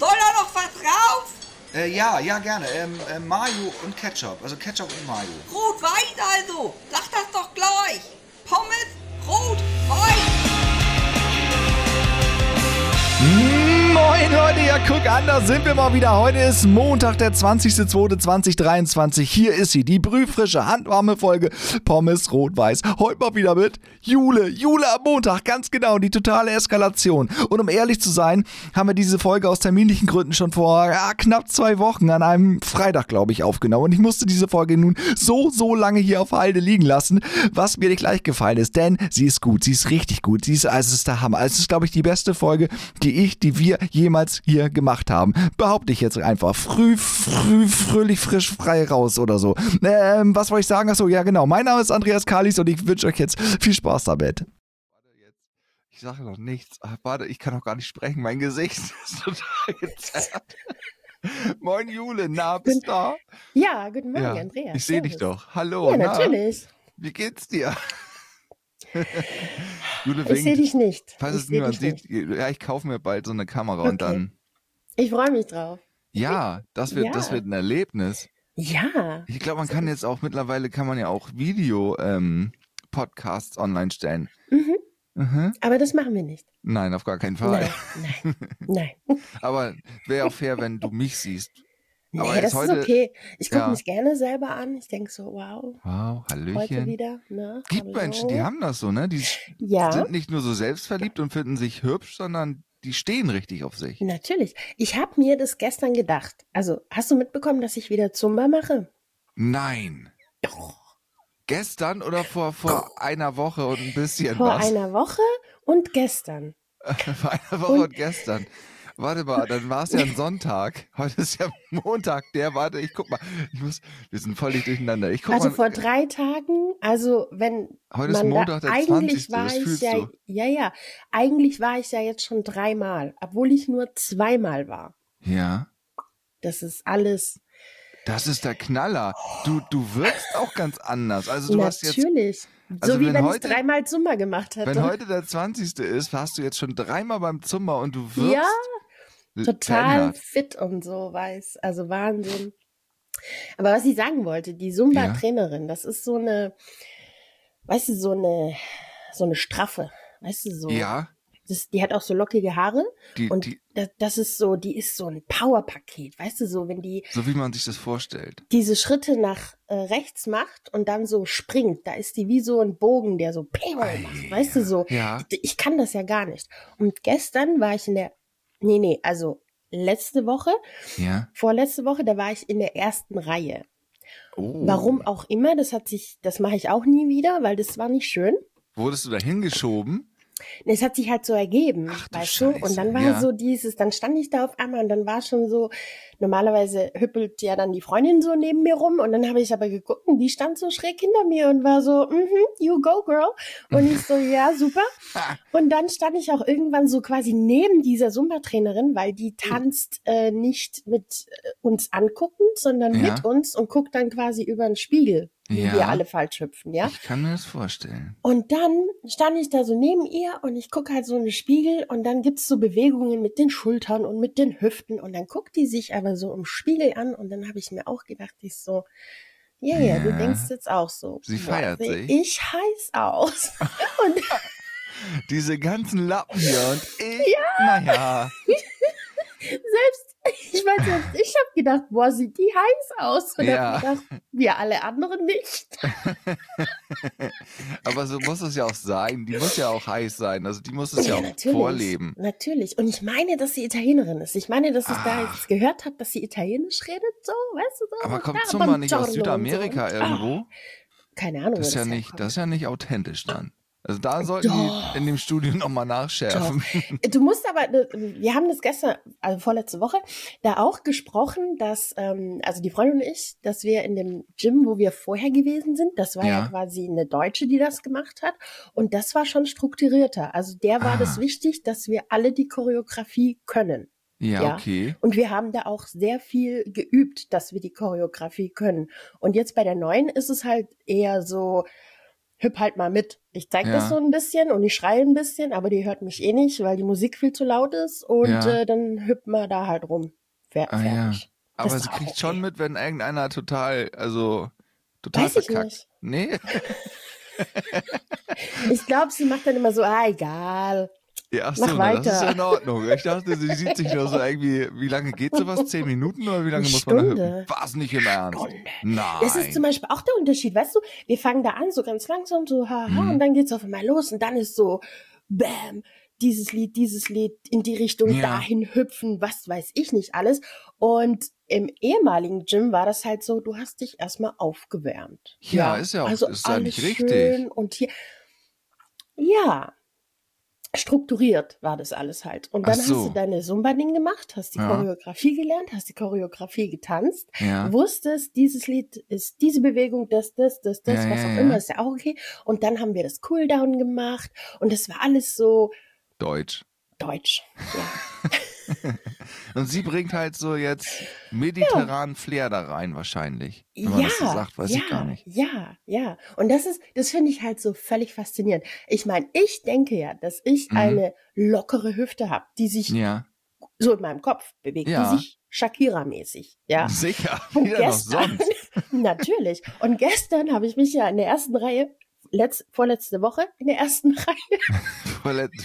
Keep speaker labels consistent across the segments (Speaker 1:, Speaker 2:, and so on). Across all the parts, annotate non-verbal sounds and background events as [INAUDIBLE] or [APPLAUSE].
Speaker 1: was drauf?
Speaker 2: Äh, ja, ja, gerne. Ähm, äh, Mayo und Ketchup. Also Ketchup und Mayo.
Speaker 1: Rot-Weiß also. Sag das doch gleich. Pommes, Rot-Weiß.
Speaker 3: Mm, Moin Leute, ja guck an, da sind wir mal wieder. Heute ist Montag, der 20.02.2023. Hier ist sie, die brühfrische, handwarme Folge Pommes Rot-Weiß. Heute mal wieder mit Jule. Jule am Montag, ganz genau, die totale Eskalation. Und um ehrlich zu sein, haben wir diese Folge aus terminlichen Gründen schon vor ja, knapp zwei Wochen an einem Freitag, glaube ich, aufgenommen. Genau, Und ich musste diese Folge nun so, so lange hier auf Halde liegen lassen, was mir nicht leicht gefallen ist. Denn sie ist gut, sie ist richtig gut, sie ist, also es ist der Hammer. Es ist, glaube ich, die beste Folge, die ich, die wir jemals hier gemacht haben. Behaupte ich jetzt einfach. Früh, früh, fröhlich, frisch, frei raus oder so. Ähm, was wollte ich sagen? Achso, ja genau. Mein Name ist Andreas Kalis und ich wünsche euch jetzt viel Spaß damit.
Speaker 2: Ich sage noch nichts. Ach, warte, ich kann auch gar nicht sprechen. Mein Gesicht [LAUGHS] ist total gezerrt. Moin Jule, na, bist du da?
Speaker 4: Ja, guten Morgen, Andreas.
Speaker 2: ich sehe dich
Speaker 4: Servus.
Speaker 2: doch. Hallo,
Speaker 4: Ja,
Speaker 2: na,
Speaker 4: natürlich.
Speaker 2: wie geht's dir? [LAUGHS] Jule
Speaker 4: Ich sehe dich nicht.
Speaker 2: Falls
Speaker 4: ich
Speaker 2: es
Speaker 4: seh
Speaker 2: niemand
Speaker 4: dich
Speaker 2: sieht,
Speaker 4: nicht.
Speaker 2: ja, ich kaufe mir bald so eine Kamera und
Speaker 4: Okay.
Speaker 2: dann.
Speaker 4: Ich freue mich drauf.
Speaker 2: Ja, das wird, das
Speaker 4: Ja.
Speaker 2: wird ein Erlebnis.
Speaker 4: Ja.
Speaker 2: Ich glaube, man kann jetzt auch mittlerweile kann man ja auch Video-Podcasts online stellen.
Speaker 4: Mhm.
Speaker 2: Mhm.
Speaker 4: Aber das machen wir nicht.
Speaker 2: Nein, auf gar keinen Fall.
Speaker 4: Nein, nein, nein.
Speaker 2: Aber wäre auch fair, wenn
Speaker 4: [LAUGHS]
Speaker 2: du mich siehst.
Speaker 4: Nee,
Speaker 2: [LAUGHS] Aber
Speaker 4: das
Speaker 2: jetzt heute-
Speaker 4: ist okay. Ich gucke
Speaker 2: ja.
Speaker 4: mich gerne selber an. Ich denke so, wow,
Speaker 2: Wow,
Speaker 4: heute
Speaker 2: Hallöchen.
Speaker 4: wieder. Ne?
Speaker 2: Gibt
Speaker 4: Hallo.
Speaker 2: Menschen, die haben das so, ne? Die
Speaker 4: Ja,
Speaker 2: sind nicht nur so selbstverliebt und finden sich hübsch, sondern die stehen richtig auf sich.
Speaker 4: natürlich. Ich habe mir das gestern gedacht. Also, hast du mitbekommen, dass ich wieder Zumba mache?
Speaker 2: Nein.
Speaker 4: Doch.
Speaker 2: Gestern oder vor, vor einer Woche und ein bisschen
Speaker 4: Vor
Speaker 2: Äh, was?
Speaker 4: einer Woche und gestern.
Speaker 2: [LAUGHS] Vor einer Woche und,
Speaker 4: Und-
Speaker 2: gestern. Warte mal, dann war es
Speaker 4: [LAUGHS]
Speaker 2: ja ein Sonntag. Heute ist ja Montag. Der, warte, ich guck mal. Ich muss, wir sind völlig durcheinander. Ich guck
Speaker 4: also
Speaker 2: mal. äh,
Speaker 4: vor drei Tagen, also wenn
Speaker 2: Heute ist
Speaker 4: man
Speaker 2: Montag,
Speaker 4: da,
Speaker 2: der
Speaker 4: eigentlich
Speaker 2: 20.
Speaker 4: war
Speaker 2: Das
Speaker 4: ich
Speaker 2: fühlst
Speaker 4: ja,
Speaker 2: du.
Speaker 4: ja, ja, eigentlich war ich ja jetzt schon dreimal, obwohl ich nur zweimal war.
Speaker 2: Ja,
Speaker 4: Das ist alles
Speaker 2: das ist der Knaller. Du, du wirkst auch ganz anders. Also du hast jetzt,
Speaker 4: natürlich.
Speaker 2: Also
Speaker 4: so wie
Speaker 2: wenn
Speaker 4: wenn,
Speaker 2: heute-
Speaker 4: ich dreimal Zumba gemacht hätte.
Speaker 2: wenn heute der 20. ist, warst du jetzt schon dreimal beim Zimmer und du wirkst
Speaker 4: Ja,
Speaker 2: l-
Speaker 4: Total
Speaker 2: verändert.
Speaker 4: fit und so, weiß. Also Wahnsinn. Aber was ich sagen wollte, die
Speaker 2: Ja.
Speaker 4: Zumba-Trainerin, das ist so eine, weißt du, so eine, so eine Straffe. Weißt du, so.
Speaker 2: Ja,
Speaker 4: Das, die hat auch so lockige Haare.
Speaker 2: die,
Speaker 4: Und
Speaker 2: die,
Speaker 4: das, das ist so, die ist so ein Powerpaket, weißt du, so wenn die
Speaker 2: so wie man sich das vorstellt.
Speaker 4: diese Schritte nach äh, rechts macht und dann so springt, da ist die wie so ein Bogen, der so Ping
Speaker 2: Ei,
Speaker 4: macht, weißt du, so.
Speaker 2: Ja,
Speaker 4: Ich, ich kann das ja gar nicht. Und gestern war ich in der, nee, nee, also letzte Woche,
Speaker 2: ja.
Speaker 4: vorletzte Woche, da war ich in der ersten Reihe.
Speaker 2: Oh.
Speaker 4: Warum auch immer, das hat sich, das mache ich auch nie wieder, weil das war nicht schön.
Speaker 2: Wurdest du da hingeschoben?
Speaker 4: Es hat sich halt so ergeben,
Speaker 2: Ach du
Speaker 4: weißt du?
Speaker 2: Scheiße,
Speaker 4: Und dann war
Speaker 2: ja.
Speaker 4: so dieses, dann stand ich da auf einmal und dann war schon so, normalerweise hüppelt ja dann die Freundin so neben mir rum und dann habe ich aber geguckt und die stand so schräg hinter mir und war so, mhm, you go girl. Und ich so, ja,
Speaker 2: [LAUGHS]
Speaker 4: super. Und dann stand ich auch irgendwann so quasi neben dieser Zumba-Trainerin, weil
Speaker 2: Hm.
Speaker 4: die tanzt äh, nicht mit äh, uns anguckend, sondern
Speaker 2: Ja.
Speaker 4: mit uns und guckt dann quasi über den Spiegel, wie
Speaker 2: Ja.
Speaker 4: wir alle falsch hüpfen, ja?
Speaker 2: Ich kann mir das vorstellen.
Speaker 4: Und dann stand ich da so neben ihr und ich gucke halt so in den Spiegel und dann gibt's so Bewegungen mit den Schultern und mit den Hüften und dann guckt die sich aber so im Spiegel an und dann habe ich mir auch gedacht, ich so, ja, ja, du
Speaker 2: Ja.
Speaker 4: denkst jetzt auch so.
Speaker 2: Sie
Speaker 4: Boah,
Speaker 2: feiert
Speaker 4: seh
Speaker 2: sich.
Speaker 4: Ich heiß aus. [LAUGHS] und
Speaker 2: Diese ganzen Lappen hier und ich. Ja. Naja.
Speaker 4: selbst, ich weiß selbst, ich habe gedacht, boah, sieht die heiß aus. Und
Speaker 2: Ja.
Speaker 4: hab gedacht, wir alle anderen nicht.
Speaker 2: Aber so muss es ja auch sein. Die muss ja auch heiß sein. Also die muss es ja, auch vorleben.
Speaker 4: Natürlich. Und ich meine, dass sie Italienerin ist. Ich meine, dass ich da
Speaker 2: Ach.
Speaker 4: jetzt gehört habe, dass sie Italienisch redet, so, weißt du so.
Speaker 2: Aber kommt
Speaker 4: da,
Speaker 2: Zumba nicht aus
Speaker 4: Buongiorno und
Speaker 2: Südamerika
Speaker 4: so.
Speaker 2: irgendwo?
Speaker 4: Ah, keine Ahnung,
Speaker 2: Das
Speaker 4: wo
Speaker 2: ist ja
Speaker 4: das
Speaker 2: nicht, das
Speaker 4: herkommt.
Speaker 2: ist ja nicht authentisch dann. Also da sollten
Speaker 4: Doch.
Speaker 2: die in dem Studio nochmal nachschärfen.
Speaker 4: Du musst aber, wir haben das gestern, also vorletzte Woche, da auch gesprochen, dass, ähm, also die Freundin und ich, dass wir in dem Gym, wo wir vorher gewesen sind, das war ja,
Speaker 2: Ja.
Speaker 4: quasi eine Deutsche, die das gemacht hat. Und das war schon strukturierter. Also der war
Speaker 2: Ah.
Speaker 4: das wichtig, dass wir alle die Choreografie können.
Speaker 2: Ja,
Speaker 4: Ja.
Speaker 2: okay.
Speaker 4: Und wir haben da auch sehr viel geübt, dass wir die Choreografie können. Und jetzt bei der neuen ist es halt eher so, hüpp halt mal mit. Ich zeig
Speaker 2: Ja.
Speaker 4: das so ein bisschen und ich schreie ein bisschen, aber die hört mich eh nicht, weil die Musik viel zu laut ist. Und
Speaker 2: Ja.
Speaker 4: äh, dann hüpp mal da halt rum. Fer
Speaker 2: Ah, ja.
Speaker 4: fertig. Das
Speaker 2: Aber
Speaker 4: ist
Speaker 2: sie
Speaker 4: doch
Speaker 2: kriegt
Speaker 4: okay.
Speaker 2: schon mit, wenn irgendeiner total, also total
Speaker 4: Weiß ich
Speaker 2: verkackt.
Speaker 4: nicht.
Speaker 2: Nee,
Speaker 4: Ich glaube, sie macht dann immer so, ah, egal.
Speaker 2: ja, ach
Speaker 4: Mach
Speaker 2: so, na, das ist
Speaker 4: weiter.
Speaker 2: ja in Ordnung. Ich dachte, sie sieht sich nur so irgendwie, wie lange geht sowas? Zehn Minuten oder wie lange
Speaker 4: Eine
Speaker 2: muss man da
Speaker 4: Stunde.
Speaker 2: hüpfen? Was nicht im Ernst?
Speaker 4: Stunde.
Speaker 2: Nein.
Speaker 4: Das ist zum Beispiel auch der Unterschied, weißt du? Wir fangen da an, so ganz langsam, so haha,
Speaker 2: Mhm.
Speaker 4: und dann geht's auf einmal los und dann ist so, bam, dieses Lied, dieses Lied, in die Richtung,
Speaker 2: Ja.
Speaker 4: dahin hüpfen, was weiß ich nicht alles. Und im ehemaligen Gym war das halt so, du hast dich erstmal aufgewärmt. also
Speaker 2: Ja, ist ja auch- ist ja nicht
Speaker 4: alles
Speaker 2: richtig.
Speaker 4: Schön und hier, ja, strukturiert war das alles halt. Und
Speaker 2: Ach
Speaker 4: dann
Speaker 2: so.
Speaker 4: hast du deine Zumba-Ding gemacht, hast die
Speaker 2: Ja.
Speaker 4: Choreografie gelernt, hast die Choreografie getanzt
Speaker 2: ja.
Speaker 4: wusstest, dieses Lied ist diese Bewegung, das, das, das, das,
Speaker 2: Ja,
Speaker 4: was
Speaker 2: ja,
Speaker 4: auch
Speaker 2: ja.
Speaker 4: immer, ist ja auch okay. Und dann haben wir das Cooldown gemacht und das war alles so
Speaker 2: Deutsch.
Speaker 4: deutsch. Ja.
Speaker 2: Und sie bringt halt so jetzt mediterranen Flair da rein, wahrscheinlich. [LAUGHS] Wenn man
Speaker 4: ja,
Speaker 2: das so sagt, weiß
Speaker 4: ja,
Speaker 2: ich gar nicht.
Speaker 4: ja, ja. Und das ist, das finde ich halt so völlig faszinierend. Ich meine, ich denke ja, dass ich
Speaker 2: Mhm.
Speaker 4: eine lockere Hüfte habe, die sich
Speaker 2: Ja.
Speaker 4: so in meinem Kopf bewegt,
Speaker 2: Ja.
Speaker 4: die sich Shakira-mäßig, ja.
Speaker 2: Sicher,
Speaker 4: [LAUGHS] Und
Speaker 2: [LAUGHS] wieder noch sonst.
Speaker 4: [LAUGHS] natürlich. Und gestern habe ich mich ja in der ersten Reihe, letzt, vorletzte Woche, in der ersten [LAUGHS] Reihe
Speaker 2: Toilette. [LAUGHS]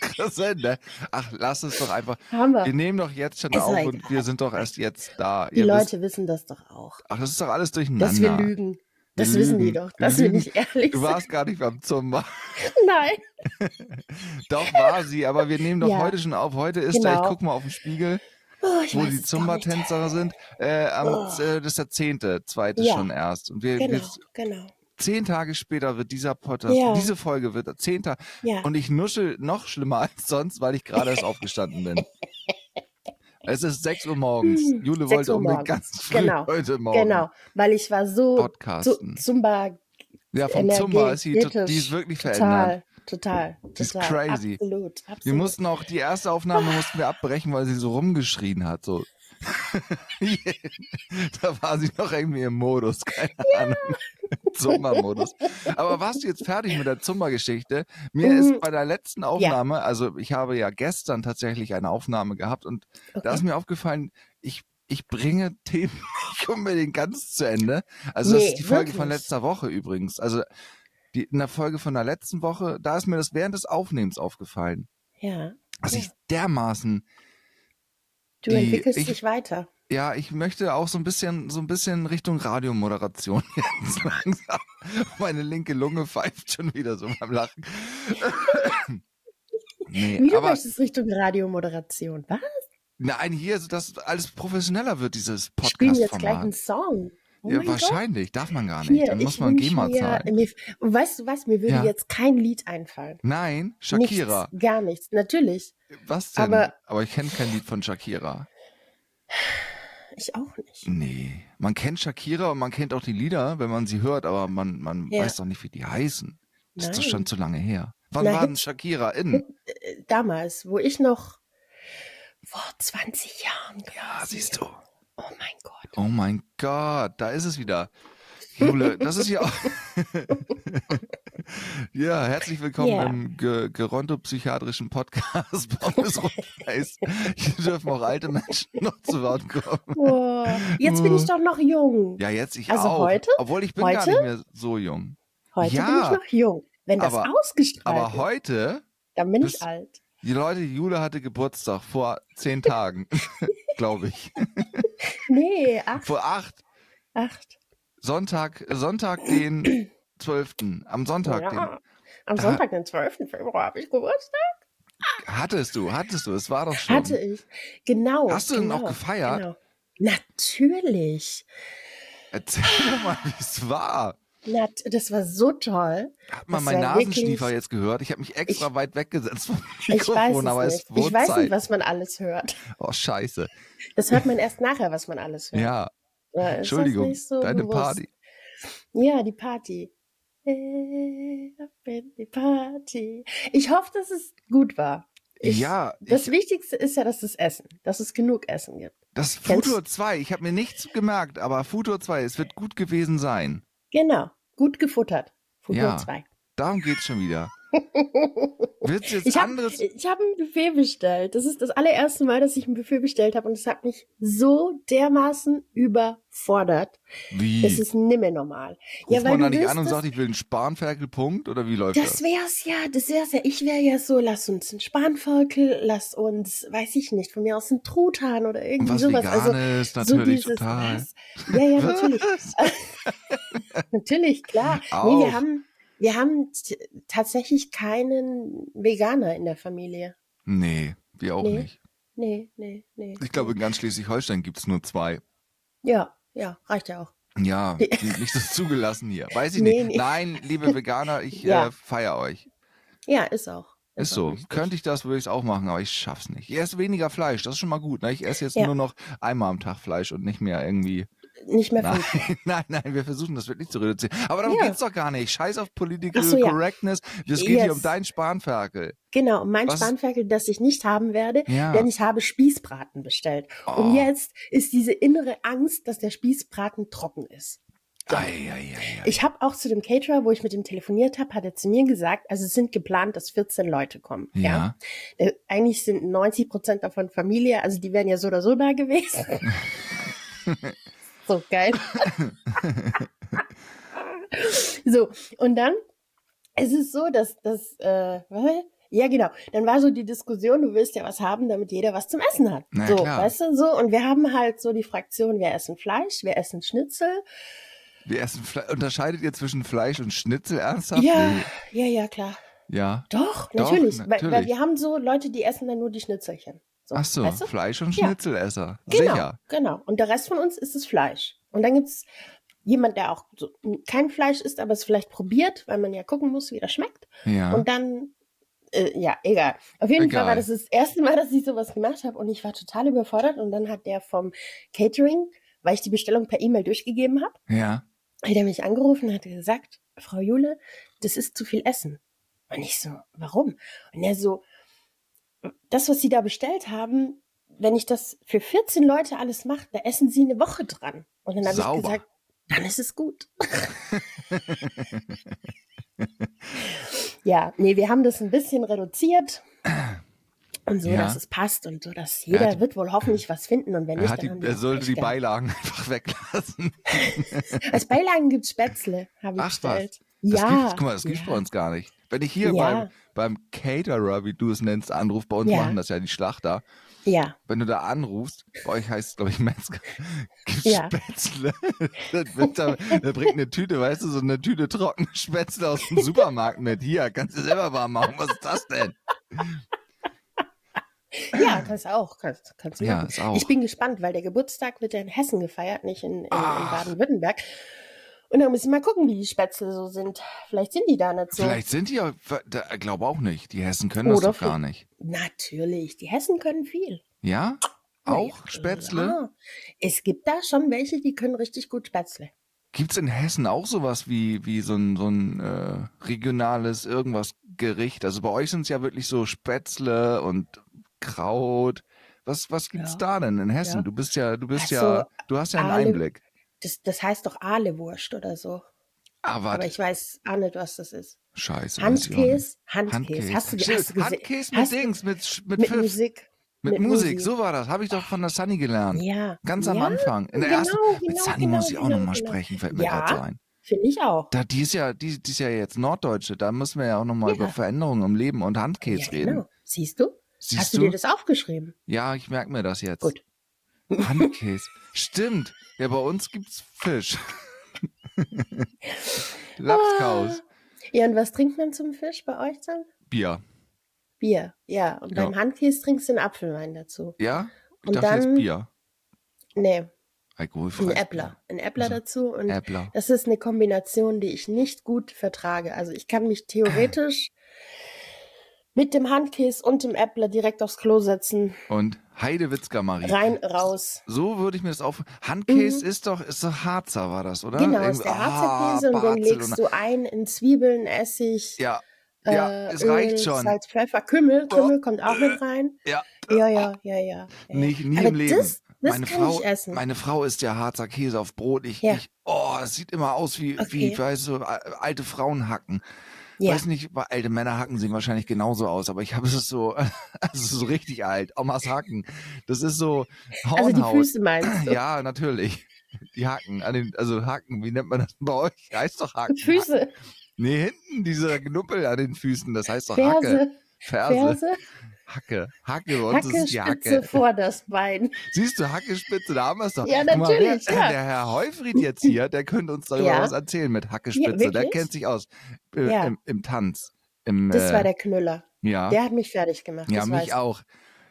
Speaker 2: Christine, ne? Ach, lass es doch einfach.
Speaker 4: haben wir.
Speaker 2: Wir nehmen doch jetzt schon
Speaker 4: Ist
Speaker 2: auf
Speaker 4: doch
Speaker 2: und wir sind doch erst jetzt da.
Speaker 4: Die
Speaker 2: Ihr wisst-
Speaker 4: Leute wissen das doch auch,
Speaker 2: ach, das ist doch alles durcheinander.
Speaker 4: dass wir lügen. Das wissen die
Speaker 2: lügen.
Speaker 4: doch, dass wir
Speaker 2: lügen.
Speaker 4: nicht ehrlich
Speaker 2: Du warst gar nicht beim Zumba.
Speaker 4: sind. [LAUGHS] Nein.
Speaker 2: Doch war sie, aber wir nehmen doch
Speaker 4: Ja.
Speaker 2: heute schon auf. Heute ist da,
Speaker 4: Genau.
Speaker 2: ich guck mal auf den Spiegel,
Speaker 4: Oh, ich
Speaker 2: wo die
Speaker 4: weiß es doch nicht.
Speaker 2: Zumba-Tänzer sind. Äh, am,
Speaker 4: Oh.
Speaker 2: äh, das ist der zehnte, zweite
Speaker 4: Ja.
Speaker 2: schon erst. Und wir, wir
Speaker 4: Genau, genau.
Speaker 2: zehn Tage später wird dieser Podcast,
Speaker 4: Ja.
Speaker 2: diese Folge wird zehn Tage.
Speaker 4: Ja.
Speaker 2: Und ich nuschel noch schlimmer als sonst, weil ich gerade
Speaker 4: [LAUGHS]
Speaker 2: erst aufgestanden bin. Es ist 6 Uhr morgens.
Speaker 4: Hm,
Speaker 2: Jule
Speaker 4: 6
Speaker 2: wollte
Speaker 4: Uhr
Speaker 2: unbedingt
Speaker 4: morgens.
Speaker 2: ganz früh
Speaker 4: Genau,
Speaker 2: heute Morgen
Speaker 4: Genau, weil ich war so zu,
Speaker 2: podcasten.
Speaker 4: Zumba
Speaker 2: ja, vom Zumba ist sie, to- die ist wirklich verändert.
Speaker 4: total, total, total.
Speaker 2: Die ist crazy.
Speaker 4: Absolut, absolut.
Speaker 2: Wir mussten auch die erste Aufnahme mussten wir abbrechen, weil sie so rumgeschrien hat. So. [LAUGHS] da war sie noch irgendwie im Modus, keine Ahnung. [LAUGHS] Zumba-Modus. Aber warst du jetzt fertig mit der Zumba-Geschichte? Mir
Speaker 4: Mhm.
Speaker 2: ist bei der letzten Aufnahme, also ich habe ja gestern tatsächlich eine Aufnahme gehabt und da ist mir aufgefallen, ich, ich bringe [LAUGHS] Themen nicht unbedingt ganz zu Ende. Also das
Speaker 4: Nee,
Speaker 2: ist die Folge von
Speaker 4: wirklich.
Speaker 2: letzter Woche übrigens. Also die, in der Folge von der letzten Woche, da ist mir das während des Aufnehmens aufgefallen, dass
Speaker 4: ja, Ja.
Speaker 2: Also ich dermaßen,
Speaker 4: du
Speaker 2: Die-
Speaker 4: entwickelst
Speaker 2: ich-
Speaker 4: dich weiter.
Speaker 2: ja, ich möchte auch so ein bisschen, so ein bisschen Richtung Radiomoderation [LAUGHS] jetzt langsam. Meine linke Lunge pfeift schon wieder so beim
Speaker 4: [LAUGHS]
Speaker 2: Lachen. nee,
Speaker 4: Wie du
Speaker 2: aber
Speaker 4: möchtest Richtung Radiomoderation. Was?
Speaker 2: nein, hier, also, dass alles professioneller wird, dieses
Speaker 4: Wir spielen
Speaker 2: Podcast-Format.
Speaker 4: jetzt gleich einen Song. Oh
Speaker 2: ja,
Speaker 4: mein Gott.
Speaker 2: wahrscheinlich, darf man gar nicht.
Speaker 4: Hier,
Speaker 2: Dann muss
Speaker 4: ich
Speaker 2: man
Speaker 4: wünsch
Speaker 2: GEMA
Speaker 4: mir-
Speaker 2: zahlen.
Speaker 4: Mir, und weißt du was, mir würde
Speaker 2: Ja.
Speaker 4: jetzt kein Lied einfallen.
Speaker 2: Nein, Shakira.
Speaker 4: Nichts, gar nichts, natürlich.
Speaker 2: Was denn? Aber,
Speaker 4: Aber-
Speaker 2: ich kenne kein Lied von Shakira.
Speaker 4: Ich auch nicht.
Speaker 2: Nee. Man kennt Shakira und man kennt auch die Lieder, wenn man sie hört, aber man, man
Speaker 4: Ja.
Speaker 2: weiß doch nicht, wie die heißen. Das ist doch
Speaker 4: Nein.
Speaker 2: schon zu lange her. Wann
Speaker 4: Na,
Speaker 2: war denn
Speaker 4: Hit-
Speaker 2: Shakira in? Hm.
Speaker 4: Äh, Damals, wo ich noch vor 20 Jahren
Speaker 2: Ja, Ah, siehst du.
Speaker 4: Oh mein Gott.
Speaker 2: Oh mein Gott, da ist es wieder. Jule, das ist ja auch. [LAUGHS] ja, herzlich willkommen
Speaker 4: Ja.
Speaker 2: im Ge Geronto-psychiatrischen Podcast [LAUGHS] Pommes Rot-Weiß. Hier dürfen auch alte Menschen noch zu Wort kommen.
Speaker 4: Oh,
Speaker 2: [LAUGHS]
Speaker 4: jetzt bin ich doch noch jung.
Speaker 2: Ja, jetzt ich
Speaker 4: Also
Speaker 2: auch.
Speaker 4: heute?
Speaker 2: Obwohl ich bin gar
Speaker 4: Heute?
Speaker 2: nicht mehr so jung.
Speaker 4: Heute bin
Speaker 2: ja.
Speaker 4: ich noch jung. Wenn das
Speaker 2: Aber-
Speaker 4: ausgestrahlt
Speaker 2: Aber
Speaker 4: ist,
Speaker 2: heute,
Speaker 4: dann bin ich
Speaker 2: das-
Speaker 4: alt.
Speaker 2: die Leute, die Jule hatte Geburtstag vor zehn Tagen, [LAUGHS] glaube ich.
Speaker 4: Nee, acht,
Speaker 2: Vor acht.
Speaker 4: acht.
Speaker 2: Sonntag, Sonntag den 12. Am Sonntag den
Speaker 4: Ja. Am
Speaker 2: Da-
Speaker 4: Sonntag, den 12. Februar, habe ich Geburtstag.
Speaker 2: Hattest du, hattest du, es war doch schon.
Speaker 4: Hatte ich. Genau.
Speaker 2: Hast du denn
Speaker 4: genau,
Speaker 2: auch gefeiert?
Speaker 4: Genau. Natürlich.
Speaker 2: Erzähl doch mal, wie es war.
Speaker 4: Na, das war so toll.
Speaker 2: Hat man
Speaker 4: Das
Speaker 2: meinen
Speaker 4: war
Speaker 2: Nasenschniefer
Speaker 4: wirklich-
Speaker 2: jetzt gehört? Ich habe mich extra weit weggesetzt vom
Speaker 4: Ich weiß
Speaker 2: Mikrofon,
Speaker 4: es
Speaker 2: aber
Speaker 4: nicht.
Speaker 2: es wurde
Speaker 4: Ich weiß
Speaker 2: Zeit.
Speaker 4: nicht, was man alles hört.
Speaker 2: oh, scheiße.
Speaker 4: Das hört man erst nachher, was man alles hört.
Speaker 2: Ja,
Speaker 4: Ja, ist das
Speaker 2: Entschuldigung,
Speaker 4: nicht so
Speaker 2: deine
Speaker 4: bewusst?
Speaker 2: Party.
Speaker 4: Ja, die Party. Äh, bin Die Party. Ich hoffe, dass es gut war. Ich,
Speaker 2: ja,
Speaker 4: Das
Speaker 2: ich,
Speaker 4: Wichtigste ist ja, dass es Essen, dass es genug Essen gibt.
Speaker 2: das
Speaker 4: kennst-
Speaker 2: Futur 2, ich habe mir nichts gemerkt, aber Futur 2, es wird gut gewesen sein.
Speaker 4: Genau. Gut gefuttert. Foto
Speaker 2: Ja.
Speaker 4: 2. [LAUGHS]
Speaker 2: Darum geht's schon wieder. Willst du jetzt
Speaker 4: Ich habe
Speaker 2: anderes?
Speaker 4: hab ein Buffet bestellt. Das ist das allererste Mal, dass ich ein Buffet bestellt habe und es hat mich so dermaßen überfordert.
Speaker 2: Wie?
Speaker 4: Es ist nimmer normal.
Speaker 2: Ruft man
Speaker 4: du
Speaker 2: da nicht
Speaker 4: willst
Speaker 2: an und
Speaker 4: das-
Speaker 2: sagt, ich will einen Spanferkelpunkt oder wie läuft
Speaker 4: Das
Speaker 2: das?
Speaker 4: wär's ja, das wär's ja. Ich wäre ja so, lass uns einen Spanferkel, lass uns, weiß ich nicht, von mir aus einen Truthahn oder
Speaker 2: Und
Speaker 4: irgendwie
Speaker 2: was
Speaker 4: sowas. Also
Speaker 2: Veganes, natürlich,
Speaker 4: so dieses,
Speaker 2: total.
Speaker 4: Was? Ja, ja, natürlich. [LAUGHS] natürlich, klar. Nee,
Speaker 2: Auch.
Speaker 4: wir haben, wir haben t- tatsächlich keinen Veganer in der Familie.
Speaker 2: Nee, wir auch
Speaker 4: Nee.
Speaker 2: nicht.
Speaker 4: Nee, nee, nee.
Speaker 2: Ich glaube, in ganz Schleswig-Holstein gibt es nur zwei.
Speaker 4: Ja, ja, reicht [LAUGHS] ja auch.
Speaker 2: Ja, die sind nicht so zugelassen hier. Weiß ich
Speaker 4: Nee,
Speaker 2: nicht.
Speaker 4: nee.
Speaker 2: Nein, liebe Veganer, ich
Speaker 4: [LAUGHS] Ja.
Speaker 2: äh, feiere euch.
Speaker 4: Ja, ist auch.
Speaker 2: Ist
Speaker 4: auch
Speaker 2: so.
Speaker 4: richtig.
Speaker 2: Könnte ich das, würde ich es auch machen, aber ich schaff's nicht. Ich esse weniger Fleisch, das ist schon mal gut. Ne? Ich esse jetzt
Speaker 4: Ja.
Speaker 2: nur noch einmal am Tag Fleisch und nicht mehr irgendwie.
Speaker 4: Nicht mehr
Speaker 2: Nein,
Speaker 4: fünf.
Speaker 2: [LAUGHS] nein, nein, wir versuchen das wirklich zu reduzieren. Aber darum
Speaker 4: Ja.
Speaker 2: geht's doch gar nicht. Scheiß auf Political
Speaker 4: Ach so, ja. Eh,
Speaker 2: Correctness. Es geht hier
Speaker 4: Yes.
Speaker 2: um deinen Spanferkel.
Speaker 4: Genau, und mein
Speaker 2: Was-
Speaker 4: Spanferkel, das ich nicht haben werde,
Speaker 2: Ja.
Speaker 4: denn ich habe Spießbraten bestellt. Und
Speaker 2: Oh.
Speaker 4: jetzt ist diese innere Angst, dass der Spießbraten trocken ist.
Speaker 2: Ei, ei, ei, ei.
Speaker 4: Ich habe auch zu dem Caterer, wo ich mit ihm telefoniert habe, hat er zu mir gesagt, also es sind geplant, dass 14 Leute kommen.
Speaker 2: Ja.
Speaker 4: Äh, Eigentlich sind 90 Prozent davon Familie, also die wären ja so oder so da
Speaker 2: [LAUGHS]
Speaker 4: gewesen. so geil. so, und dann, es ist so, dass das, äh, was? ja genau, dann war so die Diskussion, du willst ja was haben, damit jeder was zum Essen hat.
Speaker 2: Na ja,
Speaker 4: so,
Speaker 2: klar.
Speaker 4: weißt du, so, und wir haben halt so die Fraktion, wir essen Fleisch, wir essen Schnitzel,
Speaker 2: Wir essen Fle Unterscheidet ihr zwischen Fleisch und Schnitzel ernsthaft?
Speaker 4: Ja,
Speaker 2: Nee.
Speaker 4: ja, ja, klar.
Speaker 2: Ja.
Speaker 4: Doch,
Speaker 2: Doch,
Speaker 4: natürlich. Weil,
Speaker 2: natürlich.
Speaker 4: weil wir haben so Leute, die essen dann nur die Schnitzelchen. So,
Speaker 2: Ach so,
Speaker 4: Weißt du?
Speaker 2: Fleisch und
Speaker 4: Ja.
Speaker 2: Schnitzelesser.
Speaker 4: Genau,
Speaker 2: Sicher.
Speaker 4: genau. Und der Rest von uns ist das Fleisch. Und dann gibt's jemand, der auch so kein Fleisch isst, aber es vielleicht probiert, weil man ja gucken muss, wie das schmeckt.
Speaker 2: Ja.
Speaker 4: Und dann, äh, ja, egal. Auf jeden
Speaker 2: Egal.
Speaker 4: Fall war das das erste Mal, dass ich sowas gemacht habe und ich war total überfordert. Und dann hat der vom Catering, weil ich die Bestellung per E-Mail durchgegeben habe,
Speaker 2: ja.
Speaker 4: hat er mich angerufen und hat gesagt, Frau Jule, das ist zu viel Essen. Und ich so, warum? Und er so, das, was Sie da bestellt haben, wenn ich das für 14 Leute alles mache, da essen Sie eine Woche dran. Und dann habe
Speaker 2: Sauber.
Speaker 4: ich gesagt, dann ist
Speaker 2: [LAUGHS]
Speaker 4: es gut. ja, nee, wir haben das ein bisschen reduziert. Und so,
Speaker 2: Ja.
Speaker 4: dass es passt und so, dass
Speaker 2: Er hat
Speaker 4: jeder
Speaker 2: die-
Speaker 4: wird wohl hoffentlich was finden. Und wenn
Speaker 2: Er,
Speaker 4: nicht,
Speaker 2: hat
Speaker 4: dann
Speaker 2: die,
Speaker 4: haben
Speaker 2: er
Speaker 4: das
Speaker 2: sollte
Speaker 4: echt
Speaker 2: die
Speaker 4: gern.
Speaker 2: Beilagen [LAUGHS] einfach weglassen.
Speaker 4: Als Beilagen gibt's Spätzle, habe ich
Speaker 2: Ach was,
Speaker 4: bestellt.
Speaker 2: Das
Speaker 4: ja.
Speaker 2: gibt's, guck mal, das gibt's
Speaker 4: ja.
Speaker 2: bei uns gar nicht. Wenn ich hier
Speaker 4: Ja.
Speaker 2: beim, beim Caterer, wie du es nennst, anruf, bei uns
Speaker 4: Ja.
Speaker 2: machen das ja die Schlachter.
Speaker 4: Ja,
Speaker 2: Wenn du da anrufst, bei euch heißt es, glaube ich, [LAUGHS] Metzger, gibt's [LAUGHS]
Speaker 4: Ja.
Speaker 2: Spätzle. Das wird da, da bringt eine Tüte, weißt du, so eine Tüte trockene Spätzle aus dem Supermarkt mit. Hier, kannst du selber warm machen. Was ist das denn?
Speaker 4: ja, kannst auch. Kannst, kannst du
Speaker 2: Ja,
Speaker 4: machen.
Speaker 2: ist auch.
Speaker 4: Ich bin gespannt, weil der Geburtstag wird ja in Hessen gefeiert, nicht in, in, in
Speaker 2: Ach.
Speaker 4: Baden-Württemberg. Und da müssen wir mal gucken, wie die Spätzle so sind. Vielleicht sind die da nicht so.
Speaker 2: Vielleicht sind die ja, da- glaube auch nicht. Die Hessen können
Speaker 4: Oder
Speaker 2: das doch gar
Speaker 4: viel.
Speaker 2: nicht.
Speaker 4: Natürlich, die Hessen können viel.
Speaker 2: Ja?
Speaker 4: Na ja,
Speaker 2: Auch Spätzle?
Speaker 4: klar. Es gibt da schon welche, die können richtig gut Spätzle.
Speaker 2: Gibt's in Hessen auch sowas wie, wie so ein, so ein äh, regionales irgendwas Gericht? Also bei euch sind's ja wirklich so Spätzle und Kraut. Was, was gibt's
Speaker 4: Ja.
Speaker 2: da denn in Hessen?
Speaker 4: Ja.
Speaker 2: Du bist ja, du bist
Speaker 4: Ach
Speaker 2: ja,
Speaker 4: so,
Speaker 2: du hast ja einen
Speaker 4: alle-
Speaker 2: Einblick.
Speaker 4: Das, das heißt doch Ahlewurst oder so.
Speaker 2: Aber,
Speaker 4: Aber ich weiß auch nicht, was das ist.
Speaker 2: Ah, scheiße. weiß ich auch nicht.
Speaker 4: Handkäse? Handkäse. Hast du,
Speaker 2: Stimmt,
Speaker 4: hast du gesehen?
Speaker 2: Handkäse mit
Speaker 4: hast du-
Speaker 2: Dings, mit, Sch- mit,
Speaker 4: Mit
Speaker 2: Pfiff,
Speaker 4: Musik.
Speaker 2: mit,
Speaker 4: mit
Speaker 2: Musik.
Speaker 4: Musik.
Speaker 2: So war das. Habe ich doch von der Sunny gelernt.
Speaker 4: Ja.
Speaker 2: Ganz am
Speaker 4: ja,
Speaker 2: Anfang. In der
Speaker 4: genau,
Speaker 2: ersten, mit
Speaker 4: genau,
Speaker 2: Sunny
Speaker 4: genau,
Speaker 2: muss ich auch
Speaker 4: genau,
Speaker 2: nochmal
Speaker 4: genau.
Speaker 2: sprechen, fällt mir
Speaker 4: Ja.
Speaker 2: gerade so ein.
Speaker 4: Finde ich auch.
Speaker 2: Da, die ist ja, die, die ist ja jetzt Norddeutsche, da müssen wir ja auch nochmal
Speaker 4: Ja.
Speaker 2: über Veränderungen im Leben und Handkäse
Speaker 4: ja,
Speaker 2: reden.
Speaker 4: genau. Siehst du?
Speaker 2: Siehst
Speaker 4: Hast
Speaker 2: du?
Speaker 4: du dir das aufgeschrieben?
Speaker 2: Ja, ich merke mir das jetzt.
Speaker 4: Gut.
Speaker 2: Handkäse. Stimmt. Ja, bei uns gibt's Fisch.
Speaker 4: [LAUGHS] Ah.
Speaker 2: Lapskaus.
Speaker 4: Ja, und was trinkt man zum Fisch bei euch dann?
Speaker 2: Bier.
Speaker 4: Bier. Ja, und
Speaker 2: Ja.
Speaker 4: beim Handkäse trinkst du einen Apfelwein dazu.
Speaker 2: Ja? Ich
Speaker 4: Und
Speaker 2: dachte jetzt
Speaker 4: dann-
Speaker 2: Bier.
Speaker 4: Nee,
Speaker 2: Alkoholfrei.
Speaker 4: einen Äppler. Einen Äppler
Speaker 2: Also,
Speaker 4: dazu. Und
Speaker 2: Äppler.
Speaker 4: das ist eine Kombination, die ich nicht gut vertrage. Also ich kann mich theoretisch mit dem Handkäse und dem Äppler direkt aufs Klo setzen.
Speaker 2: Und Heidewitzka Marie.
Speaker 4: Rein, raus. Mhm.
Speaker 2: So würde ich mir das auf. Handkäse ist doch, ist doch Harzer war das, oder?
Speaker 4: Genau,
Speaker 2: Ne? Irgendwie-
Speaker 4: ist der
Speaker 2: Ah,
Speaker 4: Harzerkäse und den
Speaker 2: Barcelona.
Speaker 4: legst du ein in Zwiebeln, Essig,
Speaker 2: Ja,
Speaker 4: äh,
Speaker 2: ja, es
Speaker 4: Öl,
Speaker 2: reicht schon.
Speaker 4: Salz, Pfeffer, Kümmel,
Speaker 2: Oh.
Speaker 4: Kümmel kommt auch mit rein.
Speaker 2: Ja.
Speaker 4: Ja, ja, ja, ja. ja.
Speaker 2: Nicht, nie
Speaker 4: Aber
Speaker 2: im Leben.
Speaker 4: Das, das
Speaker 2: meine,
Speaker 4: kann
Speaker 2: Frau,
Speaker 4: ich essen.
Speaker 2: meine Frau isst ja Harzer Käse auf Brot. Ich,
Speaker 4: Ja.
Speaker 2: ich oh, es sieht immer aus wie, wie
Speaker 4: Okay.
Speaker 2: weißt du, a- alte Frauen hacken.
Speaker 4: Ja.
Speaker 2: Weiß nicht, weil alte Männerhacken sehen wahrscheinlich genauso aus, aber ich habe es so, [LAUGHS] es ist so richtig alt. Omas Hacken. Das ist so
Speaker 4: Also die
Speaker 2: Hornhaut.
Speaker 4: Füße meinst du?
Speaker 2: [LAUGHS] ja, natürlich. Die Haken, an den, also Haken, wie nennt man das bei euch? Heißt doch Haken.
Speaker 4: Füße,
Speaker 2: Nee, hinten dieser Knuppel an den Füßen, das heißt doch Hacke.
Speaker 4: Ferse,
Speaker 2: Ferse.
Speaker 4: Ferse,
Speaker 2: Hacke. Hacke, bei uns ist
Speaker 4: Hacke,
Speaker 2: es die
Speaker 4: Spitze
Speaker 2: Hacke.
Speaker 4: vor das Bein.
Speaker 2: Siehst du, Hackespitze, da haben wir es doch.
Speaker 4: Ja,
Speaker 2: Guck mal,
Speaker 4: natürlich,
Speaker 2: Der,
Speaker 4: ja.
Speaker 2: der Herr Heufried jetzt hier, der könnte uns darüber
Speaker 4: Ja.
Speaker 2: was erzählen mit
Speaker 4: Ja,
Speaker 2: Hackespitze.
Speaker 4: wirklich?
Speaker 2: der kennt sich aus. Äh,
Speaker 4: Ja.
Speaker 2: im, Im Tanz. Im,
Speaker 4: Das
Speaker 2: äh,
Speaker 4: war der Knüller.
Speaker 2: ja,
Speaker 4: Der hat mich fertig gemacht.
Speaker 2: ja
Speaker 4: das
Speaker 2: mich
Speaker 4: weiß ich.
Speaker 2: auch.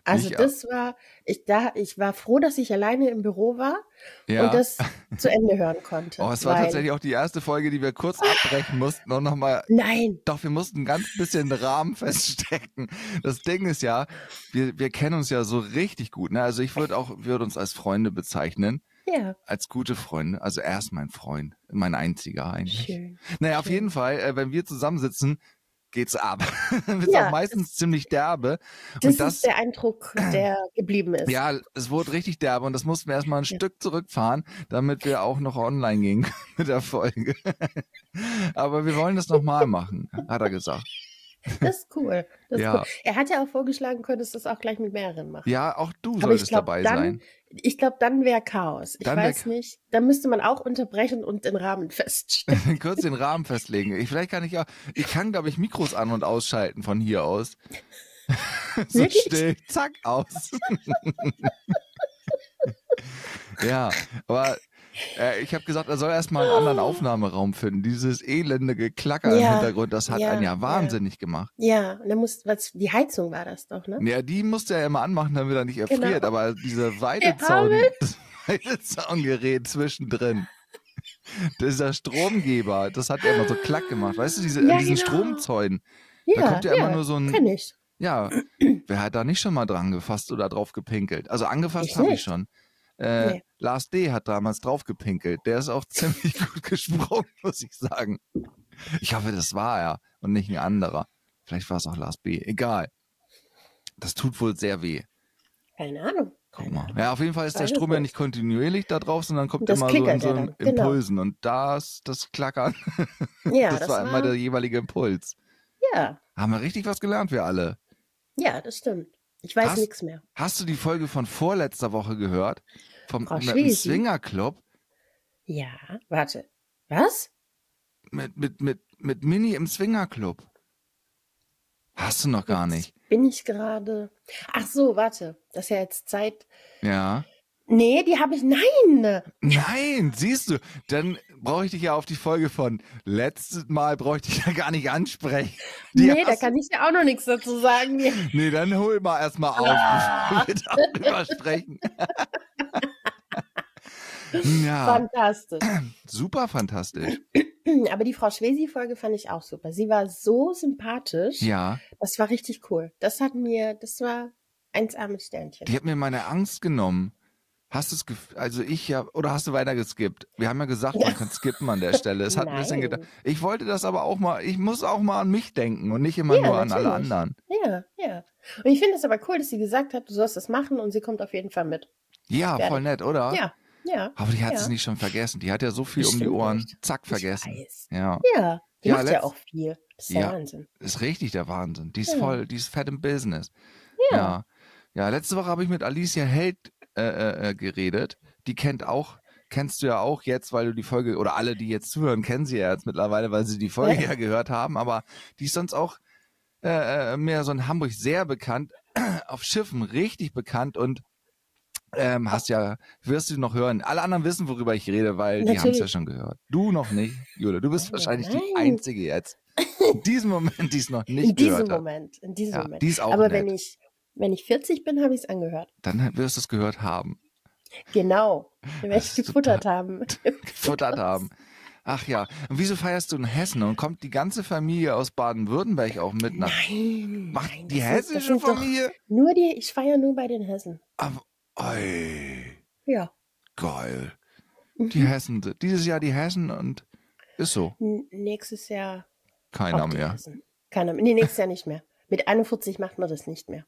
Speaker 4: Also
Speaker 2: mich auch.
Speaker 4: das war, ich, da, ich war froh, dass ich alleine im Büro war
Speaker 2: Ja. [LAUGHS]
Speaker 4: und das zu Ende hören konnte.
Speaker 2: oh, es war
Speaker 4: weil-
Speaker 2: tatsächlich auch die erste Folge, die wir kurz abbrechen mussten und nochmal
Speaker 4: Nein,
Speaker 2: Doch, wir mussten ganz bisschen den Rahmen [LAUGHS] feststecken. Das Ding ist ja, wir, wir kennen uns ja so richtig gut. Ne? Also ich würde auch, würde uns als Freunde bezeichnen,
Speaker 4: ja,
Speaker 2: als gute Freunde. Also er ist mein Freund, mein einziger eigentlich.
Speaker 4: schön.
Speaker 2: Naja, auf
Speaker 4: schön.
Speaker 2: jeden Fall, äh, wenn wir zusammensitzen, geht's ab. [LAUGHS] Wird's
Speaker 4: Ja,
Speaker 2: auch meistens ziemlich derbe.
Speaker 4: Das,
Speaker 2: und das,
Speaker 4: ist der Eindruck,
Speaker 2: [CLEARS THROAT]
Speaker 4: der geblieben ist.
Speaker 2: ja, es wurde richtig derbe und das mussten wir erstmal ein Stück zurückfahren, damit wir auch noch online gehen können [LAUGHS] mit der Folge. Aber wir wollen das nochmal machen, hat er gesagt.
Speaker 4: Das ist cool. Das
Speaker 2: Ja.
Speaker 4: ist cool. Er hat ja auch vorgeschlagen, könntest du das auch gleich mit mehreren machen.
Speaker 2: Ja, auch du
Speaker 4: Aber ich
Speaker 2: solltest
Speaker 4: glaub,
Speaker 2: dabei
Speaker 4: dann-
Speaker 2: sein.
Speaker 4: Ich glaube, dann wäre Chaos. Ich
Speaker 2: Dann wär
Speaker 4: weiß nicht. Da müsste man auch unterbrechen und den Rahmen [LAUGHS] feststellen.
Speaker 2: [LAUGHS] Kurz den Rahmen festlegen. Ich, vielleicht kann ich ja, ich kann, glaube ich, Mikros an- und ausschalten von hier aus. [LAUGHS] so
Speaker 4: Wirklich?
Speaker 2: still, zack, aus. [LAUGHS] ja, aber äh, ich habe gesagt, er soll erstmal einen anderen Aufnahmeraum finden. Dieses elende Geklacker im
Speaker 4: Oh. Ja,
Speaker 2: Hintergrund, das hat
Speaker 4: ja,
Speaker 2: einen ja
Speaker 4: ja.
Speaker 2: wahnsinnig gemacht.
Speaker 4: ja, und dann muss, was, die Heizung war das doch, ne?
Speaker 2: Ja, die musste er immer anmachen, damit er nicht
Speaker 4: Genau.
Speaker 2: erfriert, aber dieser Weidezaun,
Speaker 4: Ärmel.
Speaker 2: das [LAUGHS] Weidezaungerät zwischendrin. Dieser Stromgeber, das hat er immer so klack gemacht. Weißt du, diese,
Speaker 4: Ja,
Speaker 2: diesen
Speaker 4: genau.
Speaker 2: Stromzäunen.
Speaker 4: Ja,
Speaker 2: kommt ja immer nur so ein-
Speaker 4: Kenn ich.
Speaker 2: Ja, wer hat da nicht schon mal dran gefasst oder drauf gepinkelt? Also angefasst
Speaker 4: Ich
Speaker 2: habe ich
Speaker 4: nicht.
Speaker 2: schon. Äh,
Speaker 4: Nee.
Speaker 2: Lars D. hat damals drauf gepinkelt. Der ist auch [LAUGHS] ziemlich gut gesprungen, muss ich sagen. Ich hoffe, das war er und nicht ein anderer. Vielleicht war es auch Lars B. Egal. Das tut wohl sehr weh.
Speaker 4: Keine Ahnung.
Speaker 2: Guck mal. Ja, auf jeden Fall ist der
Speaker 4: Weiß
Speaker 2: Strom ja
Speaker 4: nicht.
Speaker 2: nicht kontinuierlich da drauf, sondern kommt
Speaker 4: Das
Speaker 2: immer so in
Speaker 4: klickert
Speaker 2: so
Speaker 4: ja
Speaker 2: einem
Speaker 4: dann, genau.
Speaker 2: Impulsen. Und das, das Klackern,
Speaker 4: Ja,
Speaker 2: das, war immer der jeweilige Impuls.
Speaker 4: ja,
Speaker 2: Haben wir richtig was gelernt, wir alle.
Speaker 4: ja, das stimmt. Ich weiß
Speaker 2: Hast-
Speaker 4: nichts mehr.
Speaker 2: Hast du die Folge von vorletzter Woche gehört? Vom
Speaker 4: Frau
Speaker 2: mit dem
Speaker 4: Oh, Schwesi.
Speaker 2: Swingerclub?
Speaker 4: Ja, warte. Was?
Speaker 2: Mit, mit, mit, mit Mini im Swingerclub. Hast du noch gar
Speaker 4: Jetzt
Speaker 2: nicht.
Speaker 4: Bin ich gerade. Ach so, warte. Das ist ja jetzt Zeit.
Speaker 2: Ja.
Speaker 4: Nee, die habe ich. Nein!
Speaker 2: Nein, siehst du, dann brauche ich dich ja auf die Folge von letztes Mal bräuchte ich ja gar nicht ansprechen. Die
Speaker 4: nee, da
Speaker 2: hast-
Speaker 4: kann ich ja auch noch nichts dazu sagen. Die-
Speaker 2: Nee, dann hol mal erstmal auf, bevor wir darüber
Speaker 4: [LAUGHS]
Speaker 2: sprechen. ja,
Speaker 4: Fantastisch. [CLEARS THROAT]
Speaker 2: super fantastisch.
Speaker 4: Aber die Frau Schwesi-Folge fand ich auch super. Sie war so sympathisch.
Speaker 2: Ja,
Speaker 4: Das war richtig cool. Das hat mir, das war eins armes Sternchen.
Speaker 2: die hat mir meine Angst genommen. Hast du es, gef- also ich ja, oder hast du weiter geskippt? Wir haben ja gesagt, man kann skippen an der Stelle. Es hat ein bisschen
Speaker 4: Nein.
Speaker 2: gedacht. Ich wollte das aber auch mal, ich muss auch mal an mich denken und nicht immer
Speaker 4: Ja,
Speaker 2: nur an alle
Speaker 4: natürlich.
Speaker 2: anderen.
Speaker 4: Ja, ja. Und ich finde es aber cool, dass sie gesagt hat, du sollst das machen und sie kommt auf jeden Fall mit.
Speaker 2: Ja,
Speaker 4: Ja.
Speaker 2: voll nett, oder?
Speaker 4: Ja, ja.
Speaker 2: Aber die hat
Speaker 4: Ja.
Speaker 2: es nicht schon vergessen. Die hat ja so viel um die
Speaker 4: Bestimmt
Speaker 2: Ohren.
Speaker 4: nicht.
Speaker 2: Zack,
Speaker 4: Ich
Speaker 2: vergessen.
Speaker 4: weiß.
Speaker 2: Ja.
Speaker 4: Ja, die
Speaker 2: Ja,
Speaker 4: macht
Speaker 2: letzt-
Speaker 4: ja auch viel. Das ist ja,
Speaker 2: Ja.
Speaker 4: Wahnsinn.
Speaker 2: ist richtig der Wahnsinn. Die ist
Speaker 4: Ja.
Speaker 2: voll, die ist fett im Business.
Speaker 4: Ja.
Speaker 2: Ja, Ja, letzte Woche habe ich mit Alicia Held äh, äh, äh, geredet. Die kennt auch, kennst du ja auch jetzt, weil du die Folge, oder alle, die jetzt zuhören, kennen sie ja jetzt mittlerweile, weil sie die Folge ja,
Speaker 4: Ja.
Speaker 2: gehört haben, aber die ist sonst auch äh, äh, mehr so in Hamburg sehr bekannt, [CLEARS THROAT] auf Schiffen richtig bekannt und ähm, hast ja, wirst du noch hören. Alle anderen wissen, worüber ich rede, weil die haben es ja
Speaker 4: Natürlich.
Speaker 2: schon gehört. Du noch nicht, Jule. Du bist
Speaker 4: Oh,
Speaker 2: wahrscheinlich die
Speaker 4: nein.
Speaker 2: Einzige jetzt. In diesem Moment, die es noch nicht
Speaker 4: in diesem
Speaker 2: gehört hat.
Speaker 4: Moment. In diesem
Speaker 2: Ja,
Speaker 4: Moment.
Speaker 2: die ist auch
Speaker 4: aber
Speaker 2: nett.
Speaker 4: wenn ich, wenn ich 40 bin, habe ich es angehört.
Speaker 2: Dann halt wirst du es gehört haben, [LAUGHS]
Speaker 4: Genau. Wenn
Speaker 2: Das
Speaker 4: ich
Speaker 2: ist [LAUGHS]
Speaker 4: gefuttert haben.
Speaker 2: gefuttert haben. Ach ja, und wieso feierst du in Hessen und kommt die ganze Familie aus Baden-Württemberg auch mit nach?
Speaker 4: Nein.
Speaker 2: Macht
Speaker 4: nein,
Speaker 2: die
Speaker 4: das sind- das
Speaker 2: hessische
Speaker 4: sind doch
Speaker 2: Familie?
Speaker 4: Nur die, ich feiere nur bei den Hessen.
Speaker 2: Aber, ey,
Speaker 4: Ja.
Speaker 2: geil. Die
Speaker 4: Mhm.
Speaker 2: Hessen, sind- dieses Jahr die Hessen und ist so,
Speaker 4: N nächstes Jahr
Speaker 2: keiner
Speaker 4: auch die
Speaker 2: mehr.
Speaker 4: Hessen. Keiner mehr. Nee, nächstes Jahr nicht mehr. Mit 41 macht man das nicht mehr.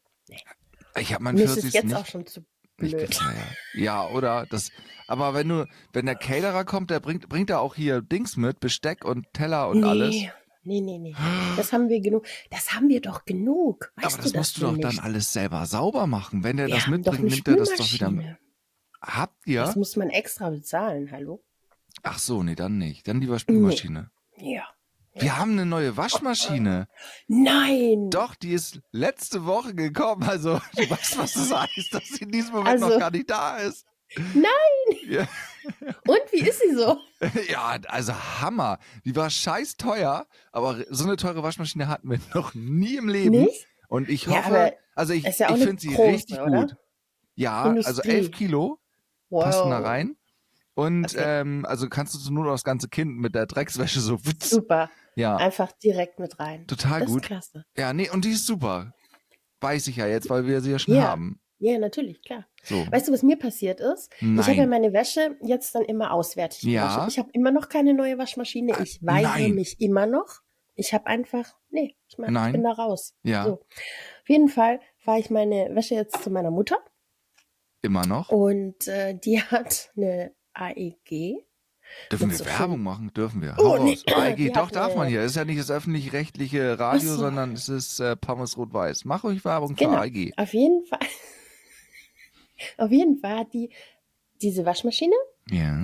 Speaker 2: Ich habe mein
Speaker 4: Mir ist es
Speaker 2: 40.
Speaker 4: jetzt
Speaker 2: nicht,
Speaker 4: auch schon zu
Speaker 2: nicht
Speaker 4: blöd.
Speaker 2: gefeiert. Ja, oder? Das, aber wenn du, wenn der Caterer kommt, der bringt, bringt er auch hier Dings mit, Besteck und Teller und alles.
Speaker 4: Nee, nee, nee. Das haben wir genug. Das haben wir doch genug. Weißt
Speaker 2: Aber das
Speaker 4: du das
Speaker 2: musst du doch
Speaker 4: denn
Speaker 2: dann
Speaker 4: nicht?
Speaker 2: alles selber sauber machen. Wenn der
Speaker 4: Wir
Speaker 2: das
Speaker 4: haben doch
Speaker 2: mitbringt,
Speaker 4: eine
Speaker 2: nimmt er das doch wieder mit.
Speaker 4: Spülmaschine.
Speaker 2: Habt ihr?
Speaker 4: Das muss man extra bezahlen, hallo?
Speaker 2: Ach so, nee, dann nicht. Dann lieber Spülmaschine.
Speaker 4: Ja.
Speaker 2: Wir haben eine neue Waschmaschine.
Speaker 4: Nein!
Speaker 2: Doch, die ist letzte Woche gekommen. Also, du weißt, was das heißt, dass sie in diesem Moment noch
Speaker 4: Also-
Speaker 2: gar nicht da ist. [LAUGHS]
Speaker 4: Und wie ist sie so?
Speaker 2: Ja, also Hammer. Die war scheiß teuer, aber so eine teure Waschmaschine hatten wir [LAUGHS] noch nie im Leben.
Speaker 4: Nicht?
Speaker 2: Und ich
Speaker 4: Ja,
Speaker 2: hoffe,
Speaker 4: aber
Speaker 2: also ich,
Speaker 4: ist ja auch
Speaker 2: ich
Speaker 4: eine
Speaker 2: finde sie
Speaker 4: große,
Speaker 2: richtig
Speaker 4: oder?
Speaker 2: gut. Ja, also
Speaker 4: Industrie.
Speaker 2: 11 Kilo
Speaker 4: Wow.
Speaker 2: passen da rein. Und
Speaker 4: Okay.
Speaker 2: ähm, also kannst du nur noch das ganze Kind mit der Dreckswäsche so. wutz.
Speaker 4: Super.
Speaker 2: Ja,
Speaker 4: Einfach direkt mit rein.
Speaker 2: total
Speaker 4: also das ist
Speaker 2: gut.
Speaker 4: klasse.
Speaker 2: Ja, nee, und die ist super. Weiß ich ja jetzt, weil wir sie ja schon
Speaker 4: Ja.
Speaker 2: haben.
Speaker 4: Ja, natürlich, klar.
Speaker 2: So.
Speaker 4: Weißt du, was mir passiert ist? Ich habe ja
Speaker 2: Nein.
Speaker 4: meine Wäsche jetzt dann immer auswärtig
Speaker 2: Ja.
Speaker 4: gewaschen. Ich habe immer noch keine neue Waschmaschine.
Speaker 2: Ah,
Speaker 4: Ich weigere
Speaker 2: nein.
Speaker 4: mich immer noch. Ich habe einfach, nee, ich, mein,
Speaker 2: Nein.
Speaker 4: ich bin da raus.
Speaker 2: Ja,
Speaker 4: So. Auf jeden Fall fahre ich meine Wäsche jetzt zu meiner Mutter
Speaker 2: immer noch.
Speaker 4: und äh, die [LAUGHS] hat eine E AEG.
Speaker 2: Dürfen
Speaker 4: mit
Speaker 2: wir
Speaker 4: so
Speaker 2: Werbung machen? Dürfen wir.
Speaker 4: Oh,
Speaker 2: Hau
Speaker 4: nee.
Speaker 2: raus. AEG.
Speaker 4: Die
Speaker 2: Doch,
Speaker 4: hat
Speaker 2: darf
Speaker 4: eine-
Speaker 2: man hier. Ist ja nicht das öffentlich-rechtliche Radio,
Speaker 4: Ach so.
Speaker 2: sondern es ist äh, Pommes Rot-Weiß. Mach ruhig Werbung für
Speaker 4: Genau.
Speaker 2: AEG.
Speaker 4: Auf jeden Fall, [LAUGHS] auf jeden Fall hat die diese Waschmaschine
Speaker 2: Ja.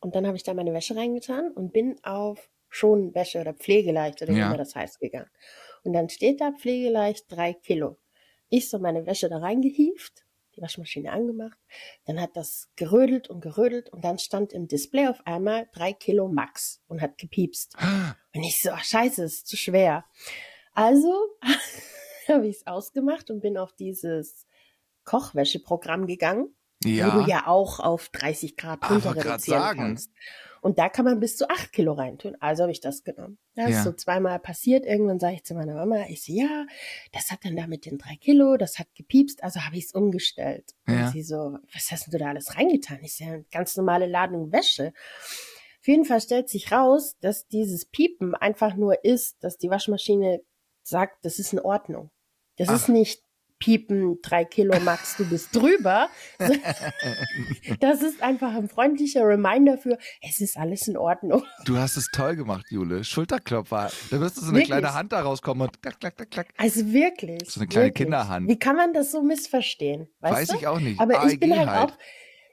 Speaker 4: und dann habe ich da meine Wäsche reingetan und bin auf Schonwäsche oder Pflegeleicht oder wie
Speaker 2: Ja.
Speaker 4: immer das heißt gegangen. Und dann steht da Pflegeleicht drei Kilo. Ich so meine Wäsche da reingehieft, die Waschmaschine angemacht, dann hat das gerödelt und gerödelt und dann stand im Display auf einmal drei Kilo Max und hat gepiepst. Und ich so, ach, scheiße, ist zu schwer. Also [LAUGHS] habe ich es ausgemacht und bin auf dieses Kochwäscheprogramm gegangen, wo du
Speaker 2: Ja.
Speaker 4: ja auch auf 30 Grad
Speaker 2: Ah,
Speaker 4: runter
Speaker 2: wollte grad
Speaker 4: reduzieren
Speaker 2: sagen.
Speaker 4: kannst. Und da kann man bis zu 8 Kilo reintun. Also habe ich das genommen. Das
Speaker 2: Ja.
Speaker 4: ist so zweimal passiert. Irgendwann sage ich zu meiner Mama, ich so, ja, das hat dann da mit den 3 Kilo, das hat gepiepst, also habe ich es umgestellt.
Speaker 2: Ja.
Speaker 4: Und sie so, was hast denn du da alles reingetan? Ich so, ja, ganz normale Ladung Wäsche. Auf jeden Fall stellt sich raus, dass dieses Piepen einfach nur ist, dass die Waschmaschine sagt, das ist in Ordnung. Das
Speaker 2: Ach.
Speaker 4: ist nicht Piepen, drei Kilo Max, du bist
Speaker 2: [LAUGHS]
Speaker 4: drüber. Das ist einfach ein freundlicher Reminder für, es ist alles in Ordnung.
Speaker 2: Du hast es toll gemacht, Jule. Schulterklopfer. Da wirst du so eine
Speaker 4: Wirklich?
Speaker 2: kleine Hand da rauskommen und klack, klack, klack, klack.
Speaker 4: Also wirklich.
Speaker 2: So eine kleine
Speaker 4: wirklich.
Speaker 2: Kinderhand.
Speaker 4: Wie kann man das so missverstehen?
Speaker 2: Weiß
Speaker 4: Weißt du?
Speaker 2: ich auch nicht.
Speaker 4: Aber ich bin
Speaker 2: AEG
Speaker 4: halt, auch.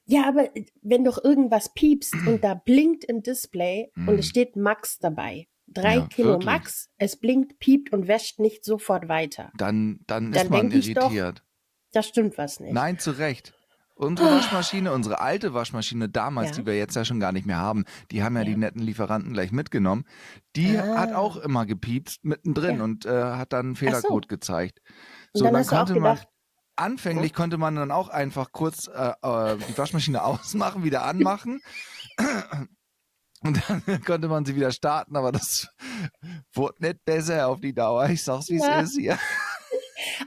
Speaker 4: Ja, aber äh, wenn doch irgendwas piepst und da blinkt im Display und es steht Max dabei. Drei
Speaker 2: Mm. Ja,
Speaker 4: Kilo
Speaker 2: wirklich.
Speaker 4: Max, es blinkt, piept und wäscht nicht sofort weiter.
Speaker 2: Dann, dann ist
Speaker 4: Dann
Speaker 2: man
Speaker 4: denk ich doch,
Speaker 2: irritiert.
Speaker 4: Da stimmt was nicht. Ah.
Speaker 2: Nein, zu Recht. Unsere Waschmaschine, unsere alte Waschmaschine damals,
Speaker 4: Ja.
Speaker 2: die wir jetzt ja schon gar nicht mehr haben, die haben ja,
Speaker 4: Ja.
Speaker 2: die netten Lieferanten gleich mitgenommen, die
Speaker 4: Ah.
Speaker 2: hat auch immer gepiepst mittendrin
Speaker 4: Ja.
Speaker 2: und äh, hat dann einen Fehlercode gezeigt.
Speaker 4: Und
Speaker 2: So,
Speaker 4: dann
Speaker 2: dann,
Speaker 4: hast du Oh. auch
Speaker 2: konnte
Speaker 4: gedacht-
Speaker 2: man, anfänglich konnte man dann auch einfach kurz äh, äh, die Waschmaschine [LAUGHS] ausmachen, wieder anmachen [CLEARS THROAT] und dann [LAUGHS] konnte man sie wieder starten, aber das [LAUGHS] wurde nicht besser auf die Dauer. Ich sag's, wie es
Speaker 4: Ja.
Speaker 2: ist hier.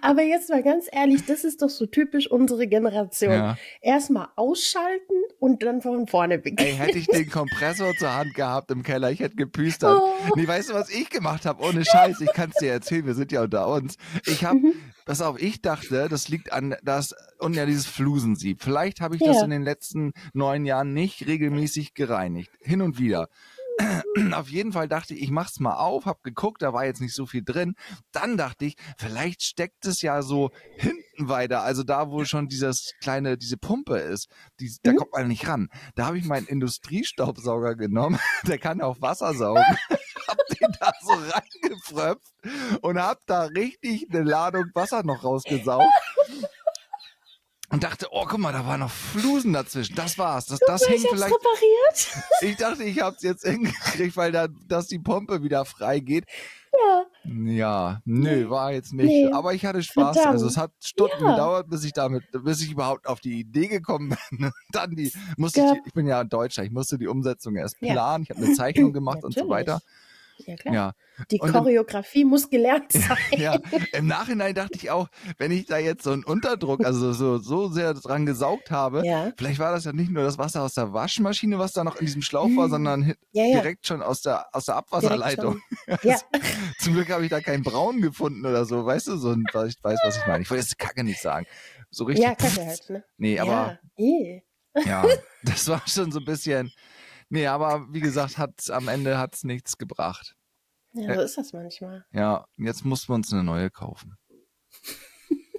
Speaker 4: Aber jetzt mal ganz ehrlich, das ist doch so typisch unsere Generation. Erstmal ausschalten und dann von vorne
Speaker 2: Ey,
Speaker 4: beginnen.
Speaker 2: hätte ich den Kompressor zur Hand gehabt im Keller, ich hätte gepüstert.
Speaker 4: Oh.
Speaker 2: Nee, weißt du, was ich gemacht habe? Ohne Scheiß, ich kann es dir erzählen, wir sind ja unter uns. Ich habe,
Speaker 4: Mhm.
Speaker 2: pass auf, ich dachte, das liegt an das, und ja, dieses Flusensieb. Vielleicht habe ich das
Speaker 4: Ja.
Speaker 2: in den letzten neun Jahren nicht regelmäßig gereinigt. Hin und wieder. [CLEARS THROAT] Auf jeden Fall dachte ich, ich mach's mal auf, hab geguckt, da war jetzt nicht so viel drin. Dann dachte ich, vielleicht steckt es ja so hinten weiter, also da, wo schon dieses kleine, diese Pumpe ist, die, da
Speaker 4: Mhm.
Speaker 2: kommt man nicht ran. Da habe ich meinen Industriestaubsauger genommen, [LAUGHS] der kann auch Wasser saugen, [LAUGHS] hab den da so reingefröpft und hab da richtig eine Ladung Wasser noch rausgesaugt. Und dachte, oh, guck mal, da war noch Flusen dazwischen. Das war's. Das, das hing
Speaker 4: ich hab's
Speaker 2: vielleicht
Speaker 4: repariert.
Speaker 2: ich dachte, ich hab's jetzt [LAUGHS] hingekriegt, weil da, dass die Pompe wieder frei geht.
Speaker 4: ja.
Speaker 2: Ja, nö, war jetzt nicht.
Speaker 4: Nee.
Speaker 2: Aber ich hatte Spaß.
Speaker 4: Verdammt.
Speaker 2: Also es hat Stunden
Speaker 4: Ja.
Speaker 2: gedauert, bis ich damit, bis ich überhaupt auf die Idee gekommen [LAUGHS] bin. Dann die, musste
Speaker 4: gab-
Speaker 2: ich, die- ich bin ja ein Deutscher, ich musste die Umsetzung erst
Speaker 4: Ja.
Speaker 2: planen. Ich habe eine Zeichnung gemacht und so
Speaker 4: Natürlich.
Speaker 2: weiter.
Speaker 4: Ja, klar.
Speaker 2: Ja.
Speaker 4: Die
Speaker 2: Und im-
Speaker 4: Choreografie muss gelernt sein.
Speaker 2: [LAUGHS]
Speaker 4: [LAUGHS]
Speaker 2: ja. Im Nachhinein dachte ich auch, wenn ich da jetzt so einen Unterdruck, also so, so sehr dran gesaugt habe,
Speaker 4: Ja.
Speaker 2: vielleicht war das ja nicht nur das Wasser aus der Waschmaschine, was da noch in diesem Schlauch
Speaker 4: Mhm.
Speaker 2: war, sondern hi-
Speaker 4: Ja, ja.
Speaker 2: direkt schon aus der, aus der
Speaker 4: Direkt
Speaker 2: Abwasserleitung.
Speaker 4: schon. Ja,
Speaker 2: [LAUGHS] Zum Glück habe ich da keinen Braun gefunden oder so, weißt du, so ein, was ich weiß, was ich meine. Ich wollte jetzt Kacke nicht sagen. So richtig.
Speaker 4: ja, kacke halt, ne?
Speaker 2: [LAUGHS] Nee, aber
Speaker 4: ja. eh. [LAUGHS]
Speaker 2: ja. das war schon so ein bisschen. Nee, aber wie gesagt, hat's, am Ende hat es nichts gebracht.
Speaker 4: Ja, so ist das manchmal.
Speaker 2: Ja, jetzt mussten wir uns eine neue kaufen.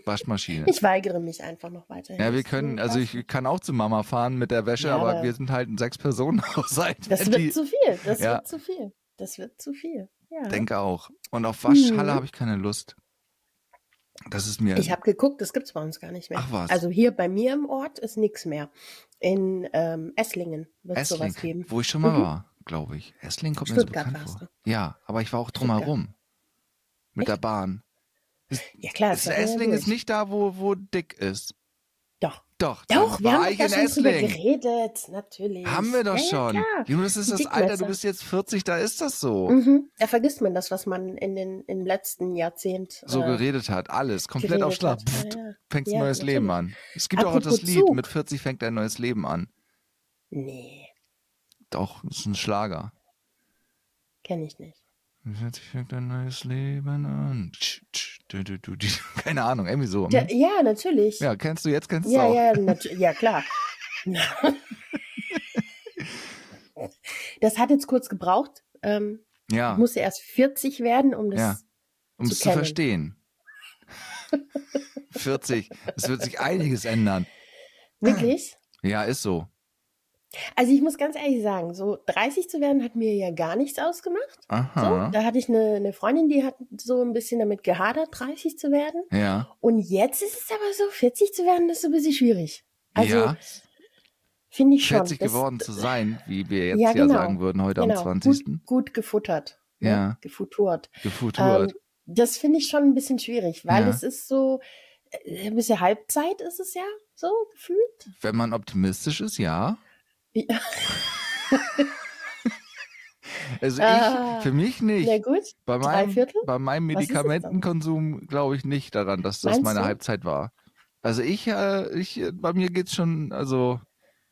Speaker 2: Waschmaschine.
Speaker 4: [LAUGHS] Ich weigere mich einfach noch weiterhin.
Speaker 2: Ja, wir
Speaker 4: Das
Speaker 2: können,
Speaker 4: ist
Speaker 2: also ich kann auch zu Mama fahren mit der Wäsche,
Speaker 4: Ja,
Speaker 2: aber
Speaker 4: aber-
Speaker 2: wir sind halt ein sechs Personen [LAUGHS] Haushalt.
Speaker 4: Das
Speaker 2: Die-
Speaker 4: wird zu viel. Das
Speaker 2: Ja.
Speaker 4: wird zu viel. Das wird zu viel. Ja.
Speaker 2: denke auch. Und auf Waschhalle
Speaker 4: Mhm.
Speaker 2: habe ich keine Lust. Das ist mir.
Speaker 4: Ich habe geguckt, das gibt's bei uns gar nicht mehr.
Speaker 2: Ach was.
Speaker 4: Also hier bei mir im Ort ist nichts mehr. In ähm, Esslingen wird es
Speaker 2: Essling,
Speaker 4: sowas geben.
Speaker 2: wo ich schon mal
Speaker 4: Mhm.
Speaker 2: war, glaube ich. Essling kommt
Speaker 4: Stuttgart
Speaker 2: mir so bekannt
Speaker 4: warst
Speaker 2: vor. Ja, aber ich war auch
Speaker 4: Stuttgart.
Speaker 2: drumherum. Mit der Bahn.
Speaker 4: Ja klar,
Speaker 2: Ist,
Speaker 4: das war
Speaker 2: Essling
Speaker 4: ja
Speaker 2: ist nicht da, wo, wo dick ist.
Speaker 4: Doch.
Speaker 2: Doch, da
Speaker 4: Doch, wir
Speaker 2: war
Speaker 4: haben doch
Speaker 2: ich
Speaker 4: da
Speaker 2: in
Speaker 4: schon drüber
Speaker 2: Essling.
Speaker 4: geredet, natürlich.
Speaker 2: Haben wir doch
Speaker 4: ja,
Speaker 2: schon. Oh.
Speaker 4: Ja, klar.
Speaker 2: Junge, das ist
Speaker 4: Die
Speaker 2: das Alter, du
Speaker 4: Dickmesser.
Speaker 2: bist jetzt 40, da ist das so.
Speaker 4: Mhm. Da vergisst man das, was man in den im letzten Jahrzehnt
Speaker 2: So
Speaker 4: äh,
Speaker 2: geredet hat, alles, komplett
Speaker 4: geredet
Speaker 2: auf Schlag.
Speaker 4: hat.
Speaker 2: Pff,
Speaker 4: Ja, ja.
Speaker 2: Fängt ein
Speaker 4: Ja,
Speaker 2: neues Leben an. Es gibt auch das
Speaker 4: Apropos
Speaker 2: Lied,
Speaker 4: Zug.
Speaker 2: mit 40 fängt ein neues Leben an.
Speaker 4: Nee,
Speaker 2: Doch, ist ein Schlager.
Speaker 4: kenne ich nicht.
Speaker 2: Mit 40 fängt ein neues Leben an. Tsch, tsch, [LAUGHS] du, du, du, du. Keine Ahnung, irgendwie so.
Speaker 4: Ja,
Speaker 2: hm?
Speaker 4: ja natürlich.
Speaker 2: Ja, kennst du jetzt, kennst du es
Speaker 4: Ja,
Speaker 2: auch.
Speaker 4: ja, natu-
Speaker 2: [LAUGHS]
Speaker 4: ja, klar. das hat jetzt kurz gebraucht. Ähm,
Speaker 2: Ja,
Speaker 4: Ich musste erst 40 werden, um das.
Speaker 2: Ja. um es
Speaker 4: zu
Speaker 2: zu
Speaker 4: kennen. [LAUGHS]
Speaker 2: verstehen. 40, es wird sich einiges ändern.
Speaker 4: Wirklich?
Speaker 2: Ja, ist so.
Speaker 4: Also ich muss ganz ehrlich sagen, so 30 zu werden hat mir ja gar nichts ausgemacht. So,
Speaker 2: Aha.
Speaker 4: da hatte ich eine, eine Freundin, die hat so ein bisschen damit gehadert, 30 zu werden.
Speaker 2: ja.
Speaker 4: Und jetzt ist es aber so, 40 zu werden, das ist so ein bisschen schwierig. Also
Speaker 2: ja,
Speaker 4: finde ich schon.
Speaker 2: 40
Speaker 4: das-
Speaker 2: geworden zu sein, wie wir jetzt ja,
Speaker 4: Ja, genau.
Speaker 2: sagen würden, heute
Speaker 4: genau,
Speaker 2: am 20.
Speaker 4: Gut, gut gefuttert. ne?
Speaker 2: Ja.
Speaker 4: Gefuturt.
Speaker 2: Gefuturt.
Speaker 4: Ähm, das finde ich schon ein bisschen schwierig, weil
Speaker 2: Ja.
Speaker 4: es ist so, äh, ein bisschen Halbzeit ist es ja, so gefühlt.
Speaker 2: Wenn man optimistisch ist, ja.
Speaker 4: Wie-
Speaker 2: [LAUGHS] Also
Speaker 4: Ah.
Speaker 2: ich, für mich nicht.
Speaker 4: Na gut,
Speaker 2: Bei
Speaker 4: drei
Speaker 2: meinem,
Speaker 4: Viertel?
Speaker 2: bei meinem
Speaker 4: Was ist es dann?
Speaker 2: Medikamentenkonsum glaube ich nicht daran, dass das
Speaker 4: Meinst
Speaker 2: meine
Speaker 4: du?
Speaker 2: Halbzeit war. Also ich, äh, ich, äh, bei mir geht's schon, also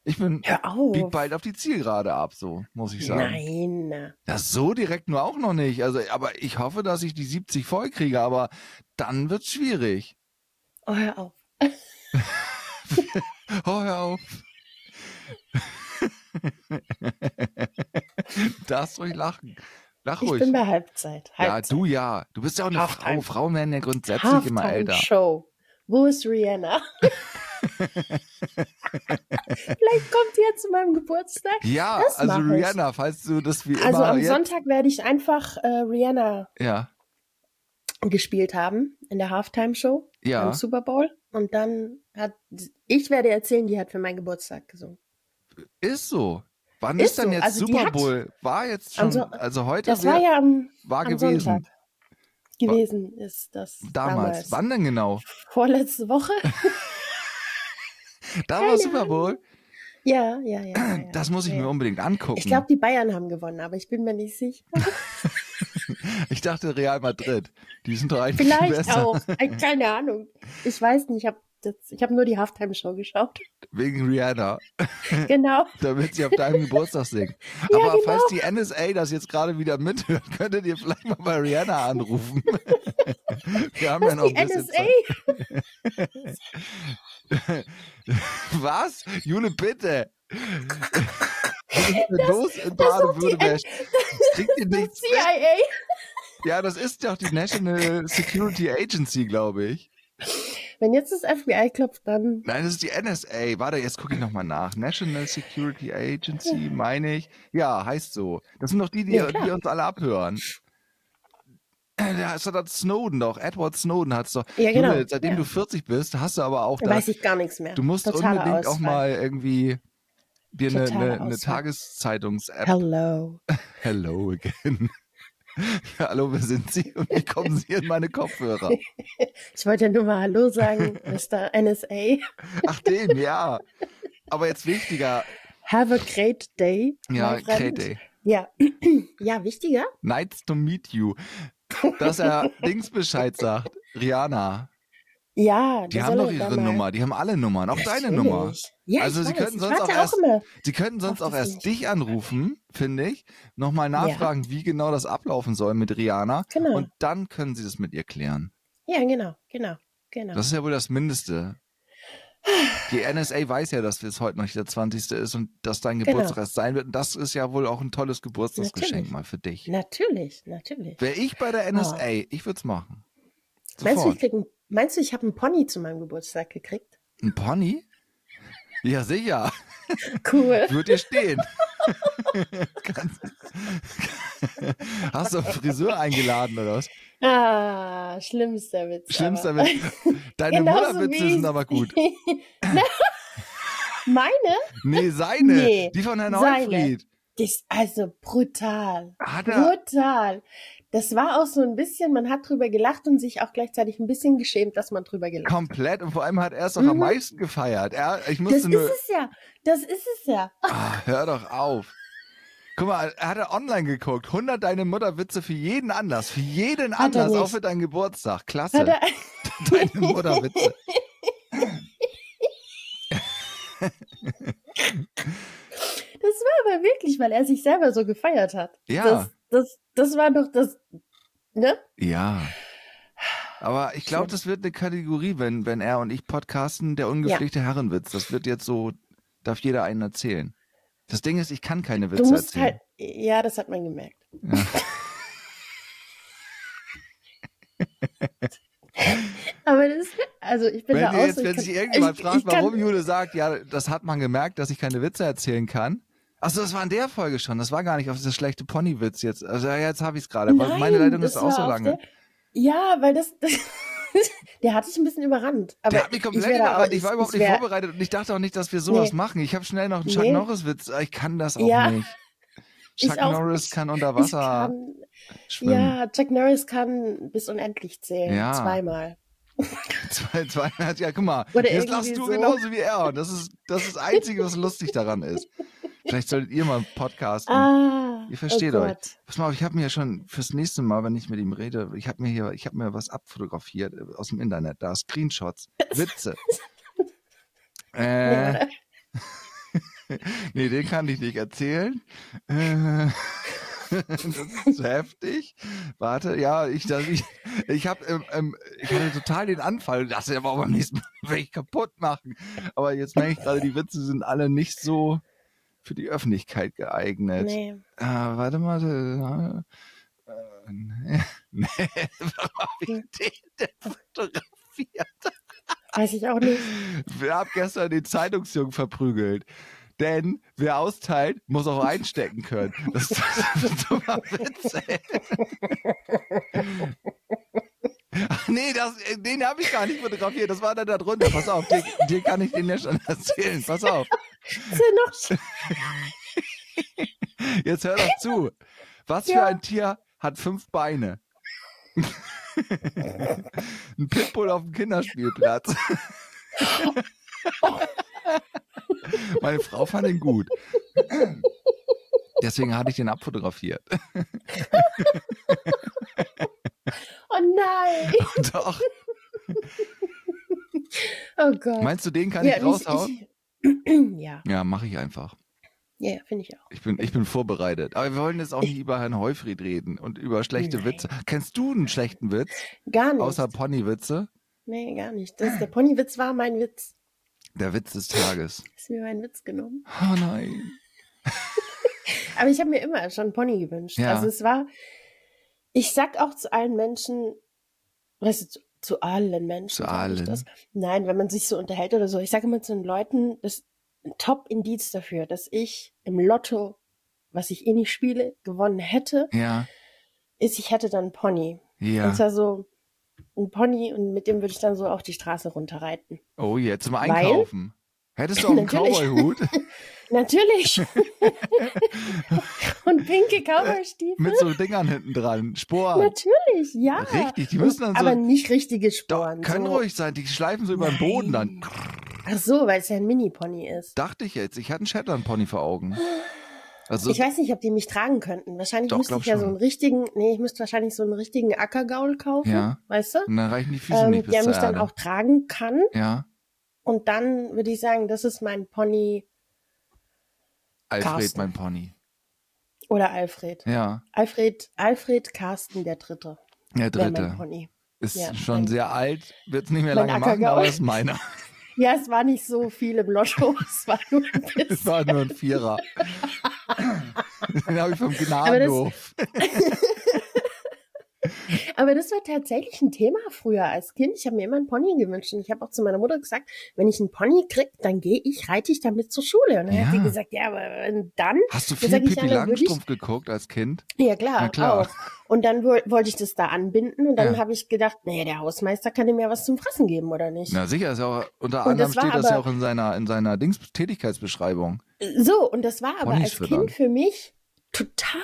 Speaker 2: ich bin
Speaker 4: Hör auf.
Speaker 2: bieg bald auf die Zielgerade ab, so muss ich sagen.
Speaker 4: Nein.
Speaker 2: Das so direkt nur auch noch nicht. Also, aber ich hoffe, dass ich die 70 voll kriege, aber dann wird's schwierig.
Speaker 4: Oh, hör auf.
Speaker 2: Oh, hör auf. [LAUGHS] Darfst ruhig lachen. Lach
Speaker 4: Ich
Speaker 2: ruhig.
Speaker 4: bin bei Halbzeit.
Speaker 2: ja,
Speaker 4: Halbzeit.
Speaker 2: du ja. Du bist ja auch eine Frau.
Speaker 4: Halftime.
Speaker 2: Frauen werden ja grundsätzlich immer
Speaker 4: Halftime
Speaker 2: älter.
Speaker 4: Show. Wo
Speaker 2: [LAUGHS]
Speaker 4: ist Rihanna? Vielleicht kommt die ja zu meinem Geburtstag.
Speaker 2: Ja,
Speaker 4: Das
Speaker 2: also
Speaker 4: mach ich.
Speaker 2: Rihanna, falls du das wie
Speaker 4: Also
Speaker 2: immer
Speaker 4: am
Speaker 2: jetzt-
Speaker 4: Sonntag werde ich einfach äh, Rihanna
Speaker 2: ja,
Speaker 4: gespielt haben in der Halftime-Show am
Speaker 2: ja,
Speaker 4: Super Bowl. Und dann hat, ich werde erzählen, die hat für meinen Geburtstag gesungen.
Speaker 2: ist so. Wann ist,
Speaker 4: Ist
Speaker 2: denn
Speaker 4: so.
Speaker 2: jetzt
Speaker 4: Also die
Speaker 2: Super
Speaker 4: hat-
Speaker 2: Bowl? War jetzt schon,
Speaker 4: Also,
Speaker 2: also heute
Speaker 4: Das
Speaker 2: wär-
Speaker 4: war ja am,
Speaker 2: war
Speaker 4: am
Speaker 2: gewesen.
Speaker 4: Sonntag. gewesen, ist das
Speaker 2: Damals.
Speaker 4: damals.
Speaker 2: Wann denn genau?
Speaker 4: Vorletzte
Speaker 2: [LAUGHS]
Speaker 4: Woche?
Speaker 2: Da war
Speaker 4: Keine
Speaker 2: Super Bowl.
Speaker 4: ja, ja, ja, ja. ja.
Speaker 2: Das muss ich
Speaker 4: ja.
Speaker 2: mir unbedingt angucken.
Speaker 4: Ich glaube, die Bayern haben gewonnen, aber ich bin mir
Speaker 2: [LAUGHS]
Speaker 4: nicht sicher.
Speaker 2: Ich dachte Real Madrid. Die sind doch eigentlich viel
Speaker 4: Vielleicht
Speaker 2: besser.
Speaker 4: auch. Äh, Keine Ahnung. Ich weiß nicht. Ich habe hab nur die
Speaker 2: [LAUGHS]
Speaker 4: Halftime-Show geschaut.
Speaker 2: Wegen Rihanna.
Speaker 4: Genau.
Speaker 2: Damit sie auf
Speaker 4: [LAUGHS]
Speaker 2: deinem Geburtstag singt.
Speaker 4: Ja,
Speaker 2: Aber
Speaker 4: genau.
Speaker 2: falls die NSA das jetzt gerade wieder mithört, [LAUGHS] könntet ihr vielleicht mal bei Rihanna
Speaker 4: [LAUGHS]
Speaker 2: anrufen. Wir haben ja
Speaker 4: Das ist
Speaker 2: noch ein
Speaker 4: die
Speaker 2: bisschen
Speaker 4: NSA.
Speaker 2: Zeit. Was? Jule,
Speaker 4: [LAUGHS]
Speaker 2: bitte. Was ist denn los in
Speaker 4: [LAUGHS] das ist doch die
Speaker 2: Baden-Württemberg? Kriegt ihr
Speaker 4: Die
Speaker 2: nichts? mit?
Speaker 4: CIA.
Speaker 2: Ja, das ist doch die National Security Agency, glaube ich.
Speaker 4: Wenn jetzt das FBI klopft, dann.
Speaker 2: Nein, das ist die NSA. Warte, jetzt gucke ich nochmal nach. National Security Agency, meine ich. Ja, heißt so. Das sind doch die, die,
Speaker 4: Ja, klar.
Speaker 2: die uns alle abhören. Das hat Snowden doch. Edward Snowden hat es doch.
Speaker 4: Ja, genau.
Speaker 2: Jule, seitdem
Speaker 4: Ja.
Speaker 2: du 40 bist, hast du aber auch
Speaker 4: Da
Speaker 2: da.
Speaker 4: weiß ich gar nichts mehr.
Speaker 2: Du musst
Speaker 4: Totaler
Speaker 2: unbedingt auch mal
Speaker 4: Ausfall.
Speaker 2: irgendwie dir eine,
Speaker 4: Totaler
Speaker 2: eine, eine
Speaker 4: Ausfall.
Speaker 2: Tageszeitungs-App.
Speaker 4: Hello.
Speaker 2: Hello again. [LAUGHS] Hallo, wer sind Sie? Und wie kommen Sie in meine Kopfhörer?
Speaker 4: Ich wollte ja nur mal
Speaker 2: [LAUGHS]
Speaker 4: Hallo sagen, Mr. NSA.
Speaker 2: Ach, dem, ja. Aber jetzt wichtiger.
Speaker 4: Have a great day.
Speaker 2: Ja,
Speaker 4: mein Freund.
Speaker 2: Great Day.
Speaker 4: Ja. [CLEARS THROAT] ja, wichtiger.
Speaker 2: Nice to meet you. Dass er Dings Bescheid sagt. Rihanna.
Speaker 4: Ja,
Speaker 2: Die
Speaker 4: der
Speaker 2: haben doch
Speaker 4: soll da
Speaker 2: ihre
Speaker 4: mal-
Speaker 2: Nummer. Die haben alle Nummern. Auch deine
Speaker 4: Natürlich.
Speaker 2: Nummer.
Speaker 4: Ja,
Speaker 2: Also
Speaker 4: ich
Speaker 2: sie
Speaker 4: weiß.
Speaker 2: könnten
Speaker 4: ich
Speaker 2: sonst auch
Speaker 4: warte
Speaker 2: erst-
Speaker 4: immer.
Speaker 2: Sie könnten sonst
Speaker 4: Auf
Speaker 2: auch
Speaker 4: das
Speaker 2: erst
Speaker 4: nicht.
Speaker 2: dich anrufen, finde ich. Nochmal nachfragen, wie genau das ablaufen soll mit Rihanna.
Speaker 4: Genau.
Speaker 2: Und dann können sie das mit ihr klären.
Speaker 4: Ja, genau, genau, genau.
Speaker 2: Das ist ja wohl das Mindeste. Die NSA weiß ja, dass es heute noch nicht der 20. ist und dass dein
Speaker 4: Genau.
Speaker 2: Geburtstag erst sein wird. Und das ist ja wohl auch ein tolles Geburtstagsgeschenk
Speaker 4: Natürlich.
Speaker 2: mal für dich.
Speaker 4: Natürlich, natürlich.
Speaker 2: Wäre ich bei der NSA, ich würde es machen.
Speaker 4: Meinst du, ich
Speaker 2: Sofort.
Speaker 4: krieg ein, meinst du, ich habe einen Pony zu meinem Geburtstag gekriegt?
Speaker 2: Ein Pony? Ja, sicher.
Speaker 4: Cool.
Speaker 2: Wird dir stehen. [LAUGHS] Ganz- Hast du einen Friseur eingeladen oder was?
Speaker 4: [LAUGHS] Ah, schlimmster Witz.
Speaker 2: Schlimmster
Speaker 4: aber.
Speaker 2: Witz. Deine
Speaker 4: Genauso
Speaker 2: Mutterwitze
Speaker 4: wie-
Speaker 2: sind aber gut.
Speaker 4: Meine?
Speaker 2: Nee, seine.
Speaker 4: Nee,
Speaker 2: Die von Herrn
Speaker 4: seine.
Speaker 2: Heufried.
Speaker 4: Das ist also brutal.
Speaker 2: Hat er.
Speaker 4: Brutal. Das war auch so ein bisschen, man hat drüber gelacht und sich auch gleichzeitig ein bisschen geschämt, dass man drüber gelacht hat.
Speaker 2: Komplett und vor allem hat er es auch am
Speaker 4: Mhm.
Speaker 2: meisten gefeiert. Er, ich
Speaker 4: Das
Speaker 2: musste
Speaker 4: ist
Speaker 2: nur.
Speaker 4: es ja. Das ist es ja.
Speaker 2: Ah, hör doch auf. Guck mal, er hat er online geguckt. 100 deine Mutterwitze für jeden Anlass. Für jeden
Speaker 4: Hat er
Speaker 2: Anlass, auch
Speaker 4: nicht.
Speaker 2: für deinen Geburtstag. Klasse.
Speaker 4: Hat er,
Speaker 2: [LAUGHS] Deine Mutterwitze.
Speaker 4: das war aber wirklich, weil er sich selber so gefeiert hat.
Speaker 2: Ja.
Speaker 4: Das, das, das war doch das, ne?
Speaker 2: Ja. Aber ich glaube, das wird eine Kategorie, wenn, wenn er und ich podcasten, der ungepflegte Herrenwitz. Das wird jetzt so, darf jeder einen erzählen. Das Ding ist, ich kann keine Witze
Speaker 4: Du musst
Speaker 2: erzählen.
Speaker 4: halt, ja, das hat man gemerkt. [LAUGHS] Aber das, also ich bin
Speaker 2: wenn
Speaker 4: da
Speaker 2: ihr
Speaker 4: auch
Speaker 2: jetzt,
Speaker 4: so, ich
Speaker 2: wenn
Speaker 4: kann-
Speaker 2: sich irgendjemand
Speaker 4: ich-
Speaker 2: fragt,
Speaker 4: ich kann-
Speaker 2: warum Jule sagt, ja, das hat man gemerkt, dass ich keine Witze erzählen kann. Achso, das war in der Folge schon. Das war gar nicht auf das schlechte Ponywitz jetzt. Also ja, jetzt habe ich es gerade. aber Meine
Speaker 4: Nein,
Speaker 2: Leitung ist
Speaker 4: das
Speaker 2: auch
Speaker 4: war
Speaker 2: so
Speaker 4: auf
Speaker 2: lange.
Speaker 4: Der, ja, weil das, [LAUGHS] das der hat dich ein bisschen überrannt. Aber
Speaker 2: Der hat mich
Speaker 4: ich
Speaker 2: komplett
Speaker 4: wär da
Speaker 2: überrascht.
Speaker 4: auch-
Speaker 2: Ich war überhaupt nicht
Speaker 4: wär-
Speaker 2: vorbereitet und ich dachte auch nicht, dass wir sowas
Speaker 4: Nee.
Speaker 2: machen. Ich habe schnell noch einen Chuck
Speaker 4: Nee.
Speaker 2: Norris-Witz. Ich kann das auch
Speaker 4: Ja.
Speaker 2: nicht.
Speaker 4: [LAUGHS] Ich
Speaker 2: Chuck
Speaker 4: auch
Speaker 2: Norris
Speaker 4: nicht.
Speaker 2: kann unter
Speaker 4: ich
Speaker 2: Wasser
Speaker 4: kann-
Speaker 2: schwimmen.
Speaker 4: Ja, Chuck Norris kann bis unendlich zählen.
Speaker 2: Ja.
Speaker 4: Zweimal.
Speaker 2: [LAUGHS] Zwei, zwei, [LAUGHS] ja, guck mal.
Speaker 4: Oder
Speaker 2: Jetzt
Speaker 4: irgendwie
Speaker 2: lachst du
Speaker 4: so.
Speaker 2: genauso wie er. Und das ist das, ist das Einzige, was lustig daran
Speaker 4: [LAUGHS]
Speaker 2: ist. Vielleicht solltet ihr mal einen Podcast machen.
Speaker 4: Ah.
Speaker 2: Ihr versteht
Speaker 4: oh
Speaker 2: euch.
Speaker 4: Gott.
Speaker 2: Pass mal auf, ich habe mir schon fürs nächste Mal, wenn ich mit ihm rede, ich habe mir hier, ich habe mir was abfotografiert äh, aus dem Internet, da
Speaker 4: [LAUGHS]
Speaker 2: Screenshots, Witze.
Speaker 4: Ja,
Speaker 2: äh,
Speaker 4: oder?
Speaker 2: nee, den kann ich nicht erzählen. Äh, [LAUGHS] das ist zu heftig. Warte, ja, ich, das, ich, ich habe, ähm, ähm, ich hatte total den Anfall, das aber auch beim nächsten Mal [LAUGHS] werde ich kaputt machen. Aber jetzt merke ich gerade, die Witze sind alle nicht so für die Öffentlichkeit geeignet.
Speaker 4: Nee.
Speaker 2: Ah, warte mal. Äh, äh, [LAUGHS] nee. nee, warum hab ich den denn fotografiert?
Speaker 4: Weiß ich auch nicht.
Speaker 2: Wir haben gestern den Zeitungsjungen verprügelt. Denn wer austeilt, muss auch einstecken können. Das ist ein dummer Witz, ey. Ach nee, das, äh, den habe ich gar nicht fotografiert. Das war dann da drunter. Pass auf, dir, dir kann ich den ja schon erzählen. Pass auf.
Speaker 4: Ist ja noch schlimmer.
Speaker 2: Jetzt hör doch zu. Was für
Speaker 4: Ja.
Speaker 2: ein Tier hat fünf Beine? [LAUGHS] ein Pitbull auf dem Kinderspielplatz. [LAUGHS] Meine Frau fand ihn gut. Deswegen hatte ich den abfotografiert. [LAUGHS]
Speaker 4: Oh nein.
Speaker 2: Doch.
Speaker 4: Oh Gott.
Speaker 2: Meinst du, den kann ich
Speaker 4: nicht-
Speaker 2: raushauen?
Speaker 4: ich- [CLEARS THROAT] ja,
Speaker 2: Ja, mache ich einfach.
Speaker 4: ja, ja, finde ich auch.
Speaker 2: Ich bin, ich bin vorbereitet. Aber wir wollen jetzt auch nicht über Herrn Heufried reden und über schlechte
Speaker 4: Nein.
Speaker 2: Witze. Kennst du einen schlechten Witz?
Speaker 4: Gar nicht.
Speaker 2: Außer Ponywitze?
Speaker 4: nee, gar nicht. Das, der Ponywitz war mein Witz.
Speaker 2: Der Witz des Tages.
Speaker 4: Ist mir mein Witz genommen.
Speaker 2: Oh nein.
Speaker 4: Aber ich habe mir immer schon einen Pony gewünscht.
Speaker 2: Ja.
Speaker 4: Also es war, ich sag auch zu allen Menschen, weißt du, zu, zu allen Menschen.
Speaker 2: Zu
Speaker 4: sag ich
Speaker 2: allen.
Speaker 4: Das. Nein, wenn man sich so unterhält oder so, ich sage immer zu den Leuten, das ist ein Top-Indiz dafür, dass ich im Lotto, was ich eh nicht spiele, gewonnen hätte,
Speaker 2: Ja,
Speaker 4: ist, ich hätte dann einen Pony.
Speaker 2: ja.
Speaker 4: Und zwar so ein Pony und mit dem würde ich dann so auch die Straße runterreiten.
Speaker 2: Oh, jetzt zum
Speaker 4: Weil-
Speaker 2: Einkaufen. Hättest
Speaker 4: [LAUGHS]
Speaker 2: du auch einen
Speaker 4: Natürlich.
Speaker 2: Cowboy-Hut [LAUGHS]
Speaker 4: Natürlich! [LAUGHS] und pinke Cowboy-Stiefel.
Speaker 2: mit
Speaker 4: [LAUGHS]
Speaker 2: so Dingern hinten dran? Sporen.
Speaker 4: Natürlich, ja.
Speaker 2: Richtig, die müssen dann so-
Speaker 4: Aber nicht richtige
Speaker 2: Doch,
Speaker 4: Sporen.
Speaker 2: können
Speaker 4: so.
Speaker 2: ruhig sein, die schleifen so über den Boden dann.
Speaker 4: Ach so, weil es ja ein Mini-Pony ist.
Speaker 2: Dachte ich jetzt, ich hatte einen Shetland-Pony vor Augen. Also,
Speaker 4: ich weiß nicht, ob die mich tragen könnten. Wahrscheinlich
Speaker 2: Doch,
Speaker 4: müsste
Speaker 2: glaub
Speaker 4: ich ja so
Speaker 2: schon.
Speaker 4: einen richtigen, nee, ich müsste wahrscheinlich so einen richtigen Ackergaul kaufen,
Speaker 2: Ja.
Speaker 4: weißt du?
Speaker 2: und dann reichen die Füße
Speaker 4: Ähm,
Speaker 2: nicht bis
Speaker 4: der
Speaker 2: zur
Speaker 4: mich dann
Speaker 2: Erde.
Speaker 4: auch tragen kann.
Speaker 2: ja,
Speaker 4: Und dann würde ich sagen, das ist mein Pony
Speaker 2: Alfred,
Speaker 4: Carsten.
Speaker 2: mein Pony.
Speaker 4: oder Alfred.
Speaker 2: Ja,
Speaker 4: Alfred, Alfred Carsten der Dritte.
Speaker 2: der
Speaker 4: Wär mein
Speaker 2: dritte.
Speaker 4: Pony.
Speaker 2: Ist
Speaker 4: Ja,
Speaker 2: schon
Speaker 4: mein-
Speaker 2: sehr alt, wird es nicht mehr
Speaker 4: Mein
Speaker 2: lange machen,
Speaker 4: Ackergaul. [LAUGHS]
Speaker 2: aber ist meiner.
Speaker 4: Ja, es war nicht so viel im Lotto, [LAUGHS] es war nur ein
Speaker 2: Es
Speaker 4: bisschen.
Speaker 2: war nur ein
Speaker 4: [LAUGHS]
Speaker 2: Vierer. Den habe ich vom Gnadenhof.
Speaker 4: Aber das war tatsächlich ein Thema früher als Kind. Ich habe mir immer einen Pony gewünscht und ich habe auch zu meiner Mutter gesagt, wenn ich einen Pony krieg, dann gehe ich, reite ich damit zur Schule. Und dann hat
Speaker 2: Ja.
Speaker 4: sie gesagt, ja, aber und dann?
Speaker 2: Hast du
Speaker 4: Dann
Speaker 2: viel
Speaker 4: sag ich,
Speaker 2: Pippi
Speaker 4: ja, dann würd ich-
Speaker 2: Langstrumpf geguckt als Kind?
Speaker 4: Ja, klar,
Speaker 2: Na klar.
Speaker 4: auch. Und dann wo- wollte ich das da anbinden und dann
Speaker 2: Ja.
Speaker 4: habe ich gedacht, naja, der Hausmeister kann ihm ja was zum Fressen geben, oder nicht?
Speaker 2: Na sicher, ist ja auch, unter
Speaker 4: Und
Speaker 2: anderem
Speaker 4: das war
Speaker 2: steht das ja auch
Speaker 4: aber-
Speaker 2: in seiner, in seiner Dings Tätigkeitsbeschreibung.
Speaker 4: So, und das war aber
Speaker 2: Ponys
Speaker 4: als
Speaker 2: füttern.
Speaker 4: Kind für mich total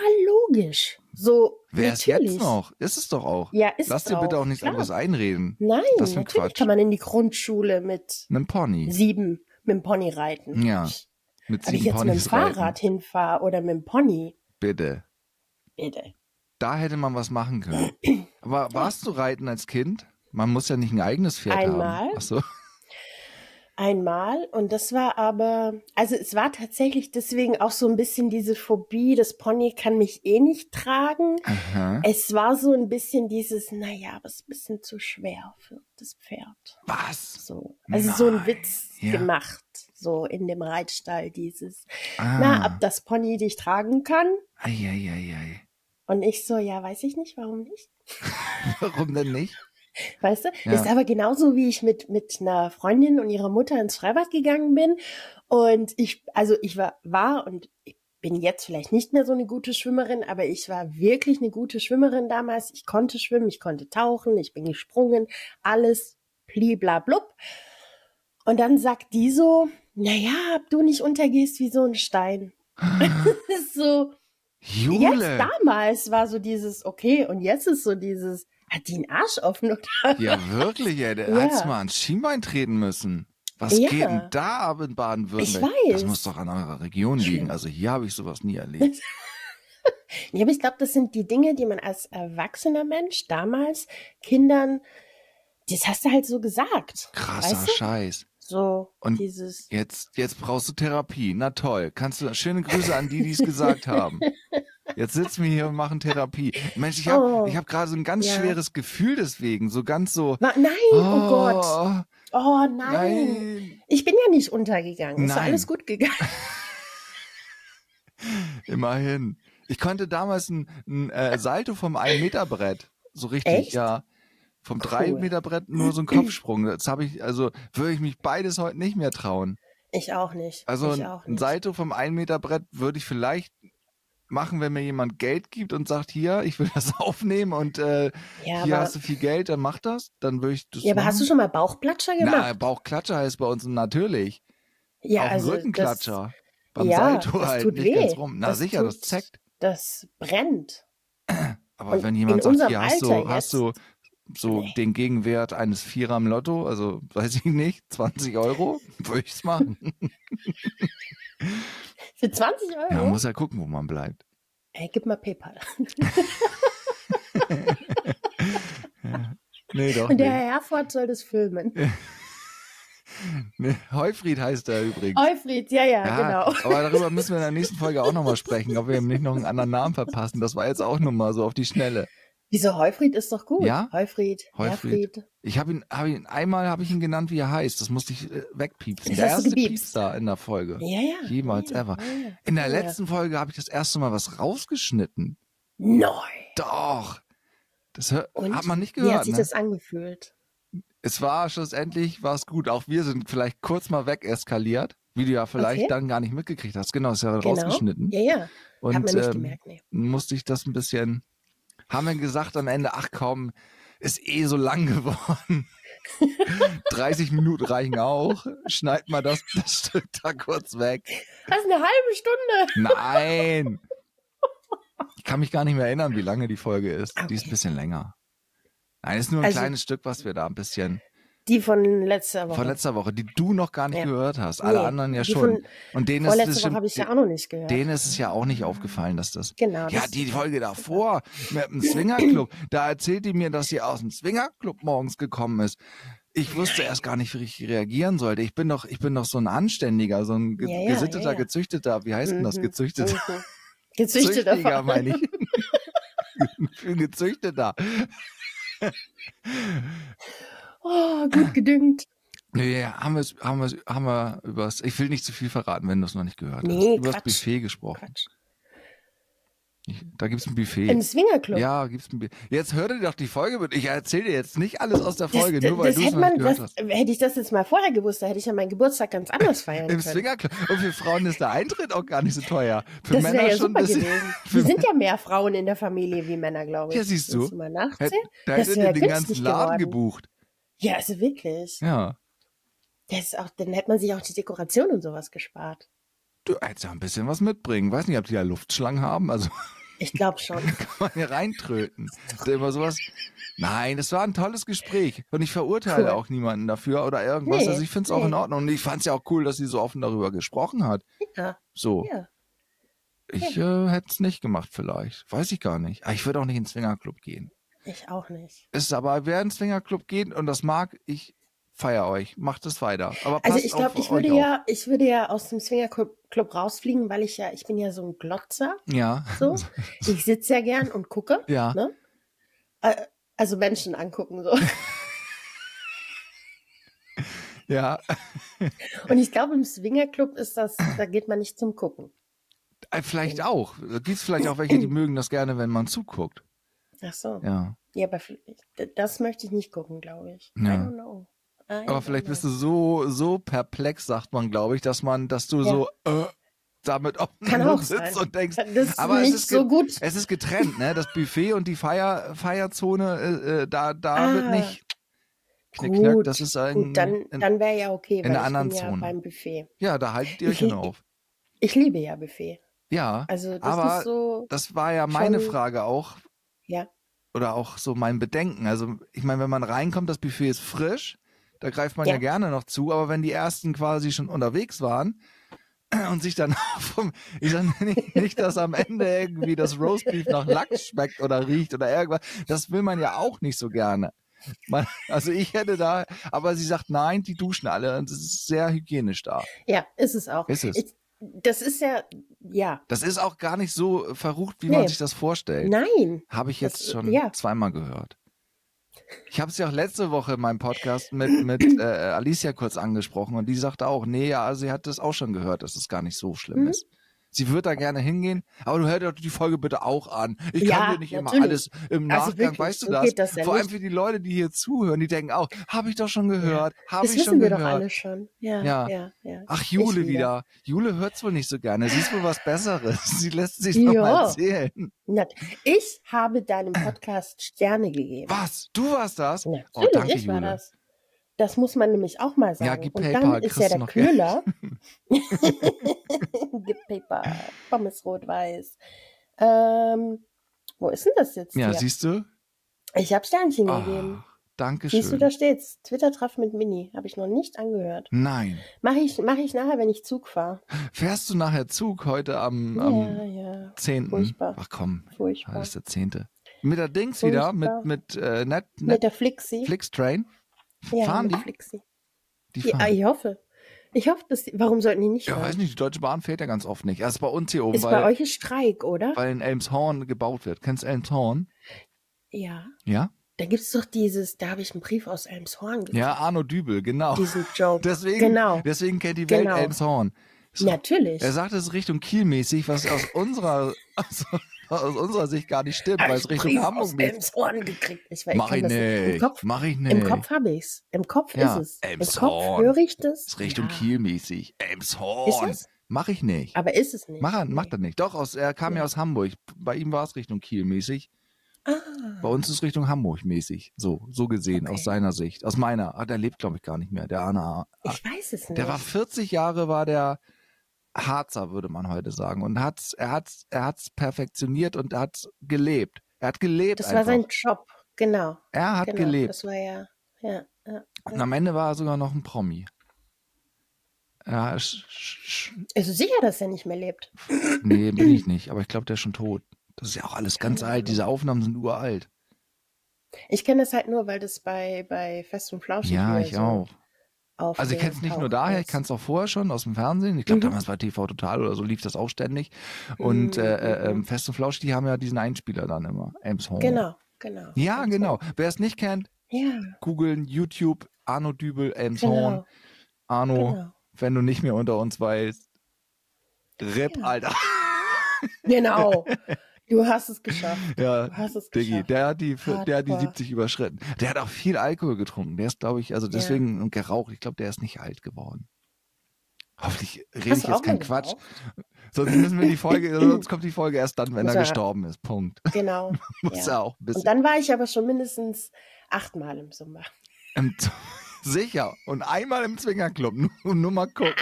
Speaker 4: logisch. So,
Speaker 2: Wer ist
Speaker 4: natürlich.
Speaker 2: jetzt noch? Ist es doch auch.
Speaker 4: Ja, ist
Speaker 2: Lass dir
Speaker 4: auch,
Speaker 2: bitte auch nichts
Speaker 4: klar.
Speaker 2: anderes einreden.
Speaker 4: Nein,
Speaker 2: Das für ein
Speaker 4: natürlich
Speaker 2: Quatsch.
Speaker 4: kann man in die Grundschule mit
Speaker 2: Ein Pony.
Speaker 4: sieben mit dem Pony reiten.
Speaker 2: Ja, Mit
Speaker 4: Ob ich
Speaker 2: sieben
Speaker 4: jetzt mit dem
Speaker 2: Ponys reiten.
Speaker 4: Fahrrad hinfahre oder mit dem Pony,
Speaker 2: Bitte.
Speaker 4: bitte.
Speaker 2: Da hätte man was machen können. Aber warst du reiten als Kind? Man muss ja nicht ein eigenes Pferd haben.
Speaker 4: Einmal.
Speaker 2: Ach so.
Speaker 4: Einmal und das war aber, also es war tatsächlich deswegen auch so ein bisschen diese Phobie, das Pony kann mich eh nicht tragen.
Speaker 2: Aha.
Speaker 4: Es war so ein bisschen dieses, naja, aber es ist ein bisschen zu schwer für das Pferd.
Speaker 2: Was?
Speaker 4: So. Also so
Speaker 2: Nein,
Speaker 4: ein Witz
Speaker 2: ja.
Speaker 4: gemacht, so in dem Reitstall dieses.
Speaker 2: Ah.
Speaker 4: Na, ob das Pony dich tragen kann?
Speaker 2: Eieieiei.
Speaker 4: Und ich so, ja, weiß ich nicht, warum nicht?
Speaker 2: Warum denn nicht?
Speaker 4: Weißt du?
Speaker 2: Ja.
Speaker 4: Ist aber genauso, wie ich mit, mit einer Freundin und ihrer Mutter ins Freibad gegangen bin. Und ich, also ich war, war und ich bin jetzt vielleicht nicht mehr so eine gute Schwimmerin, aber ich war wirklich eine gute Schwimmerin damals. Ich konnte schwimmen, ich konnte tauchen, ich bin gesprungen, alles pli bla blub. Und dann sagt die so, naja, ob du nicht untergehst wie so ein Stein. [LAUGHS] Das ist so,
Speaker 2: Jule.
Speaker 4: jetzt damals war so dieses, okay, und jetzt ist so dieses, hat die einen Arsch offen oder
Speaker 2: Ja, wirklich, ey. Der
Speaker 4: [LAUGHS] Ja.
Speaker 2: hättest mal ans Schienbein treten müssen. Was
Speaker 4: Ja.
Speaker 2: geht denn da ab in Baden-Württemberg?
Speaker 4: Ich
Speaker 2: Das
Speaker 4: weiß.
Speaker 2: muss doch an eurer Region liegen. Also hier habe ich sowas nie erlebt.
Speaker 4: Ja, aber ich glaube, das sind die Dinge, die man als erwachsener Mensch damals Kindern, das hast du halt so gesagt.
Speaker 2: Krasser
Speaker 4: weißt du?
Speaker 2: Scheiß.
Speaker 4: So
Speaker 2: Und-
Speaker 4: dieses.
Speaker 2: Jetzt, jetzt brauchst du Therapie. Na toll. Kannst du schöne Grüße an die, die es gesagt haben. Jetzt sitzen wir hier und machen Therapie. Mensch, ich habe
Speaker 4: Oh.
Speaker 2: ich hab gerade so ein ganz
Speaker 4: Ja.
Speaker 2: schweres Gefühl deswegen. So ganz so.
Speaker 4: Ma- Nein, oh, Gott. Oh nein.
Speaker 2: nein.
Speaker 4: Ich bin ja nicht untergegangen. Ist doch
Speaker 2: Nein.
Speaker 4: alles gut gegangen. [LAUGHS]
Speaker 2: Immerhin. Ich konnte damals ein, ein äh, Salto vom 1-Meter-Brett. So richtig,
Speaker 4: Echt?
Speaker 2: ja. Vom
Speaker 4: Cool.
Speaker 2: 3-Meter-Brett nur so
Speaker 4: [CLEARS THROAT]
Speaker 2: ein Kopfsprung. Das habe ich, also würde ich mich beides heute nicht mehr trauen.
Speaker 4: Ich auch nicht.
Speaker 2: Also
Speaker 4: ich
Speaker 2: ein,
Speaker 4: auch
Speaker 2: ein
Speaker 4: nicht.
Speaker 2: Salto vom 1-Meter-Brett würde ich vielleicht machen, wenn mir jemand Geld gibt und sagt, hier, ich will das [LAUGHS] aufnehmen und äh,
Speaker 4: ja,
Speaker 2: hier
Speaker 4: aber,
Speaker 2: hast du viel Geld, dann mach das. Dann würde ich das
Speaker 4: ja, aber hast du schon mal Bauchplatscher
Speaker 2: Na,
Speaker 4: gemacht?
Speaker 2: Bauchklatscher heißt bei uns natürlich.
Speaker 4: ja,
Speaker 2: Auch ein
Speaker 4: also
Speaker 2: Rückenklatscher. Beim
Speaker 4: ja,
Speaker 2: Salto
Speaker 4: das
Speaker 2: halt
Speaker 4: tut
Speaker 2: nicht
Speaker 4: weh.
Speaker 2: ganz rum. Na
Speaker 4: Das
Speaker 2: sicher, das
Speaker 4: tut-
Speaker 2: zeckt.
Speaker 4: Das, das brennt.
Speaker 2: Aber
Speaker 4: Und
Speaker 2: wenn
Speaker 4: in
Speaker 2: jemand sagt,
Speaker 4: unserem
Speaker 2: hier hast du,
Speaker 4: Alter
Speaker 2: hast du so
Speaker 4: Nee.
Speaker 2: den Gegenwert eines Vierer im Lotto, also weiß ich nicht, [LAUGHS] 20 Euro, würde ich es machen.
Speaker 4: Für 20 Euro?
Speaker 2: Ja, man muss ja gucken, wo man bleibt.
Speaker 4: Ey, gib mal PayPal.
Speaker 2: Nee, doch.
Speaker 4: Und der
Speaker 2: Nicht.
Speaker 4: Herr Herford soll das filmen.
Speaker 2: [LAUGHS] Nee, Heufried heißt er übrigens.
Speaker 4: Eufried, Oh, ja, ja,
Speaker 2: Ja,
Speaker 4: genau.
Speaker 2: Aber darüber müssen wir in der nächsten Folge auch nochmal sprechen, ob wir ihm nicht noch einen anderen Namen verpassen. Das war jetzt auch nur mal so auf die Schnelle.
Speaker 4: Wieso Heufried ist doch gut.
Speaker 2: Ja?
Speaker 4: Heufried,
Speaker 2: Heufried.
Speaker 4: Heufried.
Speaker 2: Ich habe ihn, hab ihn, einmal habe ich ihn genannt, wie er heißt. Das musste ich äh, wegpiepsen.
Speaker 4: Das
Speaker 2: Der
Speaker 4: hast du
Speaker 2: erste
Speaker 4: gepiepst.
Speaker 2: Piepster in der Folge.
Speaker 4: Ja, ja.
Speaker 2: Jemals
Speaker 4: ja,
Speaker 2: ever.
Speaker 4: ja, ja.
Speaker 2: In der
Speaker 4: Ja.
Speaker 2: letzten Folge habe ich das erste Mal was rausgeschnitten.
Speaker 4: Nein.
Speaker 2: Doch. Das hör,
Speaker 4: Und?
Speaker 2: hat man nicht
Speaker 4: Wie hat
Speaker 2: gehört.
Speaker 4: sich
Speaker 2: Ne?
Speaker 4: das angefühlt?
Speaker 2: Es war schlussendlich war es gut. Auch wir sind vielleicht kurz mal wegeskaliert, wie du ja vielleicht
Speaker 4: Okay.
Speaker 2: dann gar nicht mitgekriegt hast. Genau, ist ja
Speaker 4: Genau.
Speaker 2: rausgeschnitten.
Speaker 4: Ja, ja.
Speaker 2: Und
Speaker 4: hat man nicht
Speaker 2: ähm,
Speaker 4: gemerkt, nee.
Speaker 2: musste ich das ein bisschen. Haben wir gesagt am Ende, ach komm, ist eh so lang [LAUGHS]
Speaker 4: [LAUGHS]
Speaker 2: geworden. 30 Minuten reichen auch. Schneid mal das, das Stück da kurz weg.
Speaker 4: Das ist eine halbe Stunde.
Speaker 2: Nein! Ich kann mich gar nicht mehr erinnern, wie lange die Folge ist. Die ist ein
Speaker 4: Okay.
Speaker 2: bisschen länger. Nein, ist nur ein
Speaker 4: Also-
Speaker 2: kleines Stück, was wir da ein bisschen
Speaker 4: Die von letzter Woche.
Speaker 2: von letzter Woche, die du noch gar nicht
Speaker 4: Ja.
Speaker 2: gehört hast. Alle
Speaker 4: Nee,
Speaker 2: anderen ja
Speaker 4: die
Speaker 2: schon.
Speaker 4: von
Speaker 2: Und denen ist, es
Speaker 4: Vorletzte
Speaker 2: schon,
Speaker 4: Woche habe ich ja auch noch nicht gehört.
Speaker 2: denen ist es ja auch nicht aufgefallen, dass das.
Speaker 4: Genau,
Speaker 2: Ja,
Speaker 4: das-
Speaker 2: die Folge davor mit dem Swingerclub, da erzählt die mir, dass sie aus dem Swingerclub morgens gekommen ist. Ich wusste erst gar nicht, wie ich reagieren sollte. Ich bin doch, ich bin doch so ein anständiger, so ein ge
Speaker 4: Ja, ja,
Speaker 2: gesitteter,
Speaker 4: ja, ja.
Speaker 2: gezüchteter, wie heißt denn das?
Speaker 4: Mhm.
Speaker 2: Gezüchteter.
Speaker 4: Mhm. Gezüchtet
Speaker 2: Züchtiger,
Speaker 4: davon.
Speaker 2: meine
Speaker 4: [LAUGHS]
Speaker 2: ich. [LAUGHS] ich bin gezüchteter.
Speaker 4: Oh, gut gedüngt.
Speaker 2: Nee, haben wir, haben wir, haben wir übers, ich will nicht zu viel verraten, wenn du es noch nicht gehört
Speaker 4: Nee,
Speaker 2: hast. Über das
Speaker 4: Quatsch.
Speaker 2: Buffet gesprochen.
Speaker 4: Quatsch.
Speaker 2: Ich, da gibt's ein Buffet.
Speaker 4: Im Swingerclub.
Speaker 2: ja, gibt's ein Buffet. Jetzt hör dir doch die Folge mit. Ich erzähle dir jetzt nicht alles aus der Folge,
Speaker 4: das,
Speaker 2: nur weil
Speaker 4: das
Speaker 2: du es
Speaker 4: hätte
Speaker 2: noch nicht
Speaker 4: man,
Speaker 2: gehört
Speaker 4: das,
Speaker 2: hast.
Speaker 4: hätte ich das jetzt mal vorher gewusst, da hätte ich ja meinen Geburtstag ganz anders feiern
Speaker 2: [LAUGHS] Im
Speaker 4: können.
Speaker 2: Swingerclub. Und für Frauen ist der Eintritt auch gar nicht so teuer. Für
Speaker 4: Das
Speaker 2: Männer
Speaker 4: wäre ja
Speaker 2: schon ein
Speaker 4: super
Speaker 2: bisschen. [LAUGHS]
Speaker 4: gewesen.
Speaker 2: für
Speaker 4: Wir sind ja mehr Frauen in der Familie wie Männer, glaube ich.
Speaker 2: Ja, siehst du.
Speaker 4: Willst mal
Speaker 2: Hätt-
Speaker 4: nachzählen?
Speaker 2: Da
Speaker 4: Das
Speaker 2: hättet
Speaker 4: wär
Speaker 2: ihr den ganzen
Speaker 4: günstig
Speaker 2: Laden
Speaker 4: geworden.
Speaker 2: gebucht.
Speaker 4: Ja, also wirklich.
Speaker 2: Ja.
Speaker 4: Das ist auch, dann hätte man sich auch die Dekoration und sowas gespart.
Speaker 2: Du hättest ja ein bisschen was mitbringen. Weiß nicht, ob die da Luftschlangen haben. Also
Speaker 4: Ich
Speaker 2: [LAUGHS]
Speaker 4: glaube schon.
Speaker 2: kann man hier reintröten. Ist ja immer sowas. Nein, es war ein tolles Gespräch. Und ich verurteile
Speaker 4: Cool.
Speaker 2: auch niemanden dafür oder irgendwas.
Speaker 4: Nee,
Speaker 2: also ich finde es auch
Speaker 4: nee.
Speaker 2: in Ordnung. Und ich fand es ja auch cool, dass sie so offen darüber gesprochen hat.
Speaker 4: Ja,
Speaker 2: So.
Speaker 4: ja.
Speaker 2: Ich äh, hätte es nicht gemacht, vielleicht. Weiß ich gar nicht. Aber ich würde auch nicht in den Swingerclub gehen.
Speaker 4: Ich auch nicht.
Speaker 2: Es ist aber, wer in den Swingerclub geht und das mag, ich feier euch. Macht es weiter. Aber passt
Speaker 4: Also ich
Speaker 2: auf
Speaker 4: glaube, ich
Speaker 2: euch
Speaker 4: würde
Speaker 2: auf.
Speaker 4: ja, ich würde ja aus dem Swingerclub Club rausfliegen, weil ich ja, ich bin ja so ein Glotzer.
Speaker 2: Ja. [LAUGHS]
Speaker 4: So. Ich sitze ja gern und gucke.
Speaker 2: Ja.
Speaker 4: Ne? Äh, Also Menschen angucken so.
Speaker 2: Ja.
Speaker 4: Und ich glaube, im Swingerclub ist das, da geht man nicht zum Gucken.
Speaker 2: Äh, Vielleicht auch. Gibt es vielleicht auch
Speaker 4: [CLEARS THROAT]
Speaker 2: welche, die mögen das gerne, wenn man zuguckt.
Speaker 4: Ach so. Ja,
Speaker 2: Ja.
Speaker 4: aber vielleicht- das möchte ich nicht gucken, glaube ich. I
Speaker 2: Ja.
Speaker 4: don't know. I
Speaker 2: Aber
Speaker 4: don't
Speaker 2: vielleicht
Speaker 4: know.
Speaker 2: bist du so, so perplex, sagt man, glaube ich, dass man, dass du
Speaker 4: Ja.
Speaker 2: so äh, damit auf
Speaker 4: Kann auch
Speaker 2: sitzt
Speaker 4: sein.
Speaker 2: und denkst,
Speaker 4: [LAUGHS] Das ist
Speaker 2: aber es
Speaker 4: nicht
Speaker 2: ist ge-
Speaker 4: so gut.
Speaker 2: es ist getrennt, ne? Das Buffet und die Feier, Feierzone, äh, äh, da, da wird
Speaker 4: Ah.
Speaker 2: nicht knick, knack,
Speaker 4: Gut,
Speaker 2: das ist ein,
Speaker 4: Gut, dann,
Speaker 2: ein-
Speaker 4: dann wäre ja okay, weil
Speaker 2: einer anderen
Speaker 4: ich bin
Speaker 2: Zone.
Speaker 4: ja beim Buffet.
Speaker 2: ja, da haltet ihr euch
Speaker 4: Ich- [LAUGHS]
Speaker 2: hin auf.
Speaker 4: Ich liebe ja Buffet.
Speaker 2: Ja,
Speaker 4: Also das
Speaker 2: Aber
Speaker 4: ist so.
Speaker 2: das war ja meine
Speaker 4: schon-
Speaker 2: Frage auch.
Speaker 4: Ja.
Speaker 2: Oder auch so mein Bedenken. Also, ich meine, wenn man reinkommt, das Buffet ist frisch, da greift man ja,
Speaker 4: Ja.
Speaker 2: gerne noch zu, aber wenn die ersten quasi schon unterwegs waren [CLEARS THROAT] und sich dann [LAUGHS] vom, ich sag nicht, nicht, dass am Ende irgendwie das Roastbeef nach Lachs schmeckt oder riecht oder irgendwas, das will man ja auch nicht so gerne. Man, also ich hätte da, aber sie sagt, nein, die duschen alle und es ist sehr hygienisch da.
Speaker 4: Ja, ist es auch.
Speaker 2: Ist es.
Speaker 4: Ich, das ist ja, ja,
Speaker 2: Das ist auch gar nicht so verrucht, wie
Speaker 4: Nee.
Speaker 2: man sich das vorstellt.
Speaker 4: nein.
Speaker 2: Habe ich
Speaker 4: Das- äh,
Speaker 2: jetzt schon
Speaker 4: ja.
Speaker 2: zweimal gehört. Ich habe es ja auch letzte Woche in meinem Podcast
Speaker 4: [CLEARS THROAT]
Speaker 2: mit, mit äh, Alicia kurz angesprochen und die sagte auch, nee, ja, sie hat das auch schon gehört, dass es gar nicht so schlimm
Speaker 4: Mhm.
Speaker 2: ist. Sie wird da gerne hingehen, aber du hör dir doch die Folge bitte auch an. Ich
Speaker 4: Ja,
Speaker 2: kann dir nicht immer
Speaker 4: natürlich.
Speaker 2: alles im
Speaker 4: Also
Speaker 2: Nachgang,
Speaker 4: wirklich,
Speaker 2: weißt du
Speaker 4: so
Speaker 2: das?
Speaker 4: geht das ja
Speaker 2: Vor allem
Speaker 4: nicht.
Speaker 2: für die Leute, die hier zuhören, die denken auch, habe ich doch schon gehört, habe
Speaker 4: Das
Speaker 2: ich
Speaker 4: wissen
Speaker 2: schon
Speaker 4: wir
Speaker 2: gehört.
Speaker 4: doch alle schon. Ja,
Speaker 2: Ja.
Speaker 4: ja, ja. ja.
Speaker 2: Ach, Jule
Speaker 4: Ich
Speaker 2: wieder.
Speaker 4: wieder.
Speaker 2: Jule hört's wohl nicht so gerne. Sie ist wohl was Besseres. [LAUGHS] Sie lässt sich
Speaker 4: Ja.
Speaker 2: noch mal erzählen.
Speaker 4: Na, Ich habe deinem Podcast Sterne gegeben.
Speaker 2: Was? Du warst das?
Speaker 4: Natürlich,
Speaker 2: Oh, danke,
Speaker 4: ich war
Speaker 2: Jule.
Speaker 4: das. Das muss man nämlich auch mal sagen.
Speaker 2: Ja, gib
Speaker 4: Und
Speaker 2: PayPal,
Speaker 4: dann ist
Speaker 2: kriegst
Speaker 4: ja
Speaker 2: du
Speaker 4: der
Speaker 2: noch Geld.
Speaker 4: Köhler.
Speaker 2: [LAUGHS]
Speaker 4: [LAUGHS] gib PayPal, Pommes rot-weiß. Ähm, wo ist denn das jetzt?
Speaker 2: Ja,
Speaker 4: hier?
Speaker 2: siehst du?
Speaker 4: ich habe Sternchen gegeben.
Speaker 2: Ah,
Speaker 4: Siehst du, da
Speaker 2: Dankeschön.
Speaker 4: steht's. Twitter-Treff mit Mini. Habe ich noch nicht angehört.
Speaker 2: Nein.
Speaker 4: Mache ich, mach ich nachher, wenn ich Zug fahre.
Speaker 2: Fährst du nachher Zug heute am,
Speaker 4: Ja,
Speaker 2: am
Speaker 4: ja.
Speaker 2: 10.?
Speaker 4: furchtbar.
Speaker 2: Ach komm,
Speaker 4: Furchtbar.
Speaker 2: das ist der 10. Mit der Dings wieder,
Speaker 4: Furchtbar.
Speaker 2: mit, mit äh, Net,
Speaker 4: mit
Speaker 2: Net
Speaker 4: der Flixi.
Speaker 2: Flix-Train.
Speaker 4: ja,
Speaker 2: fahren
Speaker 4: mit
Speaker 2: die?
Speaker 4: Flixi.
Speaker 2: Die
Speaker 4: Ja,
Speaker 2: fahren.
Speaker 4: ich hoffe. Ich hoffe, dass die, Warum sollten die nicht
Speaker 2: Ja, weiß
Speaker 4: fahren?
Speaker 2: nicht, die Deutsche Bahn fährt ja ganz oft nicht. Erst bei uns hier oben,
Speaker 4: Ist bei
Speaker 2: weil,
Speaker 4: euch ein Streik, oder?
Speaker 2: weil in Elmshorn gebaut wird. Kennst du Elmshorn?
Speaker 4: Ja.
Speaker 2: Ja?
Speaker 4: Da gibt's doch dieses, da habe ich einen Brief aus Elmshorn gekriegt.
Speaker 2: Ja, Arno Dübel, genau.
Speaker 4: [LAUGHS] Diesen Joke.
Speaker 2: [LAUGHS] Deswegen,
Speaker 4: Genau.
Speaker 2: deswegen kennt die Welt
Speaker 4: Genau.
Speaker 2: Elmshorn. So.
Speaker 4: Natürlich.
Speaker 2: Er sagt es Richtung Kiel mäßig, was aus unserer, [LAUGHS] aus, aus unserer Sicht gar nicht stimmt,
Speaker 4: Hab
Speaker 2: weil
Speaker 4: ich
Speaker 2: es Richtung
Speaker 4: einen Brief
Speaker 2: Hamburg
Speaker 4: aus
Speaker 2: geht.
Speaker 4: Elmshorn gekriegt. Ich, war- ich
Speaker 2: Mach
Speaker 4: kann
Speaker 2: ich
Speaker 4: das Im
Speaker 2: nicht.
Speaker 4: Kopf,
Speaker 2: Mach ich nicht.
Speaker 4: im Kopf habe ich's. Im Kopf
Speaker 2: Ja,
Speaker 4: ist es. Im Kopf
Speaker 2: Elmshorn.
Speaker 4: höre ich das.
Speaker 2: Ist Richtung
Speaker 4: ja.
Speaker 2: Kiel mäßig. Elmshorn.
Speaker 4: Ist das?
Speaker 2: Mach ich nicht.
Speaker 4: Aber ist es nicht.
Speaker 2: Mach er, macht er nicht. Doch, aus, er kam ja,
Speaker 4: Ja.
Speaker 2: aus Hamburg. Bei ihm war es Richtung Kiel mäßig. Bei
Speaker 4: Ah,
Speaker 2: uns ist Richtung Hamburg mäßig. So, so gesehen,
Speaker 4: Okay.
Speaker 2: aus seiner Sicht. Aus meiner. Ah, der lebt, glaube ich, gar nicht mehr. Der Arne. Ah,
Speaker 4: ich weiß es nicht.
Speaker 2: der war 40 Jahre, war der Harzer, würde man heute sagen. Und hat's, er hat's, er hat's perfektioniert und hat gelebt. Er hat gelebt.
Speaker 4: das
Speaker 2: einfach.
Speaker 4: war sein Job. Genau.
Speaker 2: er hat
Speaker 4: genau.
Speaker 2: gelebt.
Speaker 4: Das war ja. ja, ja.
Speaker 2: Und am Ende war er sogar noch ein Promi. Ja, sch, sch, sch,
Speaker 4: Also sicher, dass er nicht mehr lebt.
Speaker 2: nee, bin ich nicht, aber ich glaube, der ist schon tot. Das ist ja auch alles ganz alt. Diese Aufnahmen sind uralt.
Speaker 4: Ich kenne das halt nur, weil das bei, bei Fest und Flauschig
Speaker 2: Ja,
Speaker 4: hier
Speaker 2: ich
Speaker 4: so
Speaker 2: auch.
Speaker 4: auf
Speaker 2: Also ich
Speaker 4: dem
Speaker 2: kenne es nicht nur
Speaker 4: Tauch
Speaker 2: daher, ich
Speaker 4: ist.
Speaker 2: kann es auch vorher schon aus dem Fernsehen. Ich glaube,
Speaker 4: Mhm. Mhm,
Speaker 2: damals bei TV Total oder so lief das auch ständig. Und äh, äh, ähm, Fest und Flausch, die haben ja diesen Einspieler dann immer. Ames Home.
Speaker 4: Genau, genau.
Speaker 2: Ja,
Speaker 4: Ganz
Speaker 2: genau. Wer es nicht kennt,
Speaker 4: Ja,
Speaker 2: googeln, YouTube, Arno Dübel, Elmshorn. Arno,
Speaker 4: Genau.
Speaker 2: wenn du nicht mehr unter uns weißt. RIP, Alter. Oh. [LAUGHS]
Speaker 4: Genau. Du hast es geschafft.
Speaker 2: Ja,
Speaker 4: Du hast es
Speaker 2: Diggi,
Speaker 4: geschafft.
Speaker 2: der hat, die, der hat die
Speaker 4: Hardcore.
Speaker 2: 70 überschritten. Der hat auch viel Alkohol getrunken. Der ist, glaube ich, also deswegen und geraucht. Ich glaube, der ist nicht alt geworden. Hoffentlich rede
Speaker 4: Hast
Speaker 2: ich jetzt
Speaker 4: du auch
Speaker 2: keinen
Speaker 4: mal
Speaker 2: Quatsch.
Speaker 4: geraucht?
Speaker 2: Sonst müssen wir die
Speaker 4: [LAUGHS]
Speaker 2: Folge, sonst kommt die Folge erst dann, wenn
Speaker 4: Muss
Speaker 2: er
Speaker 4: er-
Speaker 2: gestorben ist. Punkt. [LAUGHS]
Speaker 4: Genau.
Speaker 2: Muss
Speaker 4: ja.
Speaker 2: er auch ein
Speaker 4: Und
Speaker 2: bisschen.
Speaker 4: dann war ich aber schon mindestens achtmal im Sommer.
Speaker 2: Im Z- [LAUGHS] Sicher. Und einmal im Zwingerclub. [LAUGHS] Nur, nur mal gucken.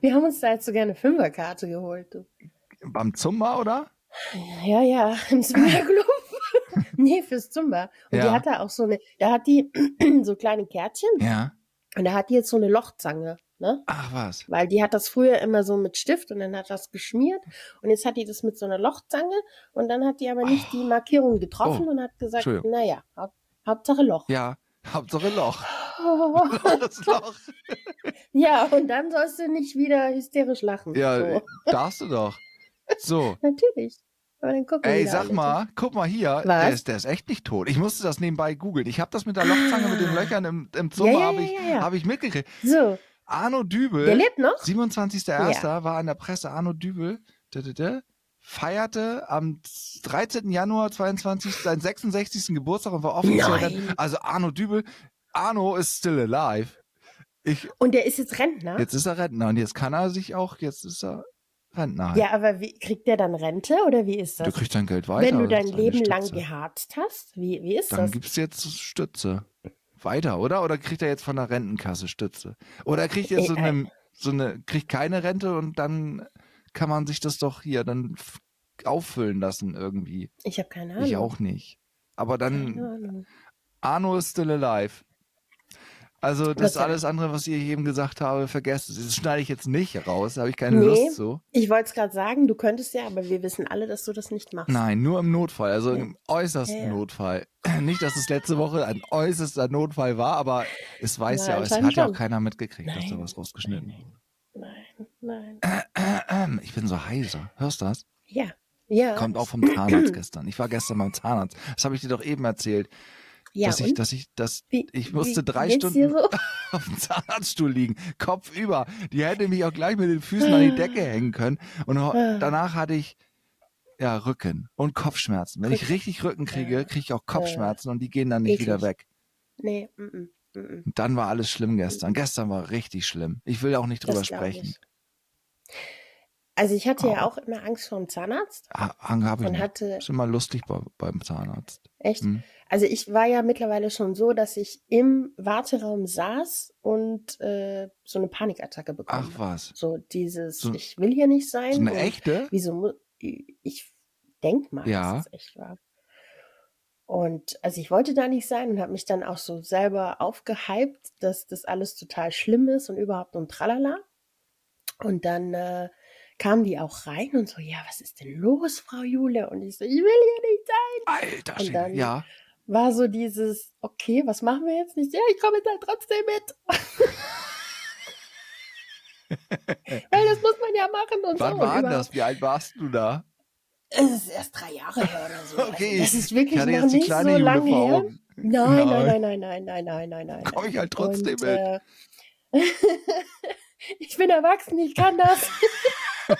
Speaker 4: Wir haben uns da jetzt so gerne Fünferkarte geholt. Du.
Speaker 2: Beim Zumba, oder?
Speaker 4: Ja, ja,
Speaker 2: [LAUGHS]
Speaker 4: im Swingerclub. nee, fürs Zumba. Und
Speaker 2: Ja.
Speaker 4: die hat da auch so eine, da hat die [CLEARS THROAT] so kleine Kärtchen
Speaker 2: Ja.
Speaker 4: und da hat die jetzt so eine Lochzange, ne?
Speaker 2: Ach was.
Speaker 4: Weil die hat das früher immer so mit Stift und dann hat das geschmiert und jetzt hat die das mit so einer Lochzange und dann hat die aber nicht die Markierung getroffen
Speaker 2: Oh.
Speaker 4: und hat gesagt,
Speaker 2: Entschuldigung.
Speaker 4: naja, Haupt, Hauptsache Loch.
Speaker 2: Ja. Hauptsache Loch. [LAUGHS] Das Loch.
Speaker 4: [LAUGHS] Ja, und dann sollst du nicht wieder hysterisch lachen.
Speaker 2: Ja,
Speaker 4: So.
Speaker 2: darfst du doch. So.
Speaker 4: [LAUGHS] Natürlich. Aber dann gucken
Speaker 2: Ey,
Speaker 4: wieder
Speaker 2: sag
Speaker 4: alle.
Speaker 2: mal, guck mal hier, der
Speaker 4: Was?
Speaker 2: ist, der ist echt nicht tot. Ich musste das nebenbei googeln. Ich habe das mit der Lochzange, mit den Löchern im, im Zimmer,
Speaker 4: Ah. Ja, ja,
Speaker 2: habe
Speaker 4: ja,
Speaker 2: ich,
Speaker 4: ja, ja.
Speaker 2: hab ich mitgekriegt.
Speaker 4: So,
Speaker 2: Arno
Speaker 4: der
Speaker 2: Dübel,
Speaker 4: lebt noch?
Speaker 2: 27.01. war an der Presse, Arno Dübel, da, da, da, feierte am 13. Januar 22. seinen 66. Geburtstag und war offiziell.
Speaker 4: Nein.
Speaker 2: dann- Also Arno Dübel, Arno is still alive. Ich,
Speaker 4: Und der ist jetzt Rentner?
Speaker 2: jetzt ist er Rentner und jetzt kann er sich auch, jetzt ist er Rentner. halt.
Speaker 4: Ja, aber wie, kriegt der dann Rente oder wie ist
Speaker 2: Du
Speaker 4: das?
Speaker 2: kriegst dein Geld weiter.
Speaker 4: Wenn du
Speaker 2: aber das
Speaker 4: dein
Speaker 2: ist eine
Speaker 4: Leben lang
Speaker 2: Stütze.
Speaker 4: geharzt hast, wie, wie ist
Speaker 2: Dann
Speaker 4: das?
Speaker 2: gibt's jetzt Stütze. Weiter, oder? Oder kriegt er jetzt von der Rentenkasse Stütze? Oder kriegt er so
Speaker 4: Ey,
Speaker 2: eine, so eine, kriegt keine Rente und dann kann man sich das doch hier dann f- auffüllen lassen irgendwie.
Speaker 4: Ich habe keine Ahnung.
Speaker 2: Ich auch Hm. nicht. Aber
Speaker 4: Keine
Speaker 2: dann,
Speaker 4: Ahnung.
Speaker 2: Arno is still alive. Also
Speaker 4: Was
Speaker 2: das
Speaker 4: ja-
Speaker 2: alles andere, was ich eben gesagt habe, vergesst es. Das schneide ich jetzt nicht raus, da habe ich keine
Speaker 4: Nee.
Speaker 2: Lust zu.
Speaker 4: Ich wollte es gerade sagen, du könntest ja, aber wir wissen alle, dass du das nicht machst.
Speaker 2: Nein, nur im Notfall, also im äußersten
Speaker 4: Oh. Ja, ja.
Speaker 2: Notfall. [CLEARS THROAT] Nicht, dass es letzte Woche ein äußerster Notfall war, aber es weiß
Speaker 4: Ja,
Speaker 2: ja, es
Speaker 4: anscheinend
Speaker 2: hat ja auch
Speaker 4: schon.
Speaker 2: keiner mitgekriegt, dass da
Speaker 4: Nein.
Speaker 2: was rausgeschnitten wurde.
Speaker 4: Nein, nein.
Speaker 2: Ähm, Ich bin so heiser. Hörst du das?
Speaker 4: Ja, ja.
Speaker 2: Kommt auch vom
Speaker 4: [CLEARS THROAT]
Speaker 2: Zahnarzt gestern. Ich war gestern beim Zahnarzt. Das habe ich dir doch eben erzählt,
Speaker 4: ja,
Speaker 2: dass ich, dass ich, dass [LAUGHS]
Speaker 4: Wie-
Speaker 2: ich musste
Speaker 4: wie
Speaker 2: drei
Speaker 4: geht's dir
Speaker 2: Stunden
Speaker 4: so?
Speaker 2: auf dem Zahnarztstuhl liegen, Kopf über. Die hätte mich auch gleich mit den Füßen an die
Speaker 4: [GASPS]
Speaker 2: Decke hängen können. Und ho-
Speaker 4: Äh.
Speaker 2: danach hatte ich ja Rücken und Kopfschmerzen. Wenn ich richtig Rücken kriege, kriege ich auch Kopfschmerzen und die gehen dann nicht wieder
Speaker 4: Eklig.
Speaker 2: weg.
Speaker 4: Nee, mm, mm, mm.
Speaker 2: Und dann war alles schlimm gestern. Gestern war richtig schlimm. Ich will auch nicht drüber
Speaker 4: Das glaub
Speaker 2: sprechen.
Speaker 4: ich. Also ich hatte ja
Speaker 2: Aber-
Speaker 4: auch immer Angst vor dem Zahnarzt
Speaker 2: Ha- Hang habe ich
Speaker 4: und
Speaker 2: nicht.
Speaker 4: hatte
Speaker 2: Ist immer lustig bei, beim Zahnarzt.
Speaker 4: Echt?
Speaker 2: Genau. Mhm.
Speaker 4: Also ich war ja mittlerweile schon so, dass ich im Warteraum saß und äh, so eine Panikattacke bekommen
Speaker 2: Ach
Speaker 4: habe.
Speaker 2: was.
Speaker 4: So dieses,
Speaker 2: So-
Speaker 4: ich will hier nicht sein.
Speaker 2: So 'ne eine
Speaker 4: und
Speaker 2: echte?
Speaker 4: Wieso mu- ich denk mal,
Speaker 2: Ja.
Speaker 4: dass es echt war. Und also ich wollte da nicht sein und habe mich dann auch so selber aufgehypt, dass das alles total schlimm ist und überhaupt und tralala. Und dann äh, kamen die auch rein und so, ja, was ist denn los, Frau Jule? Und ich so, ich will hier nicht sein
Speaker 2: Alter
Speaker 4: Und
Speaker 2: Schwede.
Speaker 4: dann-
Speaker 2: Ja.
Speaker 4: war so dieses, okay, was machen wir jetzt nicht? Ja, ich komme jetzt halt trotzdem mit. [LAUGHS] Weil das muss man ja machen und
Speaker 2: Wann
Speaker 4: so.
Speaker 2: war
Speaker 4: und
Speaker 2: denn das? Wie alt warst du da?
Speaker 4: Es ist erst drei Jahre her oder so.
Speaker 2: Okay,
Speaker 4: Also, das ist
Speaker 2: Ich
Speaker 4: wirklich
Speaker 2: hatte
Speaker 4: noch
Speaker 2: jetzt die
Speaker 4: nicht
Speaker 2: kleine
Speaker 4: so
Speaker 2: Jule
Speaker 4: lange
Speaker 2: vor
Speaker 4: her.
Speaker 2: Augen.
Speaker 4: Nein,
Speaker 2: Nein.
Speaker 4: nein, nein, nein, nein, nein, nein, nein, nein.
Speaker 2: Komm
Speaker 4: nein.
Speaker 2: ich halt trotzdem
Speaker 4: und,
Speaker 2: mit.
Speaker 4: Äh, [LAUGHS] ich bin erwachsen, ich kann das. [LAUGHS]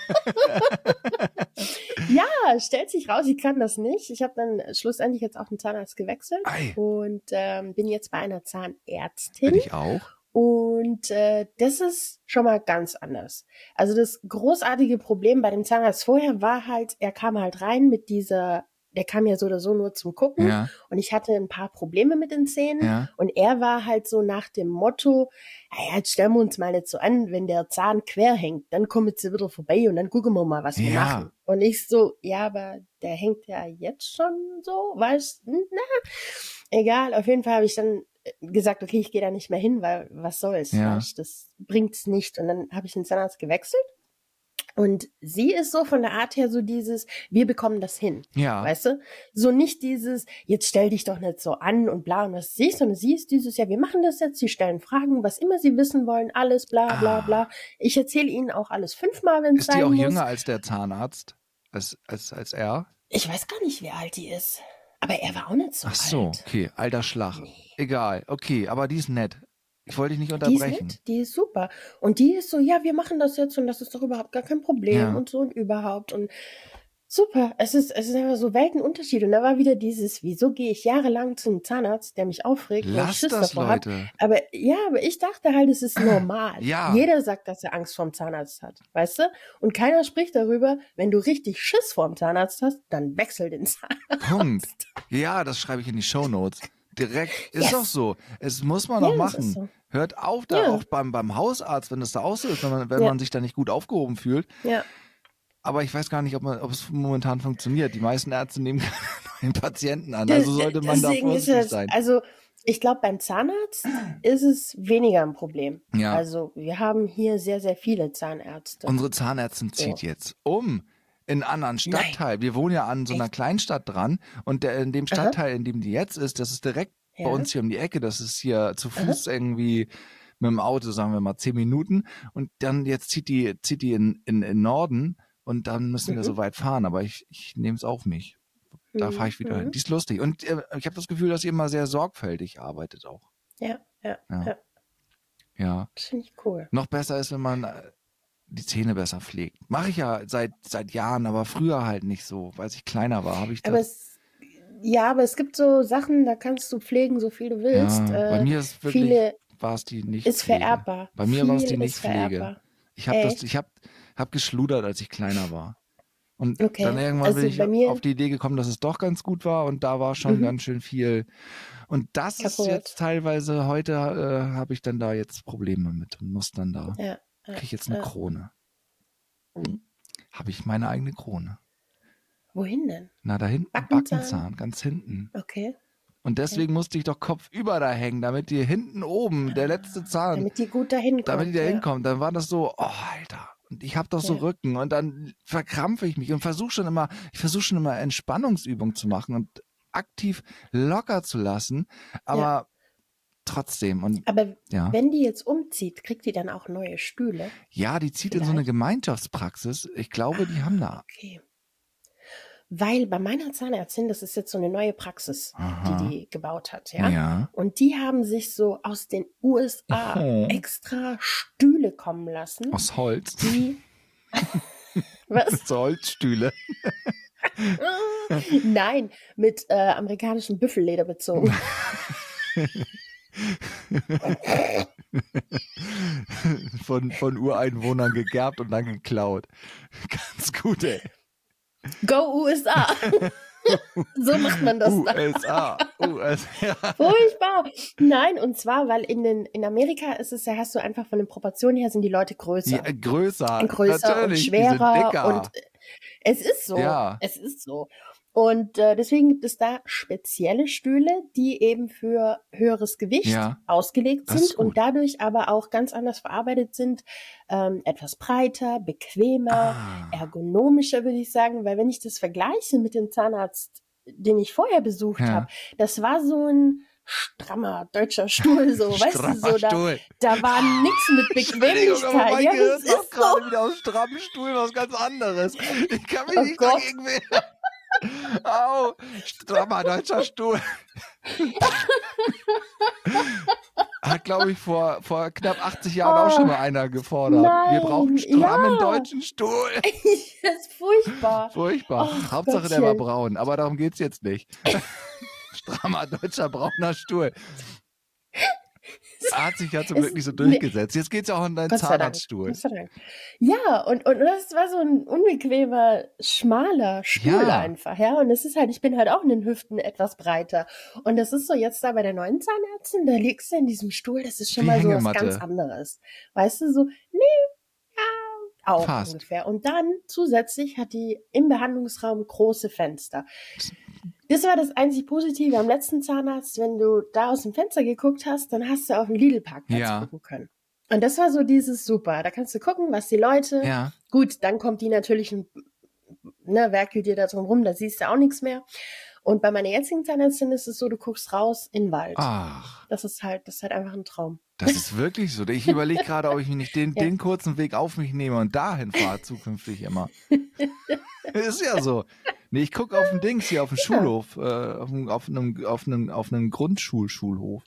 Speaker 4: ja, stellt sich raus, ich kann das nicht. Ich habe dann schlussendlich jetzt auch einen Zahnarzt gewechselt
Speaker 2: Ei.
Speaker 4: und ähm, bin jetzt bei einer
Speaker 2: Bin
Speaker 4: Zahnärztin.
Speaker 2: ich auch?
Speaker 4: Und äh, das ist schon mal ganz anders. Also das großartige Problem bei dem Zahnarzt vorher war halt, er kam halt rein mit dieser, der kam ja so oder so nur zum Gucken
Speaker 2: Ja,
Speaker 4: und ich hatte ein paar Probleme mit den Zähnen.
Speaker 2: ja.
Speaker 4: Und er war halt so nach dem Motto, "Ah ja, jetzt stellen wir uns mal nicht so an, wenn der Zahn quer hängt, dann kommen sie wieder vorbei und dann gucken wir mal, was wir
Speaker 2: Ja.
Speaker 4: machen. Und ich so, ja, aber der hängt ja jetzt schon so, weißt du, na, egal, auf jeden Fall habe ich dann äh, gesagt, okay, ich gehe da nicht mehr hin, weil was soll's,
Speaker 2: Ja.
Speaker 4: weißt, das bringt's nicht. Und dann habe ich den Zahnarzt gewechselt. Und sie ist so von der Art her so dieses, wir bekommen das hin.
Speaker 2: Ja.
Speaker 4: Weißt du? So nicht dieses, jetzt stell dich doch nicht so an und bla und was sie, sondern sie ist dieses, ja, wir machen das jetzt, sie stellen Fragen, was immer sie wissen wollen, alles bla bla
Speaker 2: Ah.
Speaker 4: bla. Ich erzähle ihnen auch alles fünfmal, wenn es
Speaker 2: Ist die
Speaker 4: sein
Speaker 2: auch
Speaker 4: muss.
Speaker 2: jünger als der Zahnarzt? Als, als, als er?
Speaker 4: Ich weiß gar nicht, wie alt die ist. Aber er war auch nicht so
Speaker 2: Ach so,
Speaker 4: alt.
Speaker 2: okay, alter Schlag. Egal, okay, aber die ist nett. Ich wollte dich nicht
Speaker 4: Die ist
Speaker 2: unterbrechen.
Speaker 4: nett, die ist super. Und die ist so, ja, wir machen das jetzt und das ist doch überhaupt gar kein Problem
Speaker 2: Ja.
Speaker 4: und so und überhaupt. Und super, es ist, es ist einfach so Weltenunterschied. Und da war wieder dieses, wieso gehe ich jahrelang zum Zahnarzt, der mich aufregt, weil ich
Speaker 2: Lass
Speaker 4: Schiss
Speaker 2: das,
Speaker 4: davor habe. [LAUGHS]
Speaker 2: Leute.
Speaker 4: Aber ja, aber ich dachte halt, es ist normal.
Speaker 2: Ja.
Speaker 4: Jeder sagt, dass er Angst vorm Zahnarzt hat, weißt du? Und keiner spricht darüber, wenn du richtig Schiss vorm Zahnarzt hast, dann wechsel den Zahnarzt.
Speaker 2: Punkt. Ja, das schreibe ich in die Shownotes. Direkt. Ist
Speaker 4: Yes.
Speaker 2: doch so. Es muss man
Speaker 4: Ja,
Speaker 2: doch
Speaker 4: das
Speaker 2: machen.
Speaker 4: ist so.
Speaker 2: Hört auf da,
Speaker 4: Ja.
Speaker 2: auch beim, beim Hausarzt, wenn das da auch so ist, wenn, man, wenn
Speaker 4: Ja.
Speaker 2: man sich da nicht gut aufgehoben fühlt.
Speaker 4: Ja.
Speaker 2: Aber ich weiß gar nicht, ob, man, ob es momentan funktioniert. Die meisten Ärzte nehmen [LAUGHS] den Patienten an. Also sollte man da
Speaker 4: Deswegen ist
Speaker 2: vorsichtig
Speaker 4: es-
Speaker 2: sein.
Speaker 4: Also ich glaube, beim Zahnarzt ist es weniger ein Problem.
Speaker 2: Ja.
Speaker 4: Also wir haben hier sehr, sehr viele Zahnärzte.
Speaker 2: Unsere Zahnärztin zieht jetzt um in einen anderen Stadtteil. Wir wohnen ja an so einer Kleinstadt dran und der, in dem Stadtteil, in dem die jetzt ist, das ist direkt
Speaker 4: Ja.
Speaker 2: bei uns hier um die Ecke. Das ist hier zu Fuß irgendwie mit dem Auto, sagen wir mal, zehn Minuten. Und dann jetzt zieht die, zieht die in, in, in Norden und dann müssen wir
Speaker 4: Mhm.
Speaker 2: so weit fahren. Aber ich, ich nehme es auf mich. Da
Speaker 4: Mhm,
Speaker 2: fahre ich wieder hin.
Speaker 4: mhm.
Speaker 2: Die ist lustig. Und äh, ich habe das Gefühl, dass ihr immer sehr sorgfältig arbeitet auch.
Speaker 4: Ja, ja,
Speaker 2: Ja.
Speaker 4: ja.
Speaker 2: Ja.
Speaker 4: Das finde ich cool.
Speaker 2: Noch besser ist, wenn man äh, die Zähne besser pflegt. Mache ich ja seit, seit Jahren, aber früher halt nicht so. Als ich kleiner war, habe ich
Speaker 4: Aber
Speaker 2: das.
Speaker 4: es, ja, aber es gibt so Sachen, da kannst du pflegen, so viel du willst.
Speaker 2: ja, bei
Speaker 4: Äh,
Speaker 2: mir ist wirklich,
Speaker 4: viele
Speaker 2: war es die nicht
Speaker 4: ist
Speaker 2: Pflege.
Speaker 4: vererbbar.
Speaker 2: Bei mir war es
Speaker 4: Viel
Speaker 2: die
Speaker 4: ist
Speaker 2: Nichtpflege.
Speaker 4: vererbbar.
Speaker 2: Ich habe das,
Speaker 4: Echt?
Speaker 2: ich habe hab geschludert, als ich kleiner war. Und
Speaker 4: Okay,
Speaker 2: dann irgendwann
Speaker 4: also
Speaker 2: bin ich
Speaker 4: bei mir-
Speaker 2: auf die Idee gekommen, dass es doch ganz gut war und da war schon
Speaker 4: Mhm.
Speaker 2: ganz schön viel. Und das ist
Speaker 4: Kaputt.
Speaker 2: jetzt teilweise heute äh, habe ich dann da jetzt Probleme mit und muss dann da
Speaker 4: Ja, ja,
Speaker 2: kriege ich jetzt eine
Speaker 4: ja.
Speaker 2: Krone. Habe ich meine eigene Krone.
Speaker 4: Wohin denn?
Speaker 2: Na, da hinten, Backenzahn.
Speaker 4: Backenzahn.
Speaker 2: ganz hinten.
Speaker 4: Okay.
Speaker 2: Und deswegen musste ich doch kopfüber da hängen, damit die hinten oben, der letzte Zahn, damit,
Speaker 4: Damit die gut dahin kommen.
Speaker 2: die da
Speaker 4: ja.
Speaker 2: hinkommen. Dann war das so, oh, Alter. Und ich habe doch so
Speaker 4: Ja.
Speaker 2: Rücken und dann verkrampfe ich mich und versuche schon immer, ich versuche schon immer Entspannungsübungen zu machen und aktiv locker zu lassen, aber trotzdem und
Speaker 4: Aber
Speaker 2: ja.
Speaker 4: wenn die jetzt umzieht, kriegt die dann auch neue Stühle?
Speaker 2: Ja, die zieht in so eine
Speaker 4: Vielleicht.
Speaker 2: Gemeinschaftspraxis. Ich glaube, die haben da
Speaker 4: Okay. Weil bei meiner Zahnärztin, das ist jetzt so eine neue Praxis,
Speaker 2: Aha.
Speaker 4: die die gebaut hat, ja?
Speaker 2: Ja.
Speaker 4: Und die haben sich so aus den USA
Speaker 2: Oh.
Speaker 4: extra Stühle kommen lassen,
Speaker 2: aus Holz. [LAUGHS]
Speaker 4: die Was?
Speaker 2: So Holzstühle.
Speaker 4: Nein, mit äh, amerikanischem Büffelleder bezogen.
Speaker 2: [LAUGHS] von, von Ureinwohnern gegerbt und dann geklaut. [LAUGHS] Ganz gut, ey.
Speaker 4: Go USA! so macht man das [LAUGHS] da.
Speaker 2: USA. USA.
Speaker 4: Furchtbar. Nein, und zwar, weil in, den, in Amerika ist es ja, hast du einfach von den Proportionen her sind die Leute größer.
Speaker 2: Ja, größer.
Speaker 4: Und größer
Speaker 2: Äh, Natürlich,
Speaker 4: und
Speaker 2: die sind
Speaker 4: schwerer.
Speaker 2: dicker.
Speaker 4: Und äh, es ist so.
Speaker 2: Ja.
Speaker 4: Es ist so. Und äh, deswegen gibt es da spezielle Stühle, die eben für höheres Gewicht
Speaker 2: Ja.
Speaker 4: ausgelegt
Speaker 2: Das ist
Speaker 4: sind
Speaker 2: gut.
Speaker 4: und dadurch aber auch ganz anders verarbeitet sind, ähm, etwas breiter, bequemer,
Speaker 2: Ah,
Speaker 4: ergonomischer, würde ich sagen, weil wenn ich das vergleiche mit dem Zahnarzt, den ich vorher besucht
Speaker 2: Ja.
Speaker 4: habe, das war so ein strammer deutscher Stuhl,
Speaker 2: [LAUGHS]
Speaker 4: so, weißt du, so, da,
Speaker 2: Stuhl.
Speaker 4: da war nichts mit
Speaker 2: [LAUGHS] Entschuldigung, aber
Speaker 4: Bequemlichkeit.
Speaker 2: mein
Speaker 4: Ja,
Speaker 2: Gehirn
Speaker 4: das
Speaker 2: war
Speaker 4: ist so.
Speaker 2: gerade wieder auf strammen Stuhl, was ganz anderes. Ich kann mich
Speaker 4: Oh
Speaker 2: nicht
Speaker 4: Gott.
Speaker 2: dagegen wehren. [LAUGHS] Au, strammer deutscher Stuhl. [LAUGHS] Hat, glaube ich, vor, vor knapp 80 Jahren auch schon mal einer gefordert. Wir
Speaker 4: Oh, Nein,
Speaker 2: brauchen strammen
Speaker 4: ja.
Speaker 2: deutschen Stuhl.
Speaker 4: [LAUGHS] das ist furchtbar.
Speaker 2: Furchtbar.
Speaker 4: Ach,
Speaker 2: Hauptsache, der war
Speaker 4: Oh Gottchen.
Speaker 2: braun, aber darum geht es jetzt nicht. [LAUGHS] Strammer deutscher brauner
Speaker 4: [LAUGHS]
Speaker 2: Stuhl. Hat sich ja zum
Speaker 4: Es-
Speaker 2: Glück nicht so durchgesetzt. Jetzt geht es ja auch um deinen
Speaker 4: Gott sei Dank.
Speaker 2: Zahnarztstuhl.
Speaker 4: Gott sei Dank. Ja, und, und das war so ein unbequemer, schmaler Stuhl
Speaker 2: Ja.
Speaker 4: einfach, ja. Und es ist halt, ich bin halt auch in den Hüften etwas breiter. Und das ist so jetzt da bei der neuen Zahnärztin, da liegst du in diesem Stuhl, das ist schon
Speaker 2: Wie
Speaker 4: mal so was
Speaker 2: Hängematte.
Speaker 4: ganz anderes. Weißt du, so, nee, ja, auch
Speaker 2: Fast.
Speaker 4: ungefähr. Und dann zusätzlich hat die im Behandlungsraum große Fenster. Das war das einzig Positive am letzten Zahnarzt. Wenn du da aus dem Fenster geguckt hast, dann hast du auf den Lidl-Parkplatz
Speaker 2: Ja.
Speaker 4: gucken können. Und das war so dieses super. Da kannst du gucken, was die Leute.
Speaker 2: Ja.
Speaker 4: Gut, dann kommt die natürlich ein ne, Werkel dir da drum rum, da siehst du auch nichts mehr. Und bei meiner jetzigen Zahnärztin ist es so, du guckst raus in den Wald.
Speaker 2: Ah. Ach,
Speaker 4: Das ist halt, das ist halt einfach ein Traum.
Speaker 2: das ist wirklich so. Ich überlege gerade, ob ich mir nicht den,
Speaker 4: Ja.
Speaker 2: den
Speaker 4: [LAUGHS]
Speaker 2: kurzen Weg auf mich nehme und dahin fahre zukünftig immer. ist ja so. Nee, ich gucke auf den Dings hier, auf den Schulhof, äh, auf, dem- auf einem, auf einem, auf einem Grundschulschulhof.